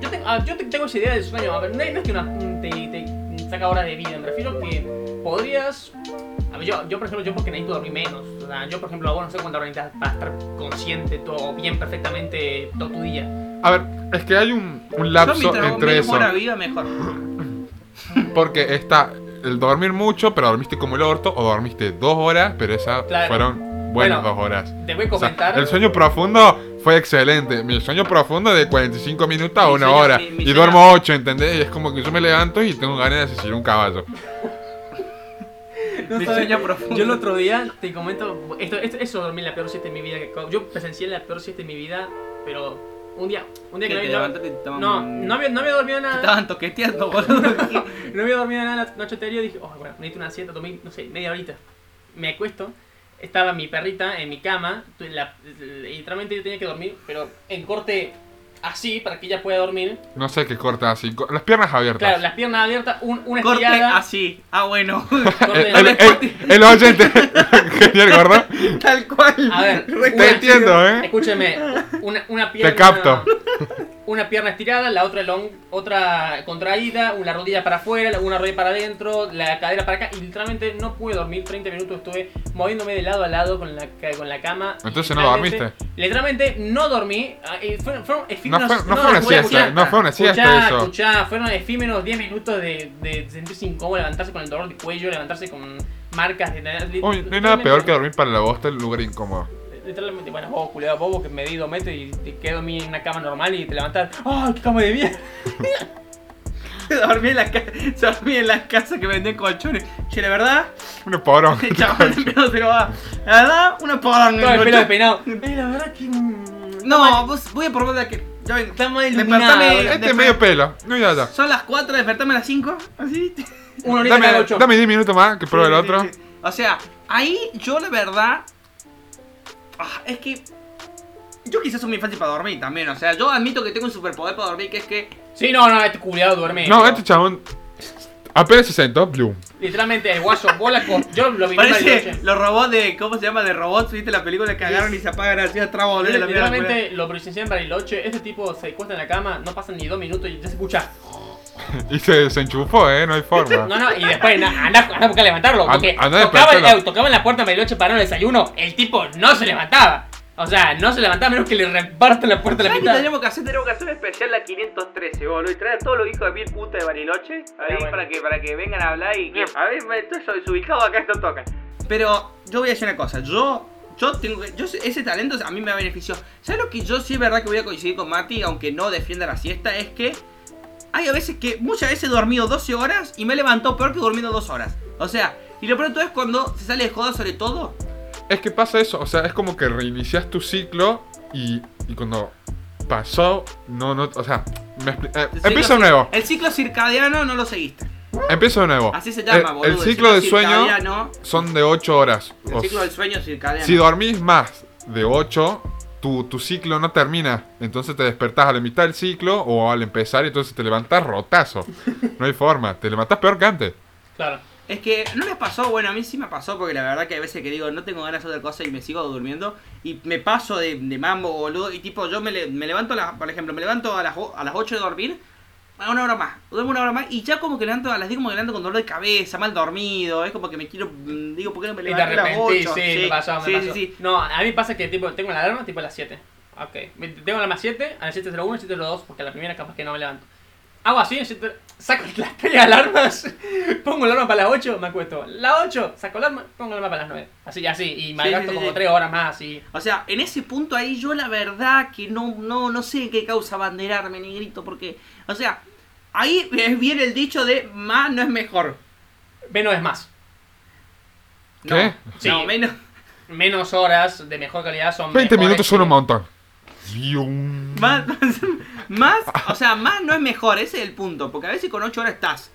[SPEAKER 2] yo, tengo- ah, yo te- tengo esa idea del sueño. A ver, no, no es que una, te, te saca horas de vida, me refiero que podrías A ver, yo, yo, por ejemplo, yo porque necesito dormir menos. O sea, yo, por ejemplo, hago no sé cuántas horas necesitas para estar consciente, todo bien, perfectamente, todo tu día.
[SPEAKER 3] A ver, es que hay un, un
[SPEAKER 1] Yo
[SPEAKER 3] lapso
[SPEAKER 1] mientras
[SPEAKER 3] entre
[SPEAKER 1] menos
[SPEAKER 3] eso.
[SPEAKER 1] hora viva, mejor.
[SPEAKER 3] Porque está el dormir mucho, pero dormiste como el orto, o dormiste dos horas, pero esas
[SPEAKER 2] Claro.
[SPEAKER 3] fueron buenas
[SPEAKER 2] Bueno,
[SPEAKER 3] dos horas.
[SPEAKER 2] Te voy a
[SPEAKER 3] O sea,
[SPEAKER 2] comentar.
[SPEAKER 3] el sueño profundo fue excelente. Mi sueño profundo de 45 minutos a
[SPEAKER 1] Mi
[SPEAKER 3] una
[SPEAKER 1] sueño-
[SPEAKER 3] hora.
[SPEAKER 1] mi- mi
[SPEAKER 3] y
[SPEAKER 1] sueño-
[SPEAKER 3] duermo 8, ¿entendés? Y es como que yo me levanto y tengo ganas de asesinar un caballo.
[SPEAKER 2] No
[SPEAKER 1] Mi
[SPEAKER 2] sabes.
[SPEAKER 1] sueño profundo.
[SPEAKER 2] *laughs* Yo el otro día te comento, esto, esto- eso dormí la peor siesta de mi vida. que co- Yo presencié la peor siesta de mi vida, pero un día, un día
[SPEAKER 1] Que
[SPEAKER 2] que,
[SPEAKER 1] te
[SPEAKER 2] no, había-
[SPEAKER 1] levantaste y te estaban-
[SPEAKER 2] no, no había, no había dormido
[SPEAKER 1] Te
[SPEAKER 2] nada.
[SPEAKER 1] estaban toqueteando,
[SPEAKER 2] *laughs*
[SPEAKER 1] boludo.
[SPEAKER 2] No había dormido nada la noche anterior y dije, oh, bueno, necesito una siesta, tomé, no sé, media horita. Me acuesto, estaba mi perrita en mi cama, tu- la- y literalmente yo tenía que dormir, pero en corte así para que ella pueda dormir.
[SPEAKER 3] No sé qué corta así. co- Las piernas abiertas.
[SPEAKER 2] Claro, las piernas abiertas, un, una
[SPEAKER 1] Corte
[SPEAKER 2] estirada.
[SPEAKER 1] así. Ah, bueno.
[SPEAKER 2] corte-
[SPEAKER 3] el, el- Eh, el- el oyente. *laughs* Genial, gordo.
[SPEAKER 1] *laughs* Tal cual.
[SPEAKER 3] *laughs*
[SPEAKER 2] A ver,
[SPEAKER 3] Te entiendo, ¿eh?
[SPEAKER 2] Escúcheme, una, una pierna.
[SPEAKER 3] capto.
[SPEAKER 2] Una pierna estirada, la otra long, otra contraída, una rodilla para afuera, una rodilla para adentro, la cadera para acá. Y literalmente no pude dormir 30 minutos, estuve moviéndome de lado a lado con la, ca- con la cama. y
[SPEAKER 3] Entonces no
[SPEAKER 2] literalmente-
[SPEAKER 3] dormiste.
[SPEAKER 2] Literalmente no dormí. ah, eh, Fueron, fueron efímeros-
[SPEAKER 3] No fue- no fue una
[SPEAKER 2] escuchá,
[SPEAKER 3] siesta,
[SPEAKER 2] escuchá.
[SPEAKER 3] no fue una siesta
[SPEAKER 2] Escuchá,
[SPEAKER 3] eso.
[SPEAKER 2] escuchá, fueron efímeros 10 minutos de, de sentirse incómodo, levantarse con el dolor de cuello, levantarse con marcas. De,
[SPEAKER 3] Uy, no hay nada peor que
[SPEAKER 2] literalmente-
[SPEAKER 3] dormir para la bosta en un lugar incómodo.
[SPEAKER 2] Literalmente, bueno, vos, culiado, bobo, que me di dos metros y te quedo a mí en una cama normal y te levantas. ¡Ay, qué cama de mierda!
[SPEAKER 1] *laughs* dormí, en la ca- dormí en las casas que venden colchones. Che, la
[SPEAKER 2] *laughs*
[SPEAKER 1] verdad,
[SPEAKER 3] Un porón.
[SPEAKER 1] *laughs* el chabón no se lo va. La verdad, una poronga.
[SPEAKER 2] Todo el pelo
[SPEAKER 1] colchón.
[SPEAKER 2] despeinado. Eh, la verdad que. mm,
[SPEAKER 1] No, vos voy a probar la que. Ya vengo.
[SPEAKER 2] Está mal
[SPEAKER 1] Despertame.
[SPEAKER 2] iluminado.
[SPEAKER 3] Este
[SPEAKER 1] después-
[SPEAKER 3] medio pelo. No, ya, ya.
[SPEAKER 1] Son las 4, despertame a las 5. Así.
[SPEAKER 2] Una horita cada
[SPEAKER 3] Dame,
[SPEAKER 2] ocho.
[SPEAKER 3] dame 10 minutos más que pruebe el
[SPEAKER 1] Sí,
[SPEAKER 3] otro.
[SPEAKER 1] sí, sí. O sea, ahí yo la verdad. ah, es que. Yo quizás soy muy fácil para dormir también. O sea, yo admito que tengo un superpoder para dormir, que es que.
[SPEAKER 2] Sí, no, no, este culiado duerme.
[SPEAKER 3] No,
[SPEAKER 2] pero-
[SPEAKER 3] este chabón apenas se sentó, Blue.
[SPEAKER 2] Literalmente, el guaso, vos la co- Yo lo viví varias
[SPEAKER 1] Parece
[SPEAKER 2] noches.
[SPEAKER 1] los robots de. ¿Cómo se llama? De robots, ¿viste? La película que agarran y se apagan así atrás, boludo. la mierda.
[SPEAKER 2] Literalmente lo presencié en Bariloche, este tipo se cuesta en la cama, no pasan ni dos minutos y ya se escucha.
[SPEAKER 3] Y se desenchufó, eh, no hay
[SPEAKER 1] *laughs*
[SPEAKER 3] forma.
[SPEAKER 2] No, no, y después na- anda, anda a buscar levantarlo,
[SPEAKER 3] An-
[SPEAKER 2] porque
[SPEAKER 3] anda a
[SPEAKER 2] tocaba,
[SPEAKER 3] despertarlo.
[SPEAKER 2] eh, tocaba en la puerta en Bariloche para un desayuno, el tipo no se levantaba. O sea, no se levantaba a menos que le repartan la puerta a la
[SPEAKER 1] ¿Sabes qué
[SPEAKER 2] mitad.
[SPEAKER 1] tenemos que hacer? Tenemos que hacer un especial la 513, boludo. Y traer a todos los hijos de mil puta de Bariloche. Ahí
[SPEAKER 2] Ah, bueno.
[SPEAKER 1] para, que, para que vengan a hablar y que. A ver, estoy desubicado acá, esto toca. Pero yo voy a decir una cosa. Yo. Yo tengo que- yo sé- ese talento a mí me benefició. ¿Sabes lo que yo sí es verdad que voy a coincidir con Mati, aunque no defienda la siesta? Es que hay a veces que muchas veces he dormido 12 horas y me he levantado peor que durmiendo 2 horas. O sea, y lo pronto es cuando se sale de joda sobre todo.
[SPEAKER 3] Es que pasa eso, o sea, es como que reinicias tu ciclo y, y cuando pasó, no, no, o sea, me expli- eh,
[SPEAKER 1] El
[SPEAKER 3] empiezo
[SPEAKER 1] ciclo-
[SPEAKER 3] de nuevo,
[SPEAKER 1] El ciclo circadiano no lo seguiste.
[SPEAKER 3] empiezo de nuevo.
[SPEAKER 1] Así se llama,
[SPEAKER 3] Eh, El-
[SPEAKER 1] boludo.
[SPEAKER 3] El ciclo de sueño
[SPEAKER 1] circadiano.
[SPEAKER 3] son de 8 horas.
[SPEAKER 1] El
[SPEAKER 3] O
[SPEAKER 1] ciclo del sueño circadiano.
[SPEAKER 3] Si dormís más de 8, tu, tu ciclo no termina. Entonces te despertás a la mitad del ciclo o al empezar y entonces te levantás
[SPEAKER 1] *laughs*
[SPEAKER 3] rotazo. No hay forma. Te levantás peor que antes.
[SPEAKER 2] Claro.
[SPEAKER 1] Es que no les pasó, bueno, a mí sí me pasó porque la verdad que hay veces que digo, no tengo ganas de otra cosa y me sigo durmiendo y me paso de, de mambo, boludo. Y tipo, yo me, le- me levanto, a las- por ejemplo, me levanto a las, o- a las 8 de dormir, a una hora más, duermo una hora más y ya como que levanto a las 10 como que levanto con dolor de cabeza, mal dormido, es como que me quiero, mm, digo, ¿por qué no me
[SPEAKER 2] Y de
[SPEAKER 1] levanté a las
[SPEAKER 2] repente,
[SPEAKER 1] 8?
[SPEAKER 2] sí, me pasó, me
[SPEAKER 1] sí,
[SPEAKER 2] pasó.
[SPEAKER 1] sí, sí.
[SPEAKER 2] No, a mí pasa que tipo, tengo la alarma tipo a las 7. Ok. Me- Tengo la alarma a las 7, a las 7.01, 7.02, porque a la primera capaz que no me levanto. Hago así, en 7 saco *laughs* las tres alarmas, *laughs* pongo la alarma para las 8, me acuesto. La 8, saco la alarma, pongo la alarma para las 9. Así, así, y me
[SPEAKER 1] Sí,
[SPEAKER 2] gasto
[SPEAKER 1] sí, sí,
[SPEAKER 2] como
[SPEAKER 1] sí.
[SPEAKER 2] 3 horas más, así.
[SPEAKER 1] O sea, en ese punto ahí yo la verdad que no, no, no sé qué causa abanderarme, negrito, porque, o sea, ahí es bien el dicho de más no es mejor.
[SPEAKER 2] Menos es más.
[SPEAKER 1] No,
[SPEAKER 3] ¿Qué?
[SPEAKER 2] Sí.
[SPEAKER 1] No, menos.
[SPEAKER 2] Menos horas de mejor calidad son
[SPEAKER 3] 20
[SPEAKER 2] mejores
[SPEAKER 3] minutos
[SPEAKER 2] que-
[SPEAKER 3] son un montón. Yum.
[SPEAKER 1] Más, más, o sea, más no es mejor, ese es el punto, porque a veces con 8 horas estás.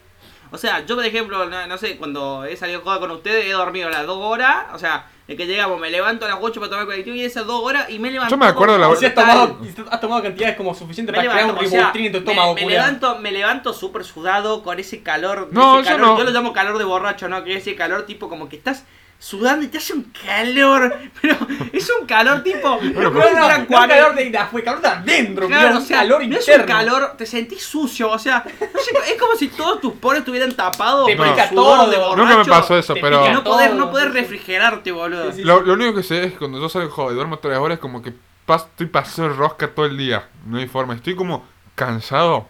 [SPEAKER 1] O sea, yo por ejemplo, no, no sé, cuando he salido a joda con ustedes, he dormido las 2 horas, o sea, de que llegamos, me levanto a las 8 para tomar el colectivo y esas 2 horas y me levanto.
[SPEAKER 3] Yo me acuerdo la-
[SPEAKER 1] como
[SPEAKER 2] O sea, has
[SPEAKER 1] mortal.
[SPEAKER 2] tomado, has tomado cantidades como suficiente
[SPEAKER 1] Me
[SPEAKER 2] para crear un
[SPEAKER 1] levanto, o sea,
[SPEAKER 2] ribotril en tu estómago,
[SPEAKER 1] me, me
[SPEAKER 2] culiao.
[SPEAKER 1] levanto, me levanto súper sudado con ese calor.
[SPEAKER 3] No,
[SPEAKER 1] ese
[SPEAKER 3] yo
[SPEAKER 1] calor-
[SPEAKER 3] no.
[SPEAKER 1] Yo lo llamo calor de borracho, ¿no? Que ese calor tipo como que estás sudando y te hace un calor. *laughs* Pero es un calor tipo.
[SPEAKER 3] pero-
[SPEAKER 1] no entra
[SPEAKER 2] no, no,
[SPEAKER 1] cuarenta-
[SPEAKER 2] calor de fue calor de adentro,
[SPEAKER 1] Claro,
[SPEAKER 2] mirá,
[SPEAKER 1] o sea,
[SPEAKER 2] calor
[SPEAKER 1] no es un
[SPEAKER 2] interno.
[SPEAKER 1] calor, te sentís sucio, o sea, no sé, es como si todos tus poros estuvieran tapados
[SPEAKER 2] Te
[SPEAKER 1] por
[SPEAKER 2] pica
[SPEAKER 1] sudor
[SPEAKER 2] todo.
[SPEAKER 1] de
[SPEAKER 2] Nunca
[SPEAKER 1] borracho.
[SPEAKER 3] Nunca me pasó eso,
[SPEAKER 2] te
[SPEAKER 3] pero.
[SPEAKER 1] Y
[SPEAKER 2] pica
[SPEAKER 1] no poder,
[SPEAKER 2] todo.
[SPEAKER 1] no poder refrigerarte, boludo.
[SPEAKER 2] Sí, sí.
[SPEAKER 3] Lo, lo único que sé es que cuando yo salgo joder, duermo tres horas, como que pas- estoy pasando rosca todo el día. No hay forma. Estoy como cansado,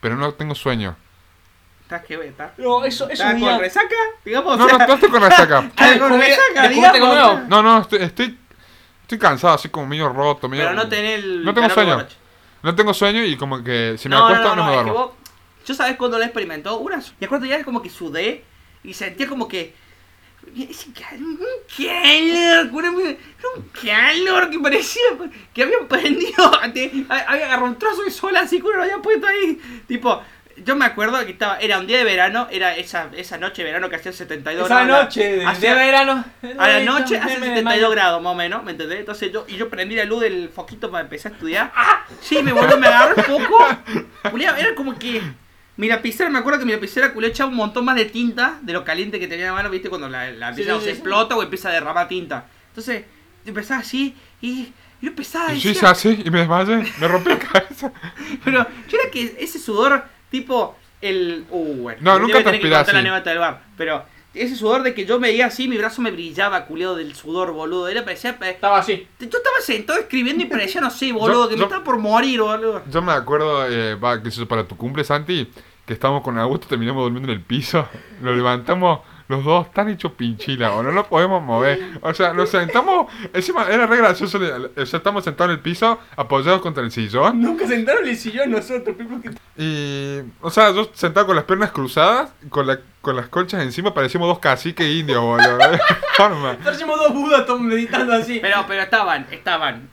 [SPEAKER 3] pero no tengo sueño.
[SPEAKER 1] Estás que beta.
[SPEAKER 2] No, eso, eso
[SPEAKER 1] Estás
[SPEAKER 2] es
[SPEAKER 1] con
[SPEAKER 2] un
[SPEAKER 1] resaca, digamos.
[SPEAKER 3] No,
[SPEAKER 1] o
[SPEAKER 3] no,
[SPEAKER 1] sea,
[SPEAKER 3] no estoy con
[SPEAKER 1] *laughs*
[SPEAKER 3] resaca.
[SPEAKER 1] estás con
[SPEAKER 2] Descubrí-
[SPEAKER 1] resaca,
[SPEAKER 2] descubriste
[SPEAKER 1] digamos.
[SPEAKER 2] algo nuevo.
[SPEAKER 3] No, no, estoy, estoy, estoy cansado, así como medio roto, medio.
[SPEAKER 1] Pero no tenés el.
[SPEAKER 3] No tengo
[SPEAKER 1] calor de
[SPEAKER 3] sueño.
[SPEAKER 1] borracho.
[SPEAKER 3] No tengo sueño y como que si me
[SPEAKER 1] no,
[SPEAKER 3] acuesto
[SPEAKER 1] no, no,
[SPEAKER 3] me
[SPEAKER 1] no, es
[SPEAKER 3] duermo.
[SPEAKER 1] que vos, yo sabes cuando lo experimentó, una, y acuerdo ya como que sudé y sentía como que ese calor, un calor, una- era un calor que parecía que habían prendido, *laughs* te- a- había agarrado un trozo de sol así que uno lo había puesto ahí, tipo, yo me acuerdo que estaba, era un día de verano, era esa, esa noche de verano que hacía 72
[SPEAKER 2] Esa
[SPEAKER 1] grados,
[SPEAKER 2] noche de,
[SPEAKER 1] hacía-
[SPEAKER 2] de verano.
[SPEAKER 1] a la noche hace
[SPEAKER 2] Meme de
[SPEAKER 1] 72
[SPEAKER 2] mayo.
[SPEAKER 1] grados más o menos, ¿me entendés? Entonces yo, y yo prendí la luz del foquito para empezar a estudiar.
[SPEAKER 2] Ah,
[SPEAKER 1] Sí, me volvió, me agarró un poco. Culeado, era como que. Mi lapicera, me acuerdo que mi lapicera culió echaba un montón más de tinta de lo caliente que tenía en la mano, viste, cuando la, la lapicera
[SPEAKER 2] sí,
[SPEAKER 1] o se
[SPEAKER 2] sí.
[SPEAKER 1] explota o empieza a derramar tinta. Entonces, yo empezaba así y yo empezaba a
[SPEAKER 3] Y yo hice así y me desmayé, me rompí la cabeza.
[SPEAKER 1] pero yo era que ese sudor, tipo, el. Uh, bueno.
[SPEAKER 3] No, nunca
[SPEAKER 1] debe tener que
[SPEAKER 3] transpirás
[SPEAKER 1] contar la
[SPEAKER 3] así.
[SPEAKER 1] anécdota del bar. Pero ese sudor de que yo me veía así, mi brazo me brillaba, culeado del sudor, boludo. Era parecía. pa-
[SPEAKER 2] Estaba así.
[SPEAKER 1] Yo estaba sentado escribiendo y parecía, no sé, boludo,
[SPEAKER 3] Yo-
[SPEAKER 1] que
[SPEAKER 3] yo-
[SPEAKER 1] me estaba por morir, boludo.
[SPEAKER 3] Yo me acuerdo, eh, va, que eso, para tu cumple, Santi, que estábamos con Augusto, terminamos durmiendo en el piso, *laughs* lo levantamos los dos tan hechos pinchila, o no lo podemos mover. O sea, nos sentamos, encima era re gracioso, le- o sea, estamos sentados en el piso, apoyados contra el sillón,
[SPEAKER 2] Nunca sentaron en el sillón nosotros, Pipo, que-
[SPEAKER 3] y, o sea, yo sentado con las piernas cruzadas, con, la, con las colchas encima, parecíamos dos caciques indios, boludo. no hay *laughs* forma.
[SPEAKER 2] Parecimos dos budas tom- meditando así.
[SPEAKER 1] Pero, pero estaban, estaban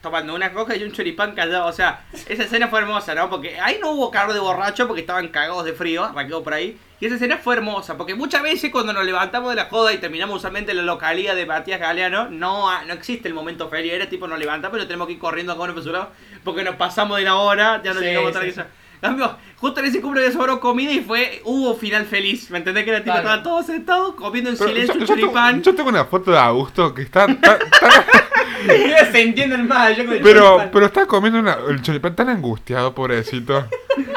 [SPEAKER 1] tomando una coca y un choripán callado. O sea, esa escena fue hermosa, ¿no? Porque ahí no hubo calor de borracho porque estaban cagados de frío, arranqueó por ahí. Y esa escena fue hermosa, porque muchas veces cuando nos levantamos de la joda y terminamos usualmente en la localidad de Matías Galeano, no, ha- no existe el momento feliz. Era tipo, nos levantamos y nos tenemos que ir corriendo a comer pesulado porque nos pasamos de la hora, ya no
[SPEAKER 2] Sí,
[SPEAKER 1] llegamos
[SPEAKER 2] sí,
[SPEAKER 1] tarde.
[SPEAKER 2] sí.
[SPEAKER 1] Cambio, justo en ese cumple de sobró comida y fue, hubo final feliz. ¿Me entendés que era tipo,
[SPEAKER 2] Claro.
[SPEAKER 1] estaban todos sentados comiendo en
[SPEAKER 3] Pero
[SPEAKER 1] silencio un
[SPEAKER 3] yo, yo tengo,
[SPEAKER 1] choripán?
[SPEAKER 3] yo tengo una foto de Augusto que está tan- tan
[SPEAKER 2] Yo se entiende el mal, yo con el
[SPEAKER 3] Pero,
[SPEAKER 2] choripán.
[SPEAKER 3] pero estaba comiendo una, el choripán tan angustiado, pobrecito.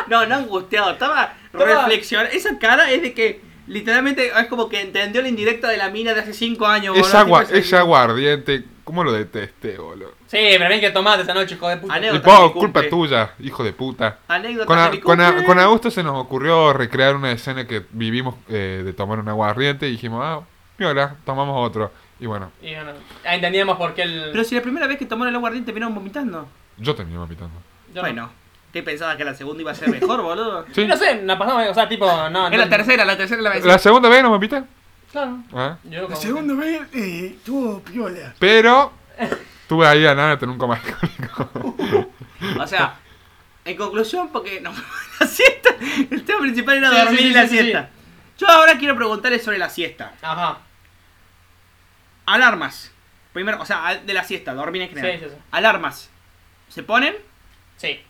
[SPEAKER 1] No, no angustiado, estaba
[SPEAKER 2] Estaba-
[SPEAKER 1] reflexionando. Esa cara es de que literalmente es como que entendió la indirecta de la mina de hace 5 años.
[SPEAKER 3] es
[SPEAKER 1] boludo.
[SPEAKER 3] agua,
[SPEAKER 1] Tipo, se-
[SPEAKER 3] es aguardiente. ¿Cómo lo detesté, boludo?
[SPEAKER 2] Sí, pero ven que tomaste esa noche, hijo de puta.
[SPEAKER 1] Aneo.
[SPEAKER 3] Y
[SPEAKER 1] Anécdota
[SPEAKER 3] po,
[SPEAKER 1] que
[SPEAKER 3] culpa
[SPEAKER 1] cumple.
[SPEAKER 3] tuya, hijo de puta.
[SPEAKER 1] Anécdota
[SPEAKER 3] Con, a-
[SPEAKER 1] que
[SPEAKER 3] con, a-
[SPEAKER 1] cumple.
[SPEAKER 3] con Augusto se nos ocurrió recrear una escena que vivimos eh, de tomar un aguardiente y dijimos, ah, piola, tomamos otro. Y bueno,
[SPEAKER 2] Y bueno, ahí entendíamos por qué el.
[SPEAKER 1] Pero si la primera vez que tomaron el aguardiente vieron vomitando.
[SPEAKER 3] yo terminé vomitando.
[SPEAKER 2] yo no-
[SPEAKER 1] Bueno, ¿qué pensabas que la segunda iba a ser mejor,
[SPEAKER 2] *laughs*
[SPEAKER 1] boludo?
[SPEAKER 3] Sí.
[SPEAKER 2] Y no sé, la pasamos, o sea, tipo, no.
[SPEAKER 4] Es
[SPEAKER 2] Ah, no-
[SPEAKER 4] la tercera, la tercera la vez.
[SPEAKER 3] La segunda vez no vomité.
[SPEAKER 2] Claro.
[SPEAKER 3] ¿Ah?
[SPEAKER 2] Yo como-
[SPEAKER 5] Segundo vez, eh, tuvo piola.
[SPEAKER 3] Pero tuve ahí a nada tener un coma alcohólico.
[SPEAKER 1] O sea, en conclusión, porque no, *laughs* la siesta, el tema principal era
[SPEAKER 2] Sí,
[SPEAKER 1] dormir
[SPEAKER 2] sí, sí,
[SPEAKER 1] y la
[SPEAKER 2] sí, sí.
[SPEAKER 1] siesta. Yo ahora quiero preguntarles sobre la siesta.
[SPEAKER 2] Ajá.
[SPEAKER 1] Alarmas. Primero, o sea, de la siesta, dormir en general.
[SPEAKER 2] Sí, sí, sí.
[SPEAKER 1] Alarmas. ¿Se ponen?
[SPEAKER 2] Sí.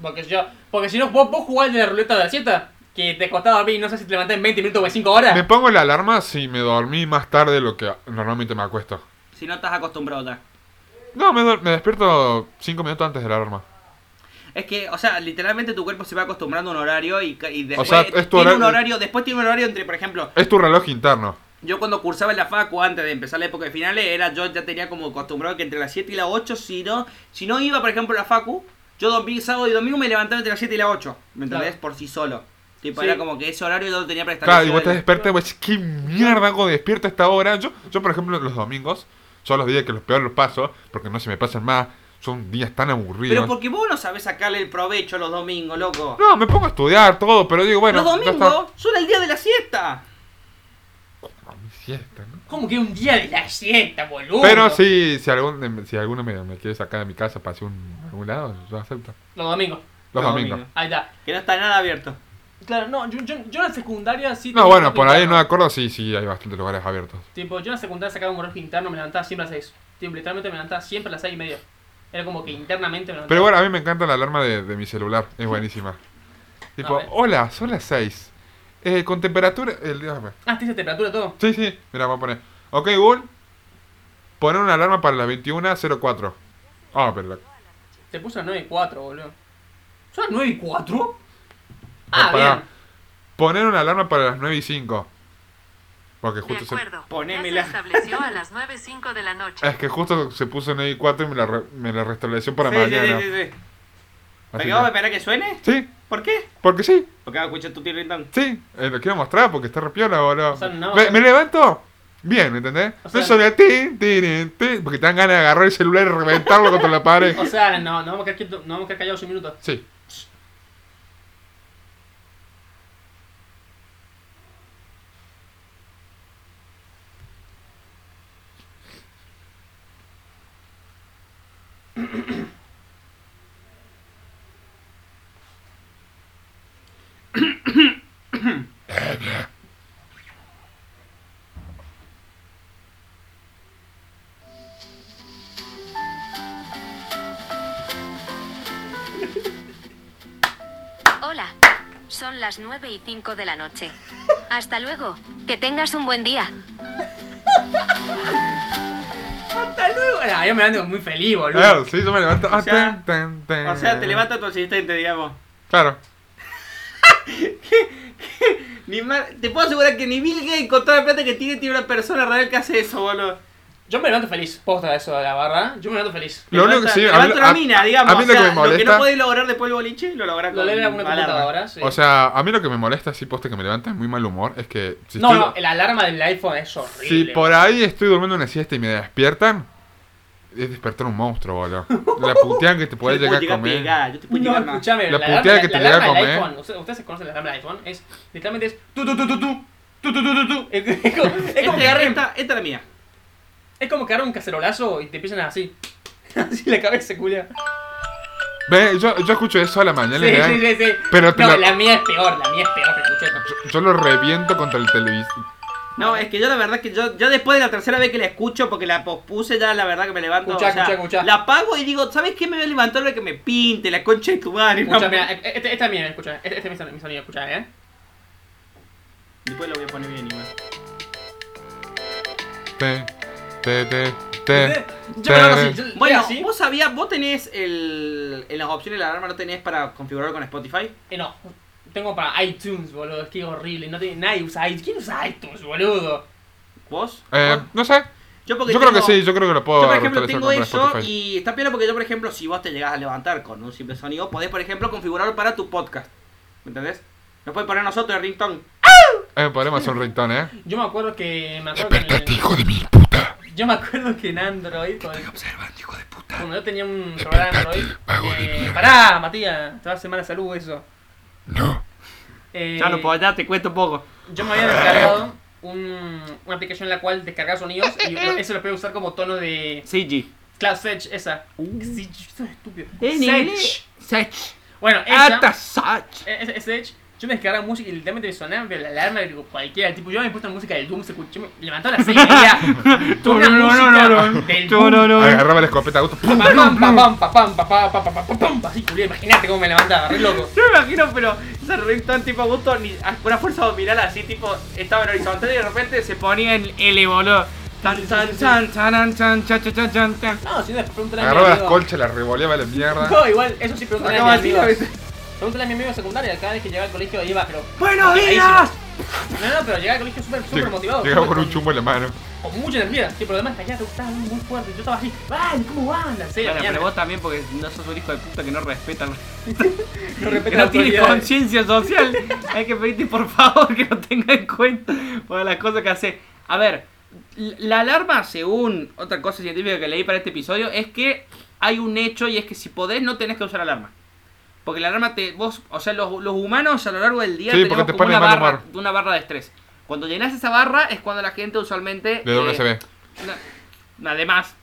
[SPEAKER 2] Porque yo. Porque si no, vos, vos jugás de la ruleta de la siesta, que te costaba a mí, no sé si te levantás en 20 minutos o en 5 horas.
[SPEAKER 3] Me pongo la alarma si me dormí más tarde de lo que normalmente me acuesto.
[SPEAKER 1] Si no estás acostumbrado ya.
[SPEAKER 3] No, me, duer- me despierto cinco minutos antes de la alarma.
[SPEAKER 1] Es que, o sea, literalmente tu cuerpo se va acostumbrando a un horario y, ca- y después
[SPEAKER 3] sea, es tu
[SPEAKER 1] tiene un
[SPEAKER 3] horario-
[SPEAKER 1] horario, después tiene un horario entre, por ejemplo,
[SPEAKER 3] Es tu reloj interno.
[SPEAKER 1] yo cuando cursaba en la facu antes de empezar la época de finales, era yo ya tenía como acostumbrado que entre las 7 y las 8, si no, si no iba, por ejemplo, a la facu, yo domingo, sábado y domingo me levantaba entre las 7 y las 8, ¿me entendés?
[SPEAKER 2] Claro.
[SPEAKER 1] Por sí solo. Tipo,
[SPEAKER 2] Sí.
[SPEAKER 1] era como que ese horario yo lo tenía preestablecido.
[SPEAKER 3] Claro, y vos te
[SPEAKER 1] del-
[SPEAKER 3] despertas y vos decís, ¿qué mierda hago despierto a esta hora? Yo, yo, por ejemplo, los domingos son los días que los peores los paso, porque no se me pasan más, son días tan aburridos.
[SPEAKER 1] Pero porque vos no sabés sacarle el provecho los domingos, loco.
[SPEAKER 3] No, me pongo a estudiar todo, pero digo, bueno,
[SPEAKER 1] los
[SPEAKER 3] ya
[SPEAKER 1] domingos son el día de la siesta.
[SPEAKER 3] está. No, mi siesta, ¿no?
[SPEAKER 2] Como que un día de la siesta, boludo.
[SPEAKER 3] Pero sí, si, algún, em, si alguno me, me quiere sacar de mi casa para hacer un, algún lado, yo acepto.
[SPEAKER 2] Los domingos.
[SPEAKER 3] Los,
[SPEAKER 1] Los
[SPEAKER 3] domingos.
[SPEAKER 1] domingos.
[SPEAKER 2] Ahí está.
[SPEAKER 1] Que no está nada abierto.
[SPEAKER 2] Claro, no, yo, yo, yo en la secundaria sí.
[SPEAKER 3] No,
[SPEAKER 2] tenía
[SPEAKER 3] bueno,
[SPEAKER 2] reloj
[SPEAKER 3] por ahí no
[SPEAKER 2] interno.
[SPEAKER 3] me acuerdo, sí, sí, hay bastantes lugares abiertos.
[SPEAKER 2] Tipo, yo en la secundaria sacaba un reloj interno, me levantaba siempre a las 6. Tipo, literalmente me levantaba siempre a las 6 y media. Era como que internamente me levantaba.
[SPEAKER 3] Pero bueno, a mí me encanta la alarma de, de mi celular, es buenísima. Tipo,
[SPEAKER 2] A ver.
[SPEAKER 3] hola, son las 6. Eh, con temperatura... El, déjame.
[SPEAKER 2] Ah, te dice temperatura todo.
[SPEAKER 3] Sí, sí, mira, voy a poner. Ok, Google. Poner una alarma para las 21.04. Ah, pero la...
[SPEAKER 2] Te puso 9 y 4, boludo. ¿Son 9 y 4? Ah,
[SPEAKER 3] pará.
[SPEAKER 2] bien.
[SPEAKER 3] Poner una alarma para las 9 y 5. Porque
[SPEAKER 7] De
[SPEAKER 3] justo se...
[SPEAKER 7] acuerdo.
[SPEAKER 4] Ponémela.
[SPEAKER 7] Ya se estableció a las 9.05 de la
[SPEAKER 3] *laughs*
[SPEAKER 7] noche.
[SPEAKER 3] Es que justo se puso 9 y 4 y me la, re- me la restableció para
[SPEAKER 1] Sí, sí,
[SPEAKER 3] mañana.
[SPEAKER 1] sí, sí, sí.
[SPEAKER 3] Así
[SPEAKER 1] ¿Pero que vamos a
[SPEAKER 3] que-
[SPEAKER 1] esperar a que suene?
[SPEAKER 3] Sí,
[SPEAKER 1] ¿Por qué?
[SPEAKER 3] porque sí,
[SPEAKER 1] Porque vamos a escuchar tu tío Rindón.
[SPEAKER 3] sí. Eh, lo quiero mostrar porque está repiola, boludo.
[SPEAKER 2] O sea, no,
[SPEAKER 3] me,
[SPEAKER 2] no.
[SPEAKER 3] me levanto. Bien, ¿entendés?
[SPEAKER 2] O sea-
[SPEAKER 3] no solo tin, tin, tin, porque te dan ganas de agarrar el celular y reventarlo contra la
[SPEAKER 1] *laughs*
[SPEAKER 3] pared.
[SPEAKER 2] O sea, no, no vamos a quedar, quieto- no vamos a quedar callados un minuto.
[SPEAKER 3] Sí.
[SPEAKER 8] Hola, son las 9 y 5 de la noche. Hasta luego, que tengas un buen día.
[SPEAKER 2] Hasta luego. Ah, yo me ando muy feliz,
[SPEAKER 3] Ah,
[SPEAKER 2] boludo.
[SPEAKER 3] sí, yo me levanto. Ah,
[SPEAKER 1] O sea-
[SPEAKER 3] tan, tan, tan.
[SPEAKER 1] O sea, te levanta tu asistente, digamos.
[SPEAKER 3] Claro.
[SPEAKER 1] Ni ma- Te puedo asegurar que ni Bill Gates con toda la plata que tiene tiene una persona real que hace eso, boludo.
[SPEAKER 2] Yo me levanto feliz. Posta de eso de la barra. Yo me levanto feliz.
[SPEAKER 3] Lo único que
[SPEAKER 1] Levanta-
[SPEAKER 3] sí,
[SPEAKER 1] levanta
[SPEAKER 3] hablo-
[SPEAKER 1] una
[SPEAKER 3] a-
[SPEAKER 1] mina, digamos.
[SPEAKER 3] a mí
[SPEAKER 1] o
[SPEAKER 3] lo que
[SPEAKER 1] sea,
[SPEAKER 3] me molesta-
[SPEAKER 1] no podés lograr después del boliche, lo lográs
[SPEAKER 2] Lo
[SPEAKER 1] con
[SPEAKER 2] lee en alguna
[SPEAKER 1] alarma.
[SPEAKER 2] computadora, sí.
[SPEAKER 3] O sea, a mí lo que me molesta así, poste que me levanta en muy mal humor, es que si,
[SPEAKER 2] no,
[SPEAKER 3] estoy-
[SPEAKER 2] no, el alarma del iPhone es
[SPEAKER 3] si
[SPEAKER 2] horrible.
[SPEAKER 3] por ahí estoy durmiendo una siesta y me despiertan, es despertar un monstruo, boludo. La puteada
[SPEAKER 2] *laughs*
[SPEAKER 3] que te
[SPEAKER 1] Yo
[SPEAKER 3] puede
[SPEAKER 1] te
[SPEAKER 3] llegar
[SPEAKER 1] puedo
[SPEAKER 3] a
[SPEAKER 1] llegar
[SPEAKER 3] comer.
[SPEAKER 1] pegada, yo te puedo
[SPEAKER 2] No,
[SPEAKER 1] llegar más.
[SPEAKER 2] escúchame,
[SPEAKER 3] La
[SPEAKER 2] la, alarma-
[SPEAKER 3] puteada
[SPEAKER 2] la-
[SPEAKER 3] que te
[SPEAKER 2] la
[SPEAKER 3] llega ¿eh? a
[SPEAKER 2] alarma del
[SPEAKER 3] comer.
[SPEAKER 2] iPhone, ustedes, ustedes conocen la alarma del iPhone, es literalmente es tu tu tu tu tu tu tu tu tu tu. Es, es como, es como
[SPEAKER 1] Esta-
[SPEAKER 2] que agarren-
[SPEAKER 1] esta, esta es la mía.
[SPEAKER 2] es como que agarren un cacerolazo y te empiezan así. *laughs* Así la cabeza, culia.
[SPEAKER 3] Ve, yo, yo escucho eso a la mañana,
[SPEAKER 2] Sí,
[SPEAKER 3] y me dan-
[SPEAKER 2] sí, sí, sí.
[SPEAKER 3] Pero te
[SPEAKER 2] no,
[SPEAKER 3] lo-
[SPEAKER 2] la mía es peor, la mía es peor que escuché.
[SPEAKER 3] *laughs* Yo, yo lo reviento contra el televisor.
[SPEAKER 1] No, es que yo la verdad que yo, yo después de la tercera vez que la escucho, porque la pospuse ya la verdad que me levanto.
[SPEAKER 2] Escuchá,
[SPEAKER 1] o sea,
[SPEAKER 2] escuchá, escuchá.
[SPEAKER 1] La apago y digo, ¿sabes qué? Me voy a levantar lo que me pinte, la concha de tu madre.
[SPEAKER 2] Escucha,
[SPEAKER 1] mamá".
[SPEAKER 2] mira, e- e- este- esta es mía, escucha, este, este es mi sonido, mi sonido, escucha, eh.
[SPEAKER 1] Después lo voy a poner bien igual.
[SPEAKER 3] Te, te, te, te.
[SPEAKER 2] Yo me hago así, yo- yo
[SPEAKER 1] Bueno,
[SPEAKER 2] así.
[SPEAKER 1] vos sabías, vos tenés el, en las opciones de la alarma, ¿no tenés para configurarlo con Spotify?
[SPEAKER 2] Eh, no, tengo para iTunes, boludo, es que es horrible, no tiene, nadie usa iTunes, ¿quién usa iTunes, boludo?
[SPEAKER 1] ¿Vos?
[SPEAKER 3] Eh,
[SPEAKER 1] ¿Vos?
[SPEAKER 3] no sé.
[SPEAKER 1] yo
[SPEAKER 3] Yo creo que
[SPEAKER 1] tengo-
[SPEAKER 3] sí, yo creo que lo puedo
[SPEAKER 1] Yo, por ejemplo,
[SPEAKER 3] restablecer
[SPEAKER 1] tengo
[SPEAKER 3] contra
[SPEAKER 1] eso
[SPEAKER 3] Spotify.
[SPEAKER 1] y está piola porque yo, por ejemplo, si vos te llegás a levantar con un simple sonido, podés, por ejemplo, configurarlo para tu podcast. ¿Me entendés? Nos puede poner nosotros el ringtone.
[SPEAKER 3] Eh, podemos hacer un ringtone,
[SPEAKER 2] *laughs*
[SPEAKER 3] eh.
[SPEAKER 2] Yo me acuerdo que... Me acuerdo que en el-
[SPEAKER 3] hijo de mil puta.
[SPEAKER 2] yo me acuerdo que en Android... con-
[SPEAKER 3] Observante, hijo de puta.
[SPEAKER 2] Cuando yo tenía un programa en Android.
[SPEAKER 3] vago de
[SPEAKER 2] eh,
[SPEAKER 3] mierda.
[SPEAKER 2] pará, Matías, te va a hacer mala salud eso.
[SPEAKER 3] No.
[SPEAKER 2] Eh,
[SPEAKER 4] Ya no puedo, ya te cuento un poco.
[SPEAKER 2] Yo me había descargado un- una aplicación en la cual descargaba sonidos y lo- eso lo podía usar como tono de.
[SPEAKER 4] CG.
[SPEAKER 2] Cloud Sedge, esa.
[SPEAKER 3] Uh.
[SPEAKER 2] Sedge, esto es estúpido.
[SPEAKER 4] En
[SPEAKER 2] Sedge.
[SPEAKER 4] inglés. Sech.
[SPEAKER 2] Bueno, esa.
[SPEAKER 4] Ata Sech.
[SPEAKER 2] e- Ese Sedge. Yo me descargaba música y literalmente me sonaba la alarma de cualquiera. Tipo, yo me he puesto música del Doom, se escuchó, me levantó a las seis y media.
[SPEAKER 4] No,
[SPEAKER 2] Una
[SPEAKER 4] no, no, no, no.
[SPEAKER 2] música del
[SPEAKER 4] No,
[SPEAKER 2] Doom.
[SPEAKER 4] no, no.
[SPEAKER 3] Agarraba la escopeta a gusto. ¡pum!
[SPEAKER 2] Pa, pam, pa, pam, pa, pam, pa, pa, pa, pa, pa, pam, pa. Así, culiao, imaginate cómo me levantaba, re loco.
[SPEAKER 1] Yo me imagino, pero ese ringtone tipo a gusto, ni a pura fuerza abdominal así, tipo, estaba en horizontal y de repente se ponía en L, boludo. Tan, tan, tan, tan, tan, tan, tan, tan, tan.
[SPEAKER 2] No, si no, pregúntale a mi
[SPEAKER 3] Agarraba las
[SPEAKER 2] amigo.
[SPEAKER 3] colchas, las revoleaba a la
[SPEAKER 2] *laughs*
[SPEAKER 3] mierda.
[SPEAKER 2] No, igual, eso sí, pregúntale a
[SPEAKER 1] Acaba
[SPEAKER 2] mi
[SPEAKER 1] así,
[SPEAKER 2] amigo.
[SPEAKER 1] a veces.
[SPEAKER 2] Pregúntale a mi amigo de secundaria, cada vez que llegaba al colegio iba, pero...
[SPEAKER 1] ¡Buenos
[SPEAKER 2] Tocadísimo.
[SPEAKER 1] días!
[SPEAKER 2] No, no, pero llegaba al colegio súper, súper motivado.
[SPEAKER 3] Llegaba
[SPEAKER 2] súper
[SPEAKER 3] con un chumbo en la mano.
[SPEAKER 2] Con mucha energía, sí, pero además allá te gustaba muy fuerte. Yo estaba así, ¡ay, cómo andas! Sí,
[SPEAKER 4] Bueno,
[SPEAKER 2] la
[SPEAKER 4] pero
[SPEAKER 2] mierda.
[SPEAKER 4] vos también porque no sos un hijo de puta que no respeta,
[SPEAKER 2] no
[SPEAKER 4] que
[SPEAKER 2] respetas
[SPEAKER 4] no tiene
[SPEAKER 2] autoridades.
[SPEAKER 4] conciencia social. Hay que pedirte por favor que lo tenga en cuenta por las cosas que hace. A ver, l- la alarma, según otra cosa científica que leí para este episodio, es que hay un hecho y es que si podés no tenés que usar alarma. Porque la alarma te. vos, o sea, los, los humanos a lo largo del día
[SPEAKER 3] Sí, porque
[SPEAKER 4] tenemos
[SPEAKER 3] te
[SPEAKER 4] como
[SPEAKER 3] pone
[SPEAKER 4] una
[SPEAKER 3] de mal
[SPEAKER 4] barra,
[SPEAKER 3] humor.
[SPEAKER 4] una barra de estrés. Cuando llenas esa barra es cuando la gente usualmente.
[SPEAKER 3] Le da un
[SPEAKER 4] eh,
[SPEAKER 3] USB.
[SPEAKER 4] no, Además,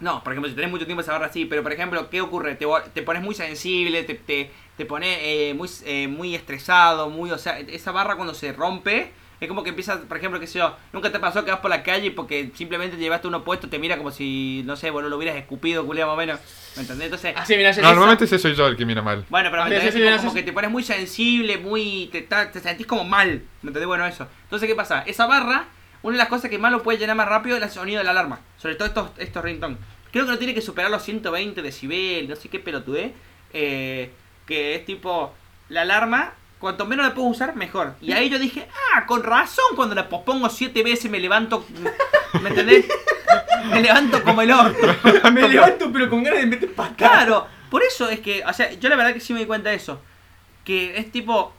[SPEAKER 4] no, por ejemplo, si tenés mucho tiempo esa barra así, pero por ejemplo, ¿qué ocurre? Te, vol- te pones muy sensible, te, te, te pones eh, muy, eh, muy estresado, muy, o sea, esa barra cuando se rompe, es como que empiezas, por ejemplo, qué sé yo, nunca te pasó que vas por la calle porque simplemente te llevaste uno puesto, te mira como si, no sé, boludo, lo hubieras escupido, culiao, más o menos, ¿me entendés? Entonces,
[SPEAKER 2] Así, mira, yo
[SPEAKER 3] No, normalmente ese soy yo el que mira mal.
[SPEAKER 4] bueno, pero
[SPEAKER 2] Sí,
[SPEAKER 4] me entendés,
[SPEAKER 2] sí, sí, sí,
[SPEAKER 4] como, como
[SPEAKER 2] sí.
[SPEAKER 4] que te pones muy sensible, muy. Te, ta- te sentís como mal. ¿Me entendés? Bueno, eso. Entonces, ¿qué pasa? Esa barra
[SPEAKER 1] una de las cosas que más lo puede llenar más rápido es el sonido de la alarma. Sobre todo estos, estos ringtone. Creo que no tiene que superar los 120 decibel, no sé qué pelotudé. eh, que es tipo, la alarma, cuanto menos la puedo usar, mejor. Y ahí yo dije, ah, con razón, cuando la pospongo siete veces me levanto... ¿Me
[SPEAKER 2] *laughs*
[SPEAKER 1] entendés? Me levanto como el orto.
[SPEAKER 2] Me levanto, pero con ganas de meter patada.
[SPEAKER 1] Claro, por eso es que, o sea, yo la verdad que sí me di cuenta de eso. Que es tipo,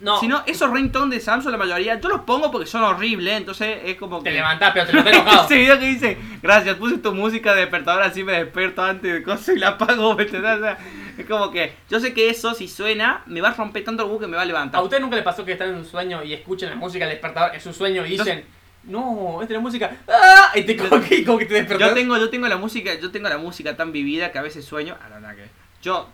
[SPEAKER 2] No,
[SPEAKER 1] si no, esos ringtones de Samsung, la mayoría, yo los pongo porque son horribles, entonces es como que.
[SPEAKER 2] te levantás, pero te lo
[SPEAKER 1] *laughs*
[SPEAKER 2] enojado.
[SPEAKER 1] Ese video que dice, gracias, puse tu música de despertador así me despierto antes de cosas y la apago, *laughs* ¿me entendés? O sea, es como que, yo sé que eso si suena, me va a romper tanto el buque que me va a
[SPEAKER 2] ¿A
[SPEAKER 1] levantar.
[SPEAKER 2] usted nunca le pasó que están en un sueño y escuchan la música del despertador en su sueño y dicen, no, esta es la música, ¡ah! Y te como que, como que te despertás.
[SPEAKER 1] Yo tengo, yo tengo la música, yo tengo la música tan vivida que a veces sueño. Ah, no, nada que ver. Yo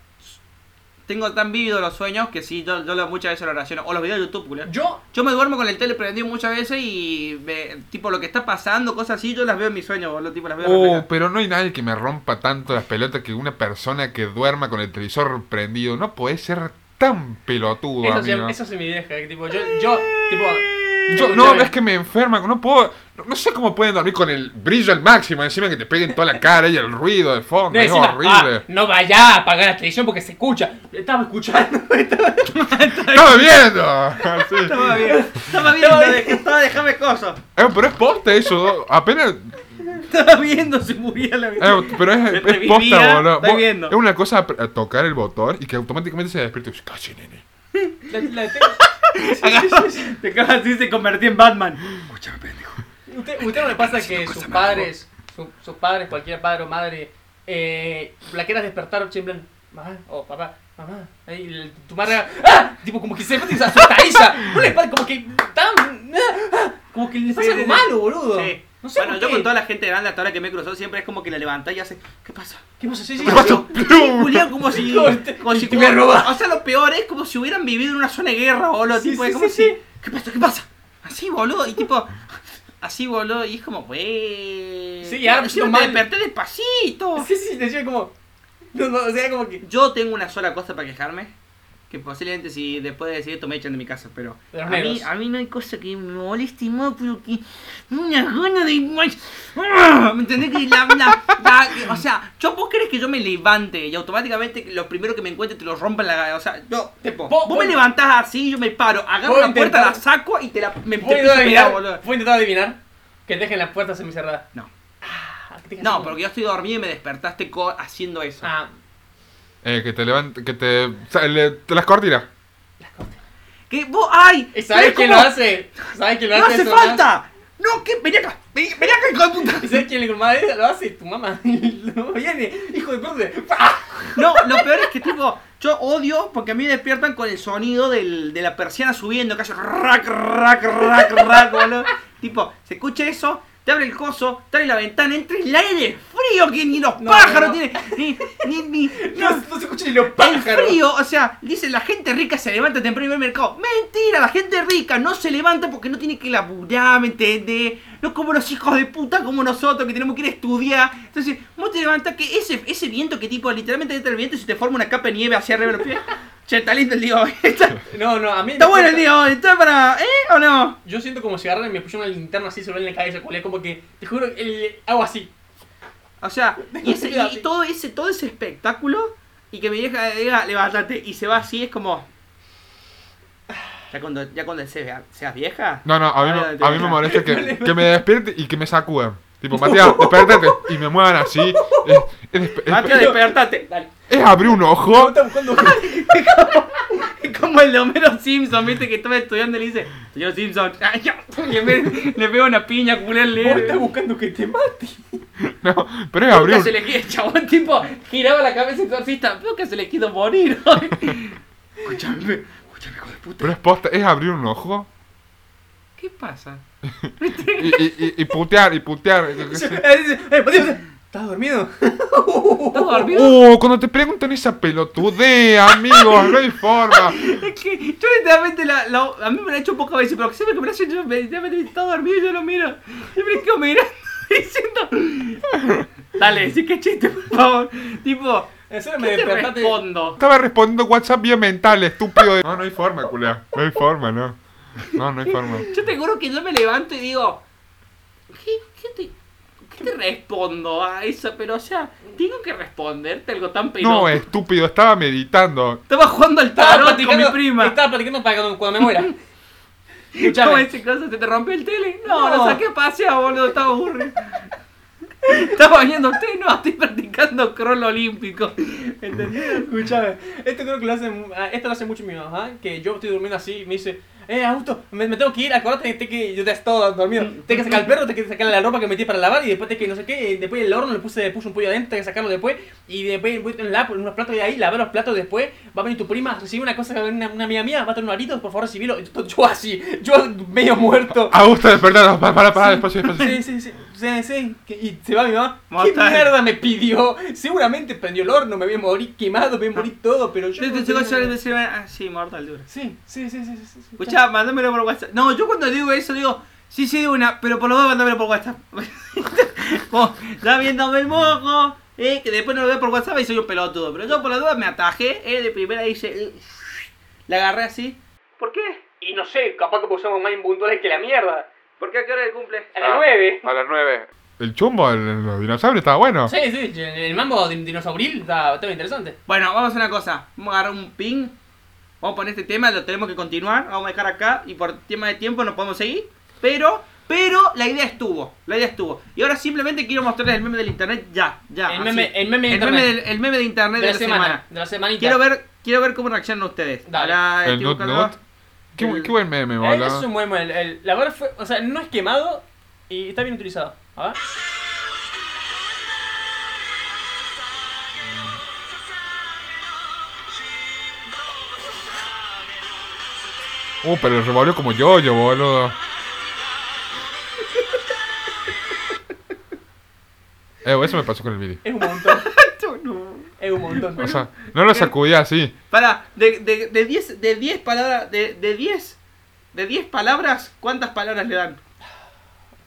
[SPEAKER 1] tengo tan vividos los sueños que sí, yo, yo lo- muchas veces lo relaciono. O los videos de YouTube, culiao.
[SPEAKER 2] Yo,
[SPEAKER 1] Yo me duermo con el tele prendido muchas veces y me- tipo lo que está pasando, cosas así, yo las veo en mis sueños, boludo, tipo las veo en la
[SPEAKER 3] Oh,
[SPEAKER 1] realidad.
[SPEAKER 3] pero no hay nadie que me rompa tanto las pelotas que una persona que duerma con el televisor prendido. No podés ser tan pelotudo,
[SPEAKER 2] eso,
[SPEAKER 3] amigo.
[SPEAKER 2] se, eso se me deja, que tipo, yo, yo, tipo,
[SPEAKER 3] Yo, no, es que me enferma, no puedo. No, no sé cómo pueden dormir con el brillo al máximo, encima que te peguen toda la cara y el ruido de fondo,
[SPEAKER 2] no,
[SPEAKER 3] es
[SPEAKER 2] encima, ah, *laughs*
[SPEAKER 3] horrible.
[SPEAKER 2] no vaya a apagar la televisión porque se escucha. Estaba escuchando. estaba-
[SPEAKER 3] ¡Estaba viendo! *laughs* Sí.
[SPEAKER 1] Estaba bien,
[SPEAKER 2] *laughs*
[SPEAKER 1] estaba viendo, de- estaba déjame cosas.
[SPEAKER 3] Eh, pero es poste eso, apenas.
[SPEAKER 1] Estaba viendo si moría la
[SPEAKER 2] Ah.
[SPEAKER 1] vida.
[SPEAKER 3] eh, pero es, es
[SPEAKER 1] Revivía,
[SPEAKER 3] posta, boludo.
[SPEAKER 1] estoy
[SPEAKER 3] Vos-
[SPEAKER 1] viendo.
[SPEAKER 3] Es una cosa a- a tocar el botón y que automáticamente se despierta y dice, "Cachi, nene.
[SPEAKER 2] la- la tengo- *laughs*
[SPEAKER 1] Te cagas así se convertí en Batman.
[SPEAKER 2] ¿Usted, usted no le pasa que sus padres, su- sus padres, cualquier padre o madre, eh, la quieras despertar o en plan, mamá o papá, mamá, ahí el- tu madre, ¡ah! Tipo, como que se mete y se asustadiza. No le pasa, como que tan, ah, ah, como que le pasa
[SPEAKER 1] Sí,
[SPEAKER 2] algo
[SPEAKER 1] sí,
[SPEAKER 2] malo, boludo.
[SPEAKER 1] Sí.
[SPEAKER 2] No sé
[SPEAKER 1] bueno,
[SPEAKER 2] por
[SPEAKER 1] yo
[SPEAKER 2] qué.
[SPEAKER 1] con toda la gente grande hasta ahora que me cruzó siempre es como que la levantás y hace, ¿qué pasa?
[SPEAKER 2] ¿Qué pasa? Sí, sí,
[SPEAKER 1] Como
[SPEAKER 2] sí.
[SPEAKER 1] si- sí, Julián, como
[SPEAKER 2] *laughs*
[SPEAKER 1] si.
[SPEAKER 2] Corte.
[SPEAKER 1] Como si
[SPEAKER 2] Te voy a robar.
[SPEAKER 1] O sea, lo peor es como si hubieran vivido en una zona de guerra, boludo.
[SPEAKER 2] Sí,
[SPEAKER 1] tipo,
[SPEAKER 2] sí,
[SPEAKER 1] es como
[SPEAKER 2] sí,
[SPEAKER 1] si.
[SPEAKER 2] sí.
[SPEAKER 1] ¿Qué pasa? ¿Qué pasa? Así, boludo. Y tipo. Así, boludo. Y es como, wey.
[SPEAKER 2] Sí, ya,
[SPEAKER 1] Encima
[SPEAKER 2] normal.
[SPEAKER 1] me desperté despacito.
[SPEAKER 2] Sí, sí, decía como. No, no, o sea, como que.
[SPEAKER 1] Yo tengo una sola cosa para quejarme. Que posiblemente si después de decir esto me echan de mi casa, pero.
[SPEAKER 2] De los
[SPEAKER 1] a, mí,
[SPEAKER 2] negros.
[SPEAKER 1] a mí no hay cosa que me moleste más, pero que. Una gana de. más. ¡Ah! ¿Me entendés? Que la, la- la- o sea, yo, vos querés que yo me levante y automáticamente lo primero que me encuentre te lo rompa en la. O sea, yo. tipo,
[SPEAKER 2] Vos-
[SPEAKER 1] vos me
[SPEAKER 2] vos-
[SPEAKER 1] levantás así, yo me paro, agarro
[SPEAKER 2] Vos
[SPEAKER 1] la puerta,
[SPEAKER 2] intentás-
[SPEAKER 1] la saco y te la. Me te
[SPEAKER 2] ¿Puedo
[SPEAKER 1] empiezo
[SPEAKER 2] intentar
[SPEAKER 1] a pegar, boludo.
[SPEAKER 2] adivinar? ¿Puedo intentar adivinar? Que dejen las puertas semicerradas.
[SPEAKER 1] No.
[SPEAKER 2] Ah, que dejen
[SPEAKER 1] No,
[SPEAKER 2] así como-
[SPEAKER 1] porque yo estoy dormido y me despertaste co- haciendo eso.
[SPEAKER 2] Ah,
[SPEAKER 3] Eh, que te levanta, que te. sa- le- te las cortinas.
[SPEAKER 1] Que vos, ay,
[SPEAKER 2] ¿Y sabes
[SPEAKER 1] ¿sabés
[SPEAKER 2] quién lo
[SPEAKER 1] cómo?
[SPEAKER 2] hace? ¿Sabes quién lo
[SPEAKER 1] ¡No
[SPEAKER 2] hace?
[SPEAKER 1] hace
[SPEAKER 2] eso, no?
[SPEAKER 1] falta! No, que vení acá, vení, vení acá, hijo de puta.
[SPEAKER 2] ¿Y sabes quién le madre lo hace? Tu mamá. *laughs* Lo viene, hijo de ¡ah! puta.
[SPEAKER 1] *laughs* No, lo peor es que tipo, yo odio porque a mí me despiertan con el sonido del, de la persiana subiendo, que hace rac, rac, rac, rac, boludo. Tipo, se escucha eso, te abre el coso, te abre la ventana, entra el aire frío que ni los
[SPEAKER 2] No,
[SPEAKER 1] pájaros
[SPEAKER 2] no.
[SPEAKER 1] tienen, ni, ni, *laughs* ni-
[SPEAKER 2] No, no se escucha ni los
[SPEAKER 1] El
[SPEAKER 2] pájaros.
[SPEAKER 1] frío, o sea, dice la gente rica se levanta temprano y va al mercado. Mentira, la gente rica no se levanta porque no tiene que laburar, ¿me entendés? No como los hijos de puta como nosotros que tenemos que ir a estudiar. Entonces, vos te levantás que ese, ese viento que tipo, literalmente entra el viento y se te forma una capa de nieve hacia arriba de los pies. Che, está lindo el día hoy. *laughs* Está,
[SPEAKER 2] No, no, a mí.
[SPEAKER 1] está
[SPEAKER 2] me
[SPEAKER 1] bueno el
[SPEAKER 2] cuesta-
[SPEAKER 1] día hoy. Está para... ¿Eh o no?
[SPEAKER 2] Yo siento como si agarran y me pusieron una linterna así, se lo ven en la cabeza, cual es como que. Te juro, el, hago así.
[SPEAKER 1] O *laughs* sea, y, ese- y- y todo, ese, todo ese espectáculo y que mi vieja diga, levántate y se va así, es como... Ya cuando, ya cuando seas, seas vieja...
[SPEAKER 3] No, no, a mí,
[SPEAKER 1] Ah,
[SPEAKER 3] me-
[SPEAKER 1] te
[SPEAKER 3] a mí me
[SPEAKER 1] digo.
[SPEAKER 3] molesta
[SPEAKER 1] *laughs*
[SPEAKER 3] que, que me despierte y que me sacudan. Tipo, Matías, despiértate. Y me muevan así. Es, es- es-
[SPEAKER 1] Mateo, despertate. *laughs* Dale.
[SPEAKER 3] es abrir un
[SPEAKER 1] Oh,
[SPEAKER 3] ojo.
[SPEAKER 2] Está *laughs* buscando.
[SPEAKER 1] Es como el de Homero Simpson, viste, que estaba estudiando y le dice, señor Simpson, *laughs* ay, ya. Y en vez- le pega una piña, culé al
[SPEAKER 2] Vos estás
[SPEAKER 1] leer.
[SPEAKER 2] buscando que te mate.
[SPEAKER 3] No, pero es abrir
[SPEAKER 1] Nunca se
[SPEAKER 3] un.
[SPEAKER 1] le queda, el chabón, tipo, giraba la cabeza y torcista, creo que se le quiso morir *laughs* hoy. Escúchame, escúchame, hijo de puta.
[SPEAKER 3] Pero es posta, es abrir un ojo.
[SPEAKER 1] ¿Qué *laughs* pasa?
[SPEAKER 3] Y, y, y, y putear, y putear.
[SPEAKER 1] *laughs*
[SPEAKER 3] yo qué sé.
[SPEAKER 2] Eh, Matías, ¿Estás dormido?
[SPEAKER 1] ¿Estás dormido?
[SPEAKER 3] Uh, cuando te preguntan esa pelotudea, amigos, no hay forma.
[SPEAKER 1] Es que *laughs* yo literalmente la, la- a mí me la he hecho pocas veces, pero siempre que me la he hecho, yo me, literalmente estaba dormido y yo lo miro. Yo me quedo mirando *laughs* diciendo, dale, sí que chiste, por favor. Tipo,
[SPEAKER 2] En serio, me
[SPEAKER 1] ¿qué te
[SPEAKER 2] despertaste.
[SPEAKER 1] respondo?
[SPEAKER 3] Estaba respondiendo WhatsApp vía mental, estúpido. No, no hay forma, culea. No hay forma, no. No, no hay forma.
[SPEAKER 1] Yo te juro que yo me levanto y digo, ¿Qué, qué te, qué te respondo a eso? Pero, o sea, tengo que responderte algo tan penoso.
[SPEAKER 3] No, estúpido, estaba meditando.
[SPEAKER 1] Estaba jugando al
[SPEAKER 2] Estaba
[SPEAKER 1] tarot con mi
[SPEAKER 2] platicando,
[SPEAKER 1] prima.
[SPEAKER 2] Estaba platicando para cuando, cuando me muera.
[SPEAKER 1] ¿Cómo
[SPEAKER 2] Escuchame.
[SPEAKER 1] ese cosa? ¿Se te rompió el tele? No,
[SPEAKER 2] No.
[SPEAKER 1] lo saqué a pasear, boludo, estaba aburrido. *laughs* Estaba viendo usted, no, estoy practicando crawl olímpico. ¿Entendés?
[SPEAKER 2] Escuchame, esto creo que lo hace, mu- ah, esto lo hace mucho mi mamá, que yo estoy durmiendo así y me dice, eh, Augusto, me, me tengo que ir, acuérdate que, que yo te todo dormido, tengo que sacar el perro, tengo que sacar la ropa que metí para lavar y después tengo que no sé qué, eh, después el horno le puse, puse un pollo adentro, tengo que sacarlo después y después voy a tener la- unos platos de ahí, lavar los platos después, va a venir tu prima, recibe una cosa, una, una amiga mía, va a tener un arito, por favor recibilo, Y yo, yo así, yo medio muerto.
[SPEAKER 3] Augusto, despertanos, para, para, para, despacio, despacio.
[SPEAKER 1] *laughs*
[SPEAKER 2] Sí, sí, sí, sí, sí, que- y se va mi mamá. ¿Qué
[SPEAKER 1] Mortal.
[SPEAKER 2] mierda me pidió? Seguramente prendió el horno, me voy a morir quemado, me voy a morir todo, pero yo...
[SPEAKER 1] Yo te
[SPEAKER 2] no
[SPEAKER 1] llego a
[SPEAKER 2] tenía-
[SPEAKER 1] decirme, ah, sí, mortal dura.
[SPEAKER 2] Sí, sí, sí, sí, sí, sí.
[SPEAKER 1] Escuchá, mándamelo por WhatsApp. No, yo cuando digo eso digo, sí, sí, de una, pero por lo menos mándamelo por WhatsApp. *laughs* Como, ya viéndome el moco, eh, que después no lo veo por WhatsApp y soy un pelotudo. Pero yo por la duda me atajé, eh, de primera hice. eh, la agarré así. ¿Por qué?
[SPEAKER 2] Y no sé, capaz que pusimos más impuntuales que la mierda.
[SPEAKER 1] ¿Por qué a qué hora el cumple?
[SPEAKER 2] A las 9.
[SPEAKER 3] A las 9. El chumbo, el, los dinosaurios, estaba bueno.
[SPEAKER 2] Sí, sí, el mambo din- dinosauril está, está bien interesante.
[SPEAKER 1] Bueno, vamos a hacer una cosa. Vamos a agarrar un ping. Vamos a poner este tema, lo tenemos que continuar. Vamos a dejar acá y por tema de tiempo no podemos seguir. Pero, pero la idea estuvo. La idea estuvo. Y ahora simplemente quiero mostrarles el meme del internet ya, ya.
[SPEAKER 2] El
[SPEAKER 1] así.
[SPEAKER 2] meme- el meme de
[SPEAKER 1] Meme
[SPEAKER 2] internet.
[SPEAKER 1] del, el meme de internet de, la, semana.
[SPEAKER 2] De la semanita.
[SPEAKER 1] Quiero ver, quiero ver cómo reaccionan ustedes.
[SPEAKER 2] Dale.
[SPEAKER 1] Ahora
[SPEAKER 3] El
[SPEAKER 1] estoy
[SPEAKER 3] Not
[SPEAKER 1] buscando-
[SPEAKER 3] Not. Qué, bu-
[SPEAKER 1] el-
[SPEAKER 3] qué buen meme,
[SPEAKER 2] Eh,
[SPEAKER 3] boludo.
[SPEAKER 2] es un buen el, el- La verdad fue... O sea, no es quemado y está bien utilizado. ¿ah? A ver.
[SPEAKER 3] Uh, pero el revolvió como yo-yo, boludo. Eh, eso me pasó con el Billy.
[SPEAKER 2] Es
[SPEAKER 1] *laughs*
[SPEAKER 2] un montón.
[SPEAKER 1] Yo no.
[SPEAKER 2] es un montón.
[SPEAKER 3] O sea, no lo sacudía así.
[SPEAKER 1] Pará, de 10 de, 10 de 10 palabras, de de 10 de 10 palabras, ¿cuántas palabras le dan?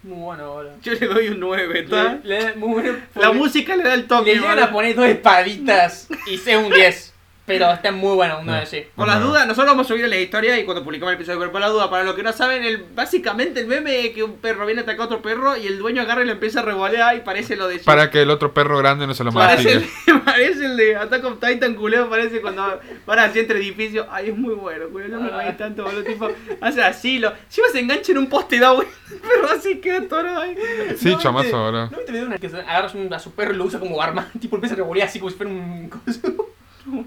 [SPEAKER 2] muy bueno, boludo.
[SPEAKER 1] Yo le doy un 9,
[SPEAKER 2] Le, le- muy bueno.
[SPEAKER 1] La música le da el toque.
[SPEAKER 2] Le llegan
[SPEAKER 1] boludo.
[SPEAKER 2] a poner dos *laughs* espaditas y sé un 10. Pero está muy bueno, uno de sí.
[SPEAKER 1] Por las dudas, nosotros vamos a subir la historia y cuando publicamos el episodio de Cuerpo a la Duda, para los que no saben, el, básicamente el meme es que un perro viene a atacar a otro perro y el dueño agarra y lo empieza a revolear y parece lo de...
[SPEAKER 3] Para que el otro perro grande no se lo
[SPEAKER 1] *laughs* parece,
[SPEAKER 3] mastique.
[SPEAKER 1] el, parece el de *laughs* Attack on Titan, culeo, parece cuando van así entre edificios. Ay, es muy bueno, culeo, no me
[SPEAKER 2] Ah.
[SPEAKER 1] reí tanto, boludo, tipo, hace así, lo... Si se engancha en un poste y da vuelta, *laughs* el perro así queda atorado ahí.
[SPEAKER 3] Sí,
[SPEAKER 2] ¿No viste-
[SPEAKER 3] chamazo, boludo.
[SPEAKER 2] ¿No viste video una que se- agarras un, a su perro y lo usa como arma? *laughs* Tipo, empieza a revolear así como si fuera un coso. *laughs*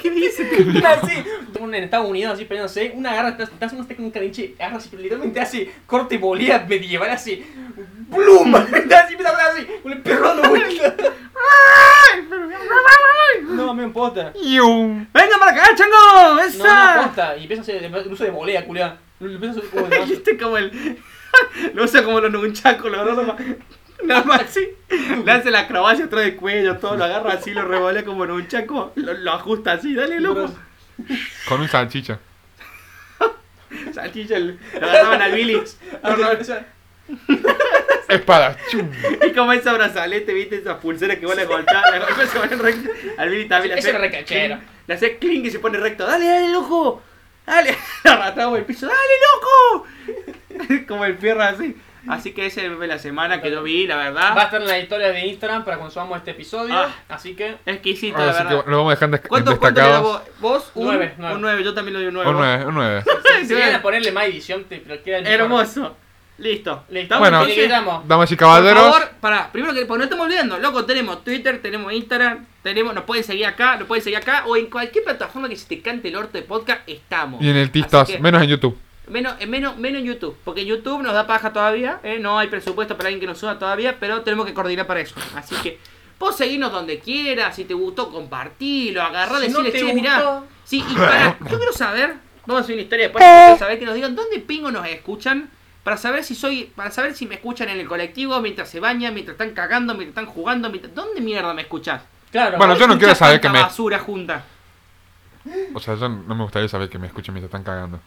[SPEAKER 1] ¿Qué dice?
[SPEAKER 2] Una así. Una en Estados Unidos así peleándose. Una agarra, estás, estás una con un carinche, agarra así, pero literalmente hace corte y volea medieval así. *laughs* ¡Blum! Así empieza a hablar así. Con el perro dando vuelta. No, me importa.
[SPEAKER 3] Yum.
[SPEAKER 1] ¡Venga para acá, chango!
[SPEAKER 2] No, no
[SPEAKER 1] ¡Esa!
[SPEAKER 2] importa. Y empieza a hacer el uso de volea, culea. Lo lo empieza a hacer como *laughs* de brazo.
[SPEAKER 1] Este como el. *laughs* Lo usa como los nunchacos, lo agarra nomás- nada más así. Le hace la acrobacia atrás del cuello, todo, lo agarra así, lo revolea como nunchaco, lo, lo ajusta así, dale loco.
[SPEAKER 3] Con un salchicha.
[SPEAKER 1] Salchicha, el- lo agarraban al Billy. lo
[SPEAKER 2] O
[SPEAKER 1] agarraban-
[SPEAKER 2] sea,
[SPEAKER 3] Espada. Chum.
[SPEAKER 1] Y como esa brazalete, viste, esas pulseras que van a golpear, las golpeas se van recto. Al Billy también le
[SPEAKER 2] Ese
[SPEAKER 1] hace.
[SPEAKER 2] era recachero.
[SPEAKER 1] Le hace clink y se pone recto. Dale, dale, loco. Dale. *laughs* Lo arrastraba por el piso. Dale, loco. *laughs* como el perro así. Así que ese fue la semana que yo vi, la verdad.
[SPEAKER 2] Va a estar en la historia de Instagram para cuando subamos este episodio.
[SPEAKER 1] Ah.
[SPEAKER 2] Así que.
[SPEAKER 1] Exquisito, la
[SPEAKER 3] Así que
[SPEAKER 1] verdad.
[SPEAKER 3] lo vamos a dejar des-
[SPEAKER 1] ¿Cuánto, cuánto le da
[SPEAKER 3] destacados.
[SPEAKER 1] vos? ¿Vos? Un
[SPEAKER 2] Nueve, nueve.
[SPEAKER 1] Un nueve, yo también le doy un nueve.
[SPEAKER 3] Un 9, un
[SPEAKER 1] *laughs*
[SPEAKER 3] 9.
[SPEAKER 1] Sí,
[SPEAKER 2] Si
[SPEAKER 1] sí,
[SPEAKER 2] van a ponerle más edición, te, pero queda el mejor.
[SPEAKER 1] Hermoso. Listo.
[SPEAKER 2] Listo.
[SPEAKER 3] Bueno.
[SPEAKER 2] Entonces, ¿qué digamos?
[SPEAKER 3] Damas y
[SPEAKER 1] Por
[SPEAKER 3] caballeros.
[SPEAKER 1] favor, pará, primero que, porque no estamos olvidando, loco, tenemos Twitter, tenemos Instagram, tenemos, nos pueden seguir acá, nos pueden seguir acá, o en cualquier plataforma que se te cante el orto de podcast, estamos.
[SPEAKER 3] Y en el
[SPEAKER 1] Así
[SPEAKER 3] Tistas,
[SPEAKER 1] que-
[SPEAKER 3] menos en YouTube.
[SPEAKER 1] Menos, eh, menos, menos en YouTube, porque en YouTube nos da paja todavía, eh, no hay presupuesto para alguien que nos suba todavía, pero tenemos que coordinar para eso. Así que vos seguirnos donde quieras, si te gustó, compartilo, agarrá,
[SPEAKER 2] Si no
[SPEAKER 1] decirle,
[SPEAKER 2] te
[SPEAKER 1] che,
[SPEAKER 2] gustó".
[SPEAKER 1] mirá. Sí, y para, yo quiero saber, vamos a hacer una historia
[SPEAKER 3] Eh.
[SPEAKER 1] después, para saber que nos digan dónde pingo nos escuchan, para saber si soy, para saber si me escuchan en el colectivo, mientras se bañan, mientras están cagando, mientras están jugando, mientras, ¿dónde mierda me escuchás?
[SPEAKER 2] Claro.
[SPEAKER 3] Bueno, yo no
[SPEAKER 1] Escuchás
[SPEAKER 3] quiero saber
[SPEAKER 1] tanta
[SPEAKER 3] que me-
[SPEAKER 1] basura junta.
[SPEAKER 3] O sea, yo no me gustaría saber que me escuchen mientras están cagando.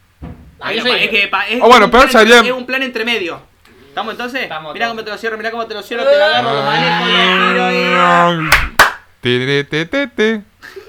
[SPEAKER 2] Ah, yo
[SPEAKER 1] Bueno,
[SPEAKER 2] soy-
[SPEAKER 1] es que pa- es
[SPEAKER 3] Ah, bueno,
[SPEAKER 1] un
[SPEAKER 3] peor
[SPEAKER 1] plan-
[SPEAKER 3] sería-
[SPEAKER 1] Es un plan entre medio. ¿Estamos entonces?
[SPEAKER 2] Estamos,
[SPEAKER 1] mirá
[SPEAKER 2] estamos.
[SPEAKER 1] cómo te lo cierro, mirá cómo te
[SPEAKER 3] Ah.
[SPEAKER 1] eh. lo cierro, te lo agarro, lo manejo, lo tiro y...
[SPEAKER 3] Tere, te, te, te.